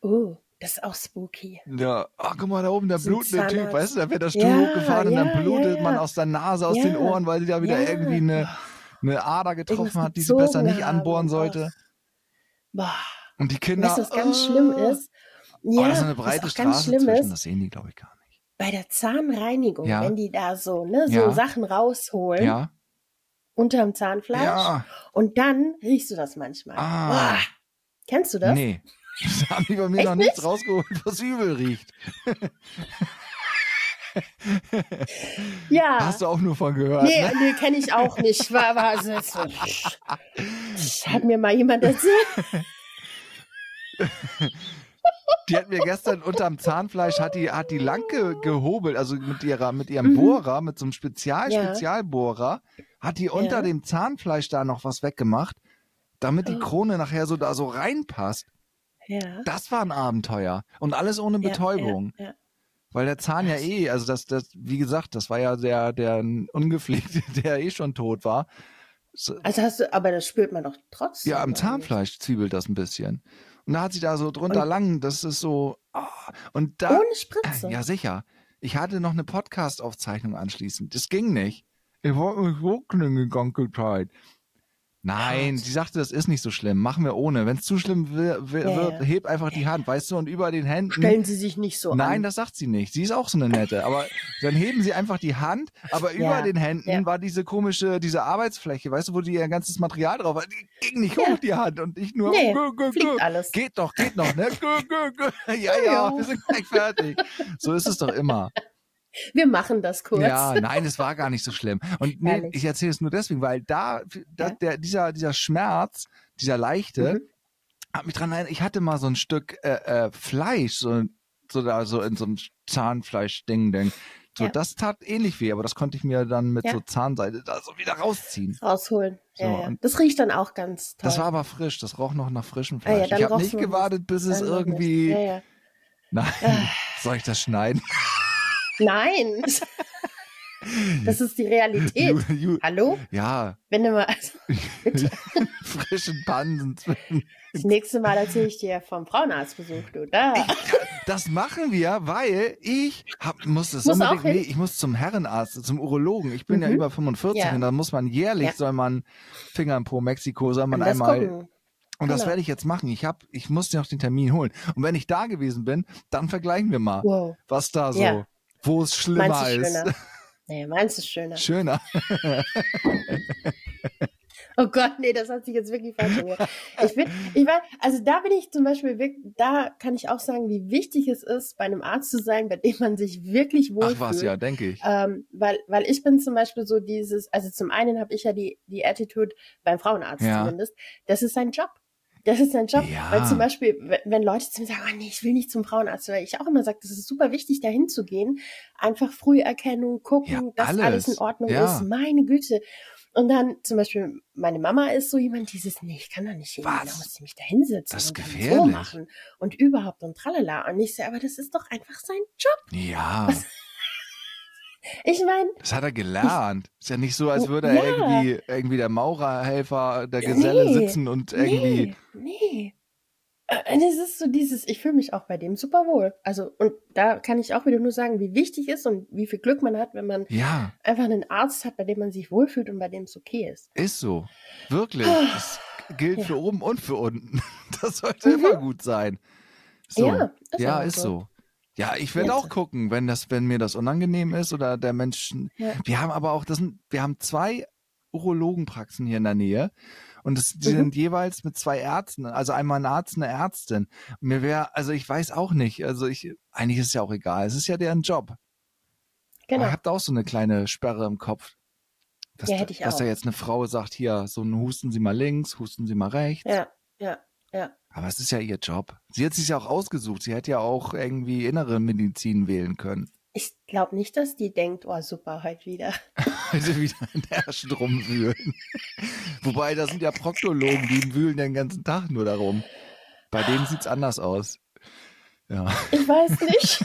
Speaker 4: Oh, das ist auch spooky.
Speaker 2: Ja, ach, guck mal da oben, der
Speaker 4: So ein
Speaker 2: blutende Typ,
Speaker 4: Zahnarzt.
Speaker 2: weißt du, da wird der Stuhl
Speaker 4: Ja,
Speaker 2: hochgefahren und
Speaker 4: ja,
Speaker 2: dann blutet
Speaker 4: ja,
Speaker 2: man
Speaker 4: ja.
Speaker 2: aus der Nase, aus den
Speaker 4: Ja,
Speaker 2: Ohren, weil sie da wieder
Speaker 4: ja.
Speaker 2: irgendwie eine, eine Ader getroffen
Speaker 4: Irgendwas
Speaker 2: hat, die sie besser
Speaker 4: gezogen
Speaker 2: nicht anbohren
Speaker 4: haben.
Speaker 2: sollte.
Speaker 4: Boah.
Speaker 2: Und die Kinder.
Speaker 4: Weißt du, was ganz schlimm
Speaker 2: äh,
Speaker 4: ist?
Speaker 2: Aber
Speaker 4: Ja,
Speaker 2: das ist eine breite
Speaker 4: was auch ganz
Speaker 2: Straße
Speaker 4: schlimm
Speaker 2: zwischen,
Speaker 4: ist,
Speaker 2: das sehen die, glaube ich, gar nicht.
Speaker 4: bei der Zahnreinigung,
Speaker 2: Ja.
Speaker 4: wenn die da so, ne, so
Speaker 2: Ja.
Speaker 4: Sachen rausholen,
Speaker 2: Ja?
Speaker 4: unterm Zahnfleisch,
Speaker 2: Ja.
Speaker 4: und dann riechst du das manchmal.
Speaker 2: Ah.
Speaker 4: Boah. Kennst du das?
Speaker 2: Nee. [LAUGHS] Da haben die bei mir
Speaker 4: Echt
Speaker 2: noch nichts rausgeholt, was übel riecht.
Speaker 4: Ja.
Speaker 2: Hast du auch nur von gehört.
Speaker 4: Ah. Nee,
Speaker 2: Ne?
Speaker 4: nee kenne ich auch nicht. War, war, also,
Speaker 2: [LAUGHS]
Speaker 4: das hat mir mal jemand erzählt.
Speaker 2: Die hat mir gestern unterm Zahnfleisch hat die, hat die lang ge gehobelt, also mit ihrer, mit ihrem Bohrer, mit so einem Spezial,
Speaker 4: Mhm. Ja.
Speaker 2: Spezialbohrer, hat die unter
Speaker 4: Ja.
Speaker 2: dem Zahnfleisch da noch was weggemacht, damit
Speaker 4: Ah.
Speaker 2: die Krone nachher so da so reinpasst.
Speaker 4: Ja.
Speaker 2: Das war ein Abenteuer. Und alles ohne
Speaker 4: Ja,
Speaker 2: Betäubung.
Speaker 4: Ja, ja.
Speaker 2: Weil der Zahn ja eh, also das, das, wie gesagt, das war ja der, der ungepflegte, [LAUGHS] der eh schon tot war. So,
Speaker 4: Also hast du, aber das spürt man doch trotzdem.
Speaker 2: Ja, am
Speaker 4: oder
Speaker 2: Zahnfleisch zwiebelt das ein bisschen. Und da hat sie da so drunter
Speaker 4: Und-
Speaker 2: lang, das ist so. ah, und
Speaker 4: nicht?
Speaker 2: da.
Speaker 4: Ohne Spritze.
Speaker 2: Ja, sicher. Ich hatte noch eine Podcast-Aufzeichnung anschließend. Das ging nicht. Ich wollte mich wuckeln die ganze Zeit. Nein, sie sagte, das ist nicht so schlimm. Machen wir ohne. Wenn es zu schlimm wir- wir-
Speaker 4: Ja,
Speaker 2: wird,
Speaker 4: ja.
Speaker 2: heb einfach die Hand, weißt du, und über den Händen.
Speaker 4: Stellen Sie sich nicht so
Speaker 2: Nein,
Speaker 4: an.
Speaker 2: das sagt sie nicht. Sie ist auch so eine nette. Aber dann heben sie einfach die Hand, aber über
Speaker 4: [LAUGHS] Ja,
Speaker 2: den Händen
Speaker 4: ja.
Speaker 2: war diese komische, diese Arbeitsfläche, weißt du, wo die ihr ganzes Material drauf hat. Die ging nicht hoch, die Hand. Und ich nur.
Speaker 4: Nee,
Speaker 2: gö, gö,
Speaker 4: fliegt
Speaker 2: gö.
Speaker 4: alles.
Speaker 2: Geht doch, geht noch, ne? Gö, gö, gö. [LAUGHS] Ja, ja,
Speaker 4: Ja.
Speaker 2: wir sind gleich fertig. So ist es doch immer.
Speaker 4: Wir machen das kurz.
Speaker 2: Ja, nein, es war gar nicht so schlimm. Und nee,
Speaker 4: Herrlich.
Speaker 2: ich erzähle es nur deswegen, weil da, da
Speaker 4: Ja. Mhm.
Speaker 2: der, dieser, dieser Schmerz, dieser leichte, hat mich dran erinnert, ich hatte mal so ein Stück äh, äh, Fleisch, so, ein- so da so in so einem Zahnfleisch-Ding, Ding. So,
Speaker 4: Ja.
Speaker 2: das tat ähnlich weh, aber das konnte ich mir dann mit
Speaker 4: Ja.
Speaker 2: so Zahnseide da so wieder rausziehen.
Speaker 4: Rausholen.
Speaker 2: So,
Speaker 4: ja, ja.
Speaker 2: und-
Speaker 4: Das riecht dann auch ganz toll.
Speaker 2: Das war aber frisch, das roch noch nach frischem
Speaker 4: Ah ja,
Speaker 2: Fleisch.
Speaker 4: dann
Speaker 2: ich habe
Speaker 4: roch's
Speaker 2: nicht
Speaker 4: noch nicht.
Speaker 2: gewartet, bis es
Speaker 4: Dann noch nicht.
Speaker 2: irgendwie.
Speaker 4: Ja, ja.
Speaker 2: Nein, [LAUGHS] soll ich das schneiden? [LAUGHS]
Speaker 4: Nein. Das ist die Realität.
Speaker 2: Ju- ju-
Speaker 4: Hallo?
Speaker 2: ja, [LAUGHS]
Speaker 4: Wenn du mal, also
Speaker 2: frischen Pansen zwischen
Speaker 4: das nächste Mal erzähle ich dir vom Frauenarztbesuch, du. Da.
Speaker 2: Das machen wir, weil ich hab, muss das
Speaker 4: Muss
Speaker 2: unbedingt.
Speaker 4: auch hin.
Speaker 2: Nee, ich muss zum Herrenarzt, zum Urologen. Ich bin ja
Speaker 4: Mhm.
Speaker 2: über 45
Speaker 4: Ja.
Speaker 2: und da muss man jährlich,
Speaker 4: Ja.
Speaker 2: soll man Finger im Po Mexiko, soll man
Speaker 4: Lass
Speaker 2: einmal.
Speaker 4: gucken.
Speaker 2: Und das
Speaker 4: Genau.
Speaker 2: werde ich jetzt machen. Ich hab, ich muss dir noch den Termin holen. Und wenn ich da gewesen bin, dann vergleichen wir mal,
Speaker 4: Wow.
Speaker 2: was da so,
Speaker 4: Ja.
Speaker 2: wo es schlimmer
Speaker 4: Meins ist
Speaker 2: ist. [LAUGHS]
Speaker 4: schöner. Nee, meins ist schöner.
Speaker 2: Schöner.
Speaker 4: Oh Gott, nee, das hat sich jetzt wirklich falsch angehört. Ich bin, ich war, also da bin ich zum Beispiel wirklich, da kann ich auch sagen, wie wichtig es ist, bei einem Arzt zu sein, bei dem man sich wirklich wohlfühlt.
Speaker 2: Ach was, ja, denke ich.
Speaker 4: Ähm, weil, weil ich bin zum Beispiel so dieses, also zum einen habe ich ja die, die Attitude beim Frauenarzt
Speaker 2: Ja.
Speaker 4: zumindest, das ist sein Job. Das ist sein Job.
Speaker 2: Ja.
Speaker 4: Weil zum Beispiel, we- wenn Leute zu mir sagen, oh nee, ich will nicht zum Frauenarzt, weil ich auch immer sage, das ist super wichtig, da hinzugehen. Einfach Früherkennung, gucken,
Speaker 2: Ja,
Speaker 4: dass alles.
Speaker 2: alles.
Speaker 4: in Ordnung
Speaker 2: Ja.
Speaker 4: ist. Meine Güte. Und dann zum Beispiel, meine Mama ist so jemand, dieses, nee, ich kann da nicht hin, da
Speaker 2: Was?
Speaker 4: muss ich mich da hinsetzen
Speaker 2: Das ist
Speaker 4: und dann so
Speaker 2: gefährlich.
Speaker 4: machen und überhaupt und tralala. Und ich sage, aber das ist doch einfach sein Job.
Speaker 2: Ja,
Speaker 4: Ich meine,
Speaker 2: das hat er gelernt. Ist ja nicht so, als würde er
Speaker 4: Oh, Ja.
Speaker 2: irgendwie, irgendwie der Maurerhelfer, der Geselle
Speaker 4: Nee.
Speaker 2: sitzen und irgendwie.
Speaker 4: Nee, nee. Äh, Das ist so dieses, ich fühle mich auch bei dem super wohl. Also, und da kann ich auch wieder nur sagen, wie wichtig ist und wie viel Glück man hat, wenn man
Speaker 2: Ja.
Speaker 4: einfach einen Arzt hat, bei dem man sich wohlfühlt und bei dem es okay ist.
Speaker 2: Ist so. Wirklich.
Speaker 4: Ah.
Speaker 2: Das gilt für oben und für unten. [LAUGHS] Das sollte
Speaker 4: Mhm.
Speaker 2: immer gut sein. So.
Speaker 4: Ja, ist
Speaker 2: ja,
Speaker 4: auch
Speaker 2: ist
Speaker 4: so.
Speaker 2: so. Ja, ich werde
Speaker 4: Ja.
Speaker 2: auch gucken, wenn das, wenn mir das unangenehm ist oder der Mensch.
Speaker 4: Ja.
Speaker 2: Wir haben aber auch, das sind, wir haben zwei Urologenpraxen hier in der Nähe und das, die
Speaker 4: Mhm.
Speaker 2: sind jeweils mit zwei Ärzten, also einmal ein Arzt, eine Ärztin. Mir wäre, also ich weiß auch nicht, also ich, eigentlich ist es ja auch egal, es ist ja deren Job. Aber
Speaker 4: Genau.
Speaker 2: ich habe da auch so eine kleine Sperre im Kopf. Dass,
Speaker 4: Ja,
Speaker 2: da-
Speaker 4: hätte ich
Speaker 2: dass da
Speaker 4: auch.
Speaker 2: jetzt eine Frau sagt, hier, so ein husten Sie mal links, husten Sie mal rechts.
Speaker 4: Ja, ja, ja.
Speaker 2: Aber es ist ja ihr Job. Sie hat sich ja auch ausgesucht. Sie hätte ja auch irgendwie innere Medizin wählen können. [LAUGHS]
Speaker 4: Ich glaube nicht, dass die denkt, oh super, heute wieder. [LAUGHS]
Speaker 2: Heute wieder in der Asche rumwühlen. [LAUGHS] Wobei, da sind ja Proktologen, die wühlen den ganzen Tag nur darum. Bei denen sieht's anders aus. Ja. [LAUGHS]
Speaker 4: Ich weiß nicht.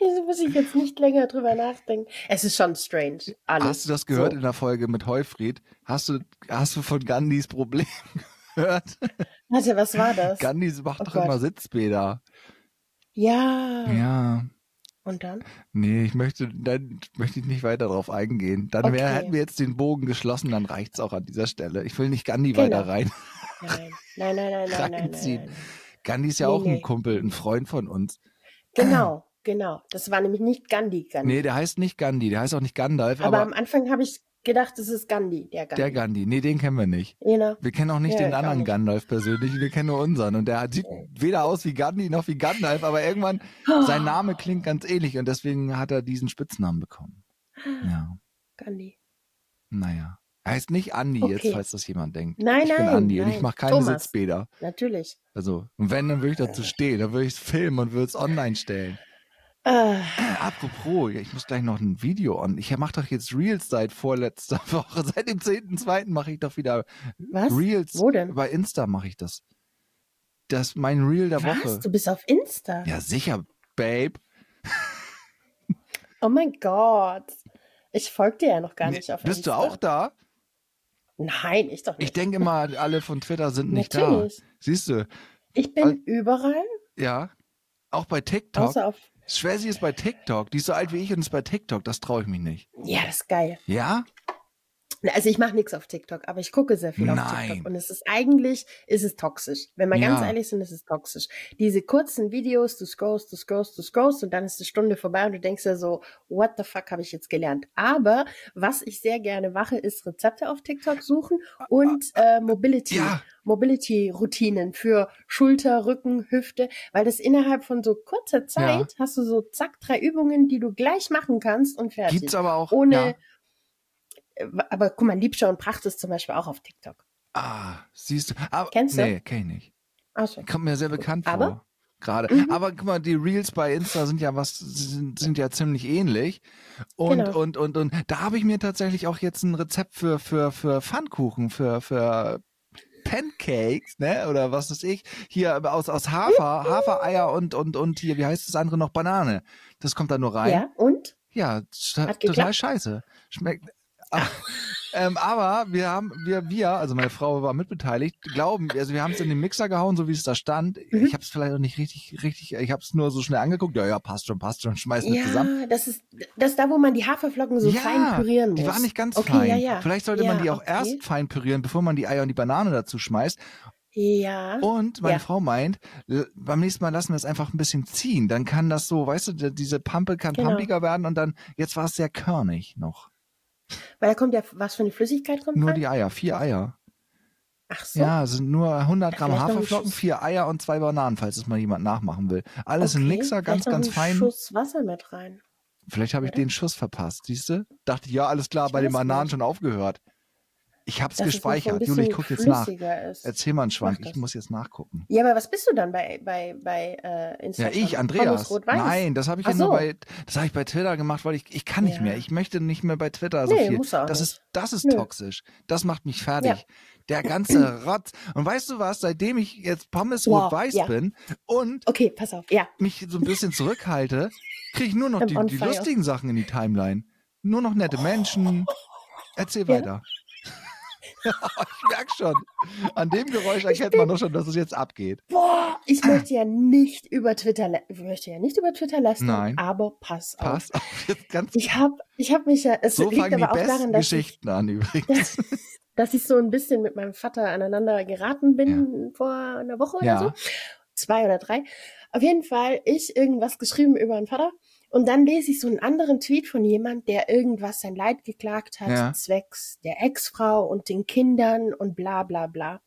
Speaker 4: Wieso muss ich jetzt nicht nicht länger drüber nachdenken. Es ist schon strange. Alles.
Speaker 2: Hast du das gehört
Speaker 4: So.
Speaker 2: in der Folge mit Heufried? Hast du, hast du von Gandhis Problem [LAUGHS] gehört?
Speaker 4: Warte, was war das?
Speaker 2: Gandhi macht
Speaker 4: Oh
Speaker 2: doch
Speaker 4: Gott.
Speaker 2: immer Sitzbäder.
Speaker 4: ja.
Speaker 2: Ja.
Speaker 4: Und dann?
Speaker 2: Nee, ich möchte, dann möchte ich nicht weiter drauf eingehen. Dann wär,
Speaker 4: Okay.
Speaker 2: hätten wir jetzt den Bogen geschlossen, dann reicht's auch an dieser Stelle. Ich will nicht Gandhi
Speaker 4: Genau.
Speaker 2: weiter rein.
Speaker 4: Nein, nein, nein, nein, nein, nein, nein,
Speaker 2: Reinziehen.
Speaker 4: nein.
Speaker 2: Gandhi ist ja
Speaker 4: Nee,
Speaker 2: auch
Speaker 4: nee.
Speaker 2: ein Kumpel, ein Freund von uns.
Speaker 4: Genau, genau. Das war nämlich nicht Gandhi, Gandhi.
Speaker 2: Nee, der heißt nicht Gandhi, der heißt auch nicht Gandalf,
Speaker 4: aber,
Speaker 2: aber,
Speaker 4: am Anfang habe ich gedacht, es ist Gandhi, der Gandhi.
Speaker 2: der Gandhi. Nee, den kennen wir nicht.
Speaker 4: Genau.
Speaker 2: Wir kennen auch nicht
Speaker 4: Ja,
Speaker 2: den
Speaker 4: ich auch
Speaker 2: anderen
Speaker 4: nicht.
Speaker 2: Gandalf persönlich, wir kennen nur unseren. Und der hat- sieht weder aus wie Gandhi noch wie Gandalf, aber irgendwann,
Speaker 4: [GASPS]
Speaker 2: sein Name klingt ganz ähnlich und deswegen hat er diesen Spitznamen bekommen. Ja,
Speaker 4: Gandhi.
Speaker 2: naja. Er heißt nicht Andi, jetzt,
Speaker 4: Okay.
Speaker 2: falls das jemand denkt.
Speaker 4: Nein,
Speaker 2: ich bin
Speaker 4: nein,
Speaker 2: Andi und ich
Speaker 4: nein.
Speaker 2: mache keine
Speaker 4: Thomas. Äh.
Speaker 2: Sitzbäder.
Speaker 4: Natürlich.
Speaker 2: Also, und wenn, dann würde ich dazu stehen, dann würde ich es filmen und würde es online stellen.
Speaker 4: Ah,
Speaker 2: Apropos, ja, ich muss gleich noch ein Video on. Ich mache doch jetzt Reels seit vorletzter [LAUGHS] Woche. Seit dem 10.2. mache ich doch wieder
Speaker 4: was?
Speaker 2: Reels.
Speaker 4: Wo denn?
Speaker 2: Bei Insta mache ich das. Das ist mein Reel der
Speaker 4: Was?
Speaker 2: Woche.
Speaker 4: Du bist auf Insta?
Speaker 2: Ja, sicher, Babe.
Speaker 4: Oh mein Gott. Ich folge dir ja noch gar
Speaker 2: Nee,
Speaker 4: nicht auf
Speaker 2: Bist du
Speaker 4: Insta.
Speaker 2: auch da?
Speaker 4: Nein, ich doch nicht.
Speaker 2: Ich denke immer, alle von Twitter sind nicht
Speaker 4: Natürlich.
Speaker 2: da. Siehst du?
Speaker 4: Ich bin
Speaker 2: Al-
Speaker 4: überall,
Speaker 2: Ja. Auch bei TikTok.
Speaker 4: außer auf.
Speaker 2: Schwesi ist bei TikTok. Die ist so alt wie ich und ist bei TikTok. Das traue ich mich nicht.
Speaker 4: Ja, das ist geil.
Speaker 2: Ja?
Speaker 4: Na, Also ich mache nichts auf TikTok, aber ich gucke sehr viel auf
Speaker 2: Nein.
Speaker 4: TikTok. Und es ist eigentlich, ist es toxisch. Wenn wir ganz
Speaker 2: Ja.
Speaker 4: ehrlich sind, ist es toxisch. Diese kurzen Videos, du scrollst, du scrollst, du scrollst und dann ist die Stunde vorbei und du denkst ja so, what the fuck habe ich jetzt gelernt? Aber was ich sehr gerne mache, ist Rezepte auf TikTok suchen und äh, Mobility.
Speaker 2: Ja.
Speaker 4: Mobility-Routinen für Schulter, Rücken, Hüfte, weil das innerhalb von so kurzer
Speaker 2: Ja.
Speaker 4: Zeit hast du so zack, drei Übungen, die du gleich machen kannst und fertig.
Speaker 2: Gibt's aber auch.
Speaker 4: Ohne, Äh,
Speaker 2: Ja.
Speaker 4: aber guck mal, Liebscher und Pracht ist zum Beispiel auch auf TikTok.
Speaker 2: Ah, siehst du. Aber,
Speaker 4: Kennst du?
Speaker 2: Nee, kenn ich nicht.
Speaker 4: Also,
Speaker 2: Kommt mir sehr bekannt
Speaker 4: Aber- Mhm.
Speaker 2: vor. Gerade. Aber guck mal, die Reels bei Insta sind ja was, sind, sind ja ziemlich ähnlich. Und,
Speaker 4: Genau.
Speaker 2: und, und, und da habe ich mir tatsächlich auch jetzt ein Rezept für, für, für Pfannkuchen, für, für Pancakes, ne? Oder was weiß ich. Hier aus, aus Hafer,
Speaker 4: Mhm.
Speaker 2: Hafereier und, und, und hier, wie heißt das andere noch? Banane. Das kommt da nur rein.
Speaker 4: ja, und?
Speaker 2: Ja, sch-
Speaker 4: Hat
Speaker 2: total
Speaker 4: geklappt?
Speaker 2: scheiße.
Speaker 4: [LAUGHS]
Speaker 2: Schmeckt. Ah, ähm, aber wir haben, wir, wir, also meine Frau war mitbeteiligt, glauben, also wir haben es in den Mixer gehauen, so wie es da stand.
Speaker 4: Mhm.
Speaker 2: Ich habe es vielleicht auch nicht richtig, richtig, ich habe es nur so schnell angeguckt. Ja, ja, passt schon, passt schon, schmeißen wir zusammen.
Speaker 4: Ja, das ist das ist da, wo man die Haferflocken so
Speaker 2: ja,
Speaker 4: fein pürieren muss.
Speaker 2: die waren nicht ganz
Speaker 4: okay,
Speaker 2: fein.
Speaker 4: Ja, ja.
Speaker 2: Vielleicht sollte man
Speaker 4: Ja,
Speaker 2: die auch
Speaker 4: okay.
Speaker 2: erst fein pürieren, bevor man die Eier und die Banane dazu schmeißt.
Speaker 4: Ja.
Speaker 2: Und meine
Speaker 4: Ja.
Speaker 2: Frau meint, l- beim nächsten Mal lassen wir es einfach ein bisschen ziehen. Dann kann das so, weißt du, d- diese Pampe kann
Speaker 4: Genau.
Speaker 2: pampiger werden und dann, jetzt war es sehr körnig noch.
Speaker 4: Weil da kommt ja was für eine Flüssigkeit drin.
Speaker 2: Nur
Speaker 4: rein?
Speaker 2: die Eier, vier Eier.
Speaker 4: Ach so.
Speaker 2: Ja, sind nur 100 Gramm
Speaker 4: Vielleicht noch ein
Speaker 2: Haferflocken,
Speaker 4: Schuss.
Speaker 2: vier Eier und zwei Bananen, falls es mal jemand nachmachen will. Alles in
Speaker 4: Okay,
Speaker 2: Mixer, ganz,
Speaker 4: vielleicht noch
Speaker 2: ganz
Speaker 4: einen
Speaker 2: fein.
Speaker 4: Schuss Wasser mit rein.
Speaker 2: Vielleicht habe ich den Schuss verpasst, siehste? Dachte, ja, alles klar,
Speaker 4: Ich
Speaker 2: bei den
Speaker 4: weiß
Speaker 2: Bananen
Speaker 4: nicht.
Speaker 2: schon aufgehört. Ich hab's
Speaker 4: Dass es noch so ein
Speaker 2: gespeichert.
Speaker 4: bisschen
Speaker 2: Juli, ich guck jetzt nach.
Speaker 4: flüssiger Ist.
Speaker 2: Erzähl mal einen Schwank,
Speaker 4: Mach
Speaker 2: ich
Speaker 4: das.
Speaker 2: muss jetzt nachgucken.
Speaker 4: Ja, aber was bist du dann bei, bei, bei äh,
Speaker 2: Ja,
Speaker 4: Instagram?
Speaker 2: ich,
Speaker 4: Pommes
Speaker 2: Andreas.
Speaker 4: rot-weiß?
Speaker 2: Nein, das habe ich
Speaker 4: Ach
Speaker 2: ja nur
Speaker 4: so.
Speaker 2: bei, das habe ich bei Twitter gemacht, weil ich, ich kann nicht
Speaker 4: Ja.
Speaker 2: mehr. Ich möchte nicht mehr bei Twitter so
Speaker 4: Nee,
Speaker 2: viel.
Speaker 4: muss auch
Speaker 2: das
Speaker 4: nicht.
Speaker 2: ist, das ist
Speaker 4: Nö.
Speaker 2: toxisch. Das macht mich fertig. Der
Speaker 4: [CLEARS THROAT]
Speaker 2: ganze Rotz. Und weißt du was? Seitdem ich jetzt Pommes
Speaker 4: Wow,
Speaker 2: rot-weiß
Speaker 4: ja.
Speaker 2: bin und
Speaker 4: Okay, pass auf. Ja,
Speaker 2: mich so ein bisschen zurückhalte, kriege ich nur noch
Speaker 4: I'm
Speaker 2: die,
Speaker 4: on
Speaker 2: die
Speaker 4: fire.
Speaker 2: lustigen Sachen in die Timeline. Nur noch nette Menschen. Erzähl
Speaker 4: Ja.
Speaker 2: weiter. [LAUGHS] ich merk schon. An dem Geräusch erkennt man doch schon, dass es jetzt abgeht.
Speaker 4: Boah, ich
Speaker 2: Ah.
Speaker 4: möchte ja nicht über Twitter, lä- ich möchte ja nicht über Twitter lästern,
Speaker 2: Nein.
Speaker 4: aber pass auf.
Speaker 2: Passt auf jetzt ganz
Speaker 4: Ich habe ich hab mich ja, es
Speaker 2: So
Speaker 4: liegt
Speaker 2: fangen die
Speaker 4: aber auch
Speaker 2: besten
Speaker 4: daran, dass ich,
Speaker 2: Geschichten an übrigens.
Speaker 4: dass, dass ich so ein bisschen mit meinem Vater aneinander geraten bin vor einer Woche
Speaker 2: Ja.
Speaker 4: oder so. Zwei oder drei. Auf jeden Fall, ich irgendwas geschrieben über einen Vater und dann lese ich so einen anderen Tweet von jemand, der irgendwas sein Leid geklagt hat,
Speaker 2: Ja.
Speaker 4: zwecks der Ex-Frau und den Kindern und bla bla bla.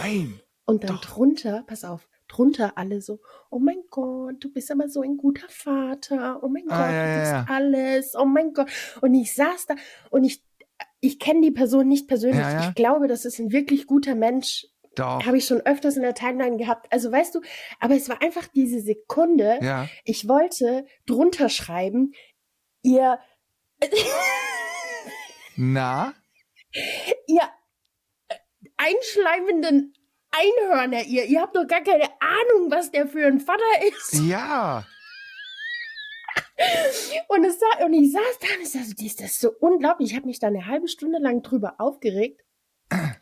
Speaker 2: Nein.
Speaker 4: Und dann
Speaker 2: Doch.
Speaker 4: drunter, pass auf, drunter alle so, oh mein Gott, du bist aber so ein guter Vater, oh mein
Speaker 2: Ah,
Speaker 4: Gott,
Speaker 2: ja,
Speaker 4: du
Speaker 2: ja,
Speaker 4: gibst
Speaker 2: ja.
Speaker 4: alles, oh mein Gott. Und ich saß da und ich, ich kenne die Person nicht persönlich.
Speaker 2: Ja, ja. Oh.
Speaker 4: Ich glaube, das ist ein wirklich guter Mensch.
Speaker 2: Doch.
Speaker 4: Habe ich schon öfters in der Timeline gehabt. Also weißt du, aber es war einfach diese Sekunde,
Speaker 2: Ja.
Speaker 4: ich wollte drunter schreiben, ihr, [LAUGHS]
Speaker 2: Na?
Speaker 4: ihr äh, einschleimenden Einhörner, ihr, ihr habt doch gar keine Ahnung, was der für ein Vater ist.
Speaker 2: Ja.
Speaker 4: Und, es sa- und ich saß da und ich saß, so, das ist das so unglaublich. Ich habe mich da eine halbe Stunde lang drüber aufgeregt.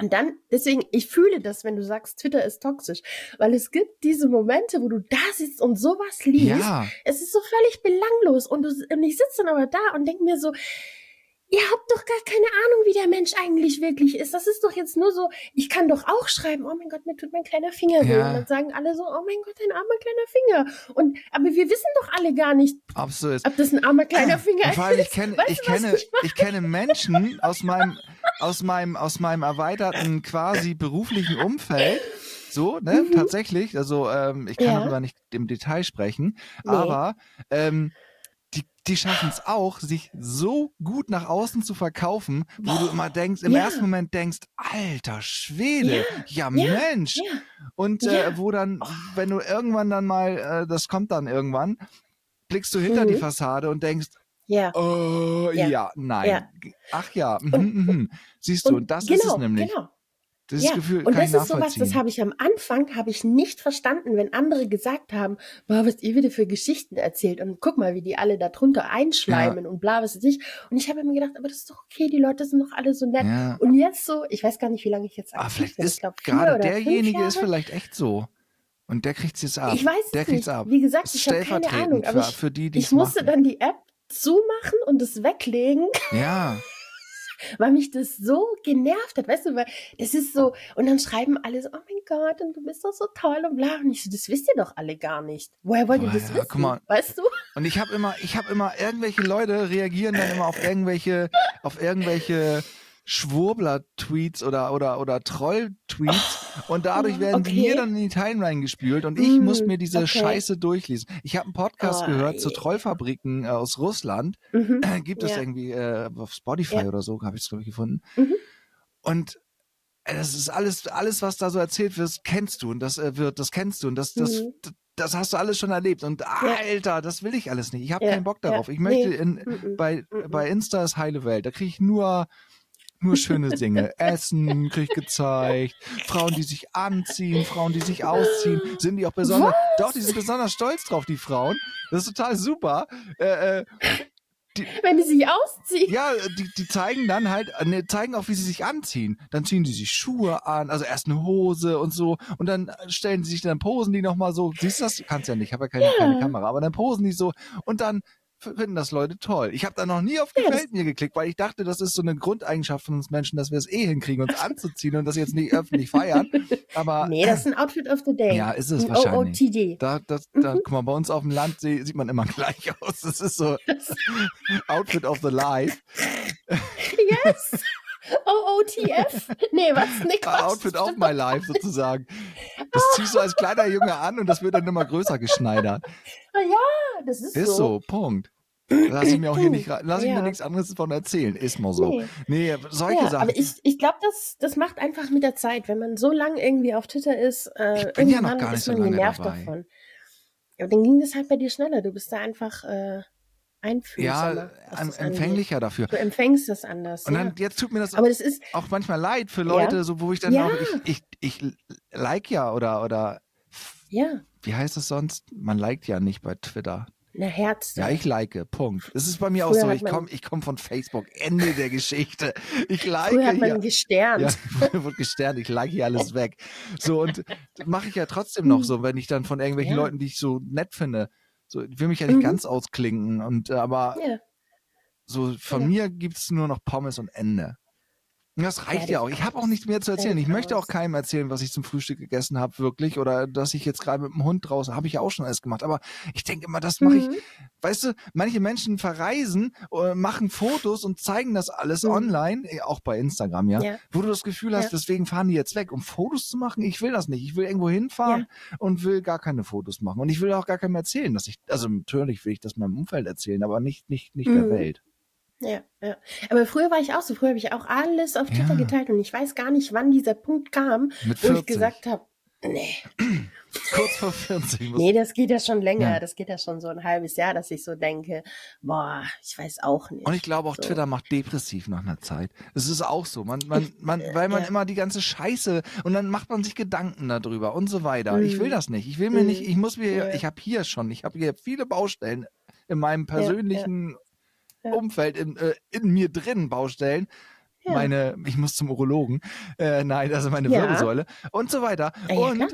Speaker 4: Und dann, deswegen, ich fühle das, wenn du sagst, Twitter ist toxisch, weil es gibt diese Momente, wo du da sitzt und sowas liest.
Speaker 2: Ja.
Speaker 4: Es ist so völlig belanglos und, du, und ich sitze dann aber da und denke mir so, ihr habt doch gar keine Ahnung, wie der Mensch eigentlich wirklich ist. Das ist doch jetzt nur so, ich kann doch auch schreiben, oh mein Gott, mir tut mein kleiner Finger weh.
Speaker 2: Ja.
Speaker 4: Und dann sagen alle so, oh mein Gott, dein armer kleiner Finger. Und, aber wir wissen doch alle gar nicht,
Speaker 2: Absolut.
Speaker 4: ob das ein armer
Speaker 2: [CLEARS THROAT]
Speaker 4: kleiner Finger
Speaker 2: Und vor allem,
Speaker 4: ist.
Speaker 2: ich kenne,
Speaker 4: Weißt
Speaker 2: ich
Speaker 4: du, was
Speaker 2: kenne,
Speaker 4: ich
Speaker 2: ich kenne Menschen aus meinem, aus meinem, aus meinem erweiterten quasi beruflichen Umfeld. So, ne, tatsächlich. Also, ähm, ich kann
Speaker 4: Mhm. Ja.
Speaker 2: darüber nicht im Detail sprechen,
Speaker 4: Nee.
Speaker 2: aber ähm, die, die schaffen es auch, sich so gut nach außen zu verkaufen, wo du immer denkst, im
Speaker 4: Ja.
Speaker 2: ersten Moment denkst, alter Schwede, ja, Mensch.
Speaker 4: ja.
Speaker 2: Und
Speaker 4: Ja. Oh.
Speaker 2: äh, wo dann, wenn du irgendwann dann mal, äh, das kommt dann irgendwann, blickst du hinter
Speaker 4: Mhm.
Speaker 2: die Fassade und denkst,
Speaker 4: Ja.
Speaker 2: Oh, ja,
Speaker 4: Ja.
Speaker 2: nein.
Speaker 4: Ja.
Speaker 2: Ach ja, mhm, mhm. siehst du, und, das
Speaker 4: genau,
Speaker 2: ist es nämlich.
Speaker 4: Genau.
Speaker 2: Dieses
Speaker 4: Ja,
Speaker 2: Gefühl
Speaker 4: und
Speaker 2: kann
Speaker 4: das
Speaker 2: ich
Speaker 4: ist sowas,
Speaker 2: nachvollziehen.
Speaker 4: das habe ich am Anfang habe ich nicht verstanden, wenn andere gesagt haben, boah, was ihr wieder für Geschichten erzählt und guck mal, wie die alle da drunter einschleimen und bla, was weiß ich. Und ich habe immer gedacht, aber das ist doch okay, die Leute sind doch alle so nett.
Speaker 2: ja.
Speaker 4: Und jetzt so, ich weiß gar nicht, wie lange ich jetzt
Speaker 2: Aber
Speaker 4: aktiv
Speaker 2: vielleicht
Speaker 4: bin.
Speaker 2: ist
Speaker 4: Ich glaube,
Speaker 2: gerade derjenige ist vielleicht echt so. Und der kriegt es jetzt ab.
Speaker 4: Ich weiß
Speaker 2: der
Speaker 4: es nicht.
Speaker 2: kriegt's ab.
Speaker 4: Wie gesagt,
Speaker 2: Das
Speaker 4: ich
Speaker 2: ist
Speaker 4: habe keine Ahnung.
Speaker 2: stellvertretend
Speaker 4: Aber
Speaker 2: für,
Speaker 4: ich,
Speaker 2: für die, die
Speaker 4: ich
Speaker 2: es
Speaker 4: musste
Speaker 2: machen.
Speaker 4: dann die App zumachen und es weglegen,
Speaker 2: ja,
Speaker 4: weil mich das so genervt hat, weißt du, weil das ist so, und dann schreiben alle so, oh mein Gott, und du bist doch so toll und bla, und ich so, das wisst ihr doch alle gar nicht. Woher wollt ihr
Speaker 2: Boah,
Speaker 4: das
Speaker 2: ja,
Speaker 4: wissen?
Speaker 2: guck mal.
Speaker 4: Weißt du? [LAUGHS]
Speaker 2: und ich habe immer, ich habe immer, irgendwelche Leute reagieren dann immer auf irgendwelche, auf irgendwelche Schwurbler-Tweets oder, oder, oder Troll-Tweets und dadurch werden die
Speaker 4: Ah, okay.
Speaker 2: mir dann in die Timeline gespült und ich
Speaker 4: Mm,
Speaker 2: muss mir diese
Speaker 4: okay.
Speaker 2: Scheiße durchlesen. Ich habe einen Podcast
Speaker 4: Oh,
Speaker 2: gehört
Speaker 4: je.
Speaker 2: zu Trollfabriken äh, aus Russland.
Speaker 4: Mhm.
Speaker 2: Gibt es
Speaker 4: Ja.
Speaker 2: irgendwie äh, auf Spotify
Speaker 4: Ja.
Speaker 2: oder so, habe ich es, glaube ich, gefunden.
Speaker 4: Mhm.
Speaker 2: Und äh, das ist alles, alles, was da so erzählt wird, kennst du und das äh, wird, das kennst du und das, das,
Speaker 4: Mhm.
Speaker 2: d- das hast du alles schon erlebt. Und Alter, das will ich alles nicht. Ich habe
Speaker 4: Ja,
Speaker 2: keinen Bock
Speaker 4: ja,
Speaker 2: darauf. Ich
Speaker 4: nee.
Speaker 2: möchte in,
Speaker 4: Mhm.
Speaker 2: bei,
Speaker 4: Mhm.
Speaker 2: bei Insta ist heile Welt. Da kriege ich nur, nur schöne
Speaker 4: [LAUGHS]
Speaker 2: Dinge. Essen kriege ich gezeigt. Frauen, die sich anziehen, Frauen, die sich ausziehen. Sind die auch besonders. Doch, die sind besonders stolz drauf, die Frauen. Das ist total super. Äh, äh,
Speaker 4: Wenn die sich ausziehen.
Speaker 2: ja, äh, die, die zeigen dann halt, äh, ne, zeigen auch, wie sie sich anziehen. Dann ziehen die sich Schuhe an, also erst eine Hose und so. Und dann äh, stellen sie sich, dann posen die nochmal so. Siehst du das? Du kannst ja nicht, habe ja keine, keine Kamera. Aber dann posen die so. Und dann f- finden das Leute toll. Ich habe da noch nie auf
Speaker 4: Ja, das-
Speaker 2: Gefällt mir geklickt, weil ich dachte, das ist so eine Grundeigenschaft von uns Menschen, dass wir es eh hinkriegen, uns anzuziehen und das jetzt nicht öffentlich feiern. Aber
Speaker 4: [LAUGHS] Nee, das ist ein Outfit of the Day.
Speaker 2: Ja, ist es
Speaker 4: ein
Speaker 2: wahrscheinlich.
Speaker 4: OOTD.
Speaker 2: da, das, da,
Speaker 4: Mhm.
Speaker 2: guck mal, bei uns auf dem Land sie- sieht man immer gleich [LAUGHS] aus. Das ist so Outfit of the Life.
Speaker 4: [LAUGHS] Yes! OOTF? Nee, was? Nee,
Speaker 2: Ah, [LAUGHS]
Speaker 4: Quatsch.
Speaker 2: Outfit of my life sozusagen. Das ziehst du als kleiner Junge an und das wird dann immer größer geschneidert.
Speaker 4: Ja, das ist,
Speaker 2: Ist so, Punkt. Lass ich mir auch hier nicht rein, lass ich
Speaker 4: Ja.
Speaker 2: mir nichts anderes davon erzählen. Ist mal so. Nee, solche
Speaker 4: Ja,
Speaker 2: Sachen.
Speaker 4: aber ich, ich glaube, das, das macht einfach mit der Zeit, wenn man so lange irgendwie auf Twitter ist, äh,
Speaker 2: Ich bin ja noch
Speaker 4: irgendwann
Speaker 2: gar nicht
Speaker 4: ist
Speaker 2: so
Speaker 4: man
Speaker 2: lange
Speaker 4: genervt
Speaker 2: dabei.
Speaker 4: davon. Aber dann ging das halt bei dir schneller. Du bist da einfach äh,
Speaker 2: ja,
Speaker 4: einfühlsamer. was
Speaker 2: em-
Speaker 4: das angeht.
Speaker 2: empfänglicher dafür.
Speaker 4: Du empfängst das anders.
Speaker 2: Und
Speaker 4: ja.
Speaker 2: dann, jetzt tut mir das
Speaker 4: aber das ist,
Speaker 2: auch manchmal leid für
Speaker 4: Ja.
Speaker 2: Leute, so wo ich dann
Speaker 4: Ja.
Speaker 2: auch, ich, ich, ich like ja oder, oder,
Speaker 4: ja,
Speaker 2: wie heißt es sonst? Man liked ja nicht bei Twitter.
Speaker 4: na Herz.
Speaker 2: Ja, ich like, Punkt. Es ist bei mir auch
Speaker 4: Früher
Speaker 2: so,
Speaker 4: hat
Speaker 2: ich
Speaker 4: man-
Speaker 2: komme ich komm von Facebook, Ende der Geschichte. Ich like
Speaker 4: Früher hat
Speaker 2: ja.
Speaker 4: man gesternt.
Speaker 2: Ja, [LAUGHS] früher wurde gesternt, ich like hier alles weg. So, und mache ich ja trotzdem noch so, wenn ich dann von irgendwelchen
Speaker 4: Ja.
Speaker 2: Leuten, die ich so nett finde, so, ich will mich ja nicht
Speaker 4: Mhm.
Speaker 2: ganz ausklinken, und äh, aber
Speaker 4: Ja.
Speaker 2: so von
Speaker 4: Ja.
Speaker 2: mir gibt's nur noch Pommes und Ende. Und das reicht
Speaker 4: Fertig
Speaker 2: ja auch. Ich habe auch
Speaker 4: aus.
Speaker 2: nichts mehr zu erzählen.
Speaker 4: Fertig
Speaker 2: Ich möchte
Speaker 4: aus.
Speaker 2: auch keinem erzählen, was ich zum Frühstück gegessen habe, wirklich. Oder dass ich jetzt gerade mit dem Hund draußen, habe ich ja auch schon alles gemacht. Aber ich denke immer, das mache ich.
Speaker 4: Mhm.
Speaker 2: Weißt du, manche Menschen verreisen, äh, machen Fotos und zeigen das alles
Speaker 4: Mhm.
Speaker 2: online, äh, auch bei Instagram, ja.
Speaker 4: Ja.
Speaker 2: Wo du das Gefühl hast,
Speaker 4: Ja.
Speaker 2: deswegen fahren die jetzt weg, um Fotos zu machen. Ich will das nicht. Ich will irgendwo hinfahren und will gar keine Fotos machen. Und ich will auch gar keinem erzählen, dass ich, also natürlich will ich das meinem Umfeld erzählen, aber nicht, nicht, nicht der
Speaker 4: Mhm.
Speaker 2: Welt.
Speaker 4: Ja, ja. Aber früher war ich auch so. Früher habe ich auch alles auf Twitter
Speaker 2: Ja.
Speaker 4: geteilt und ich weiß gar nicht, wann dieser Punkt kam,
Speaker 2: Mit
Speaker 4: wo
Speaker 2: 40.
Speaker 4: ich gesagt habe, nee.
Speaker 2: Kurz vor 40. muss-
Speaker 4: Nee, das geht ja schon länger.
Speaker 2: Ja.
Speaker 4: Das geht ja schon so ein halbes Jahr, dass ich so denke, boah, ich weiß auch nicht.
Speaker 2: Und ich glaube auch,
Speaker 4: so.
Speaker 2: Twitter macht depressiv nach einer Zeit. Das ist auch so. Man, man, man, weil man
Speaker 4: ja.
Speaker 2: immer die ganze Scheiße und dann macht man sich Gedanken darüber und so weiter. Ich will das nicht. Ich will mir
Speaker 4: Mhm.
Speaker 2: nicht, ich muss mir,
Speaker 4: Ja.
Speaker 2: ich habe hier schon, ich habe hier viele Baustellen. in meinem persönlichen
Speaker 4: ja.
Speaker 2: Umfeld, in, äh, in mir drin Baustellen.
Speaker 4: Ja.
Speaker 2: Meine, ich muss zum Urologen. Äh, nein, also meine
Speaker 4: Ja. Ah,
Speaker 2: Wirbelsäule und so weiter.
Speaker 4: Ja, ja,
Speaker 2: und
Speaker 4: klar.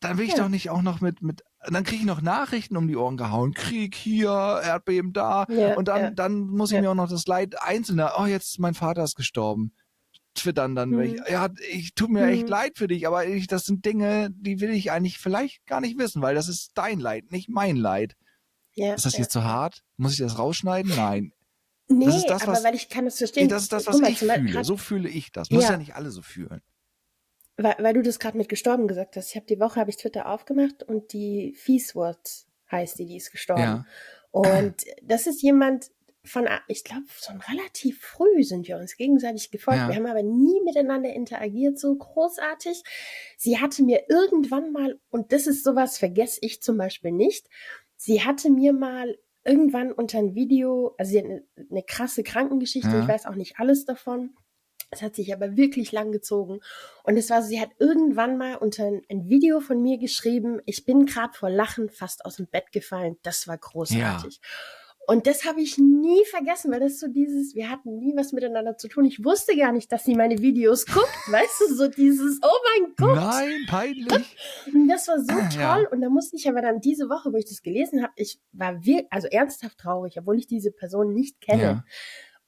Speaker 2: dann will ich
Speaker 4: Ja.
Speaker 2: doch nicht auch noch mit, mit dann kriege ich noch Nachrichten um die Ohren gehauen. Krieg hier, Erdbeben da.
Speaker 4: Ja,
Speaker 2: und dann,
Speaker 4: ja.
Speaker 2: dann muss ich
Speaker 4: Ja.
Speaker 2: mir auch noch das Leid einzelner, oh, jetzt mein Vater ist gestorben. Twittern dann. weil Ich, ja, ich tut mir echt
Speaker 4: Mhm.
Speaker 2: leid für dich, aber ich, das sind Dinge, die will ich eigentlich vielleicht gar nicht wissen, weil das ist dein Leid, nicht mein Leid.
Speaker 4: Ja,
Speaker 2: Ist das
Speaker 4: ja.
Speaker 2: jetzt zu hart? Muss ich das rausschneiden?
Speaker 4: [LAUGHS]
Speaker 2: Nein.
Speaker 4: Nee,
Speaker 2: das ist das,
Speaker 4: aber
Speaker 2: was-
Speaker 4: weil ich kann das verstehen.
Speaker 2: Nee, das ist das, was
Speaker 4: Guck mal,
Speaker 2: ich
Speaker 4: zum Beispiel
Speaker 2: fühle.
Speaker 4: grad-
Speaker 2: So fühle ich das. Muss ja,
Speaker 4: Ja.
Speaker 2: nicht alle so fühlen.
Speaker 4: Weil, weil du das gerade mit gestorben gesagt hast. Ich habe die Woche habe ich Twitter aufgemacht und die Fieswort heißt die, die ist gestorben.
Speaker 2: Ja.
Speaker 4: Und das ist jemand von, a- ich glaube, schon relativ früh sind wir uns gegenseitig gefolgt.
Speaker 2: Ja.
Speaker 4: Wir haben aber nie miteinander interagiert, so großartig. Sie hatte mir irgendwann mal, und das ist sowas, vergesse ich zum Beispiel nicht, sie hatte mir mal irgendwann unter ein Video, also sie hat eine, eine krasse Krankengeschichte,
Speaker 2: Ja.
Speaker 4: ich weiß auch nicht alles davon. Es hat sich aber wirklich lang gezogen. Und es war so, sie hat irgendwann mal unter ein, ein Video von mir geschrieben, ich bin gerade vor Lachen fast aus dem Bett gefallen. Das war großartig. Und das habe ich nie vergessen, weil das so dieses, wir hatten nie was miteinander zu tun. Ich wusste gar nicht, dass sie meine Videos guckt, [LAUGHS] weißt du, so dieses, oh mein Gott.
Speaker 2: Nein, peinlich.
Speaker 4: [LAUGHS] Und das war so toll.
Speaker 2: Ja.
Speaker 4: Und da musste ich aber dann diese Woche, wo ich das gelesen habe, ich war wirklich, also ernsthaft traurig, obwohl ich diese Person nicht kenne.
Speaker 2: Ja.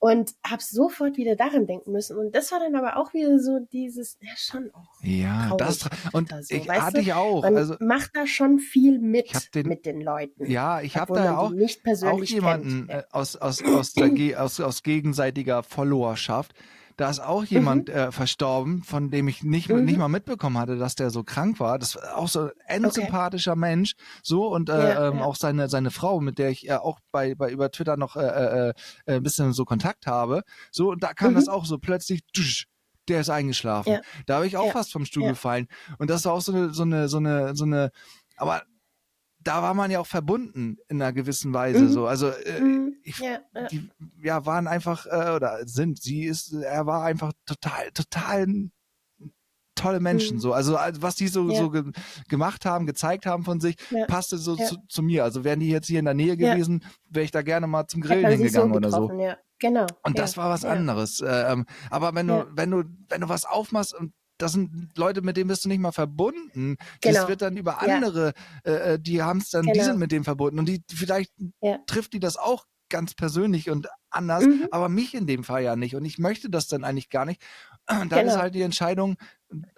Speaker 4: Und habe sofort wieder daran denken müssen. Und das war dann aber auch wieder so dieses, ja schon auch.
Speaker 2: Ja, das
Speaker 4: Traurig.
Speaker 2: tra- und
Speaker 4: Also,
Speaker 2: ich,
Speaker 4: weißt
Speaker 2: hatte
Speaker 4: du,
Speaker 2: ich auch.
Speaker 4: Man
Speaker 2: Also
Speaker 4: macht da schon viel mit,
Speaker 2: Ich hab den-
Speaker 4: mit den Leuten.
Speaker 2: ja, ich habe
Speaker 4: obwohl
Speaker 2: da
Speaker 4: man
Speaker 2: auch
Speaker 4: die nicht
Speaker 2: auch
Speaker 4: persönlich
Speaker 2: jemanden
Speaker 4: kennt. Ja.
Speaker 2: äh, aus, aus, aus, der, Ge- aus, aus gegenseitiger Followerschaft. Da ist auch jemand äh, verstorben, von dem ich nicht,
Speaker 4: Mhm.
Speaker 2: nicht mal mitbekommen hatte, dass der so krank war. Das war auch so ein sympathischer Mensch. So und äh,
Speaker 4: Ja,
Speaker 2: ähm,
Speaker 4: ja.
Speaker 2: auch seine, seine Frau, mit der ich äh, auch bei, bei über Twitter noch äh, äh, äh, ein bisschen so Kontakt habe. So, und da kam
Speaker 4: Mhm.
Speaker 2: das auch so plötzlich, tsch, der ist eingeschlafen.
Speaker 4: Ja.
Speaker 2: Da habe ich auch
Speaker 4: Ja.
Speaker 2: fast vom Stuhl
Speaker 4: Ja.
Speaker 2: gefallen. Und das war auch so eine, so eine, so eine, so eine, aber da war man ja auch verbunden in einer gewissen Weise.
Speaker 4: Mhm.
Speaker 2: So, also äh,
Speaker 4: Mhm.
Speaker 2: ich,
Speaker 4: Ja, ja.
Speaker 2: die ja waren einfach äh, oder sind. Sie ist, er war einfach total, total n- tolle Menschen.
Speaker 4: Mhm.
Speaker 2: So, also als- was die so
Speaker 4: Ja.
Speaker 2: so ge gemacht haben, gezeigt haben von sich,
Speaker 4: Ja.
Speaker 2: passte so
Speaker 4: Ja.
Speaker 2: zu, zu mir. Also wären die jetzt hier in der Nähe
Speaker 4: Ja.
Speaker 2: gewesen, wäre ich da gerne mal zum
Speaker 4: Hat
Speaker 2: Grillen
Speaker 4: man sich so
Speaker 2: hingegangen oder so.
Speaker 4: getroffen, ja. Genau.
Speaker 2: Und
Speaker 4: ja.
Speaker 2: das war was
Speaker 4: ja.
Speaker 2: anderes. Äh, Ähm, aber wenn du,
Speaker 4: Ja.
Speaker 2: wenn du, wenn du was aufmachst und das sind Leute, mit denen bist du nicht mal verbunden. Das
Speaker 4: Genau.
Speaker 2: wird dann über
Speaker 4: Ja.
Speaker 2: andere, äh, äh, die haben es dann, die
Speaker 4: Genau.
Speaker 2: sind mit dem verbunden und die vielleicht
Speaker 4: Ja.
Speaker 2: trifft die das auch ganz persönlich und anders,
Speaker 4: Mhm.
Speaker 2: aber mich in dem Fall ja nicht und ich möchte das dann eigentlich gar nicht. [CLEARS THROAT] Und dann ist
Speaker 4: Genau.
Speaker 2: halt die Entscheidung,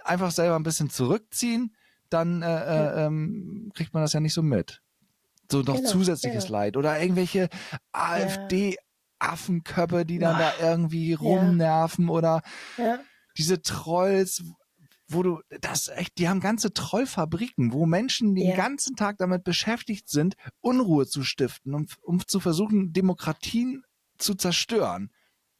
Speaker 2: einfach selber ein bisschen zurückziehen, dann äh, äh, ähm, kriegt man das ja nicht so mit. So noch
Speaker 4: Genau,
Speaker 2: zusätzliches
Speaker 4: genau.
Speaker 2: Leid oder irgendwelche AfD Affenköppe, die dann
Speaker 4: Boah.
Speaker 2: da irgendwie rumnerven oder
Speaker 4: Ja.
Speaker 2: diese Trolls, wo du das echt, die haben ganze Trollfabriken, wo Menschen den
Speaker 4: Ja.
Speaker 2: ganzen Tag damit beschäftigt sind, Unruhe zu stiften, um, um zu versuchen, Demokratien zu zerstören.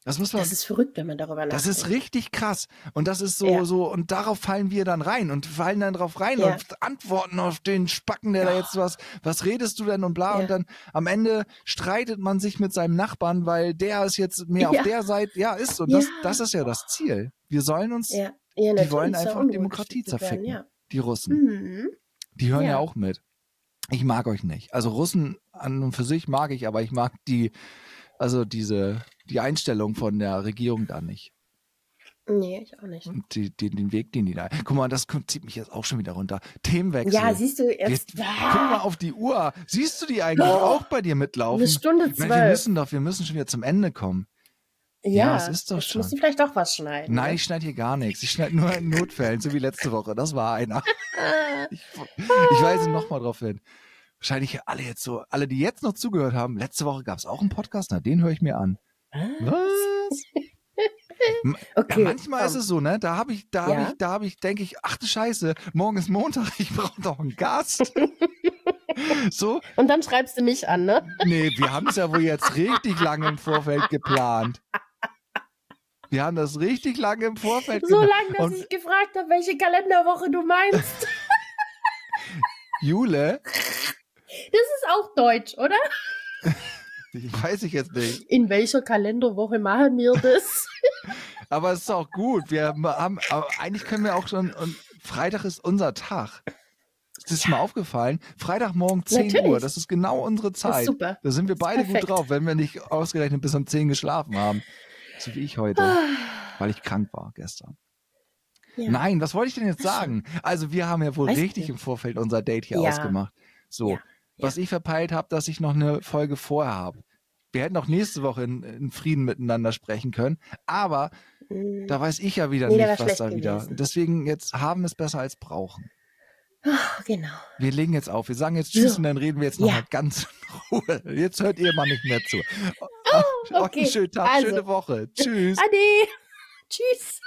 Speaker 2: Das muss man
Speaker 4: Das ist verrückt, wenn man darüber nachdenkt.
Speaker 2: das ist richtig krass. Und das ist so,
Speaker 4: Ja.
Speaker 2: so, und darauf fallen wir dann rein und fallen dann drauf rein
Speaker 4: Ja.
Speaker 2: und antworten auf den Spacken, der da
Speaker 4: Ja.
Speaker 2: jetzt was, was redest du denn und bla.
Speaker 4: Ja.
Speaker 2: Und dann am Ende streitet man sich mit seinem Nachbarn, weil der ist jetzt mehr auf
Speaker 4: Ja.
Speaker 2: der Seite, ja, ist. Und das,
Speaker 4: Ja.
Speaker 2: das ist ja das Ziel. Wir sollen uns,
Speaker 4: Ja. Ja,
Speaker 2: die
Speaker 4: natürlich
Speaker 2: wollen
Speaker 4: soll
Speaker 2: einfach
Speaker 4: Unruhe
Speaker 2: Demokratie
Speaker 4: gestiftet werden,
Speaker 2: zerficken.
Speaker 4: Ja.
Speaker 2: Die Russen.
Speaker 4: Mhm.
Speaker 2: Die hören ja.
Speaker 4: Ja.
Speaker 2: auch mit. Ich mag euch nicht. Also Russen an und für sich mag ich, aber ich mag die, also diese, die Einstellung von der Regierung da nicht.
Speaker 4: Nee, ich auch nicht.
Speaker 2: Und die, die, den Weg, den die da. Guck mal, das kommt, zieht mich jetzt auch schon wieder runter. Themenwechsel.
Speaker 4: Ja, siehst du, ah, jetzt. Oh,
Speaker 2: Jetzt, guck mal auf die Uhr. Siehst du die eigentlich auch bei dir mitlaufen?
Speaker 4: Eine Stunde
Speaker 2: Mensch, wir
Speaker 4: zwölf.
Speaker 2: müssen doch, wir müssen schon wieder zum Ende kommen.
Speaker 4: ja,
Speaker 2: es ist doch
Speaker 4: jetzt
Speaker 2: schon.
Speaker 4: Musst du vielleicht auch was schneiden. ne?
Speaker 2: Nein, ich schneide hier gar nichts. Ich schneide nur in Notfällen, so wie letzte Woche. Das war
Speaker 4: [LAUGHS]
Speaker 2: einer.
Speaker 4: ne?
Speaker 2: Ich, ich weise nochmal drauf hin. Wahrscheinlich alle jetzt so, alle, die jetzt noch zugehört haben, letzte Woche gab es auch einen Podcast, na, den höre ich mir an. Was?
Speaker 4: Okay. ähm,
Speaker 2: ja, manchmal ist es so, ne? Da habe ich, da
Speaker 4: Ja.
Speaker 2: habe ich, da habe ich, denke ich, ach du Scheiße, morgen ist Montag, [LAUGHS] ich brauche doch einen
Speaker 4: [LAUGHS]
Speaker 2: Gast. so,
Speaker 4: Und dann schreibst du mich an, ne?
Speaker 2: nee, wir haben es ja wohl jetzt richtig lange im Vorfeld geplant. Wir haben das richtig lange im Vorfeld
Speaker 4: So
Speaker 2: geplant.
Speaker 4: lange, dass
Speaker 2: genau. Und-
Speaker 4: ich gefragt habe, welche Kalenderwoche du
Speaker 2: [LAUGHS]
Speaker 4: meinst.
Speaker 2: Jule,
Speaker 4: Das ist auch deutsch, oder?
Speaker 2: ich weiß ich jetzt nicht.
Speaker 4: In welcher Kalenderwoche machen wir das?
Speaker 2: Aber es ist auch gut. Wir haben, aber eigentlich können wir auch schon, und Freitag ist unser Tag. Ist das mal aufgefallen? Freitagmorgen 10
Speaker 4: Natürlich.
Speaker 2: Uhr, das ist genau unsere Zeit.
Speaker 4: super.
Speaker 2: Da sind wir beide
Speaker 4: Perfekt.
Speaker 2: gut drauf, wenn wir nicht ausgerechnet bis um 10 geschlafen haben. So wie ich heute, weil ich krank war gestern.
Speaker 4: Ah. Ja.
Speaker 2: Nein, was wollte ich denn jetzt sagen? Also wir haben ja wohl
Speaker 4: Weiß ich
Speaker 2: richtig
Speaker 4: nicht.
Speaker 2: im Vorfeld unser Date hier
Speaker 4: Ja.
Speaker 2: ausgemacht. So,
Speaker 4: Ja.
Speaker 2: was ich verpeilt habe, dass ich noch eine Folge vorher habe. Wir hätten auch nächste Woche in, in Frieden miteinander sprechen können, aber
Speaker 4: Mm.
Speaker 2: da weiß ich ja wieder
Speaker 4: Nee, der
Speaker 2: nicht,
Speaker 4: war
Speaker 2: was da
Speaker 4: schlecht
Speaker 2: wieder.
Speaker 4: gewesen.
Speaker 2: Deswegen jetzt haben ist besser als brauchen.
Speaker 4: Ah, genau.
Speaker 2: Wir legen jetzt auf. Wir sagen jetzt Tschüss
Speaker 4: So.
Speaker 2: und dann reden wir jetzt nochmal
Speaker 4: Ja.
Speaker 2: ganz in Ruhe. Jetzt hört ihr mal nicht mehr zu.
Speaker 4: Oh,
Speaker 2: [LAUGHS]
Speaker 4: okay.
Speaker 2: Euch einen schönen Tag,
Speaker 4: Also. er-
Speaker 2: schöne Woche. Tschüss.
Speaker 4: Ade. Tschüss.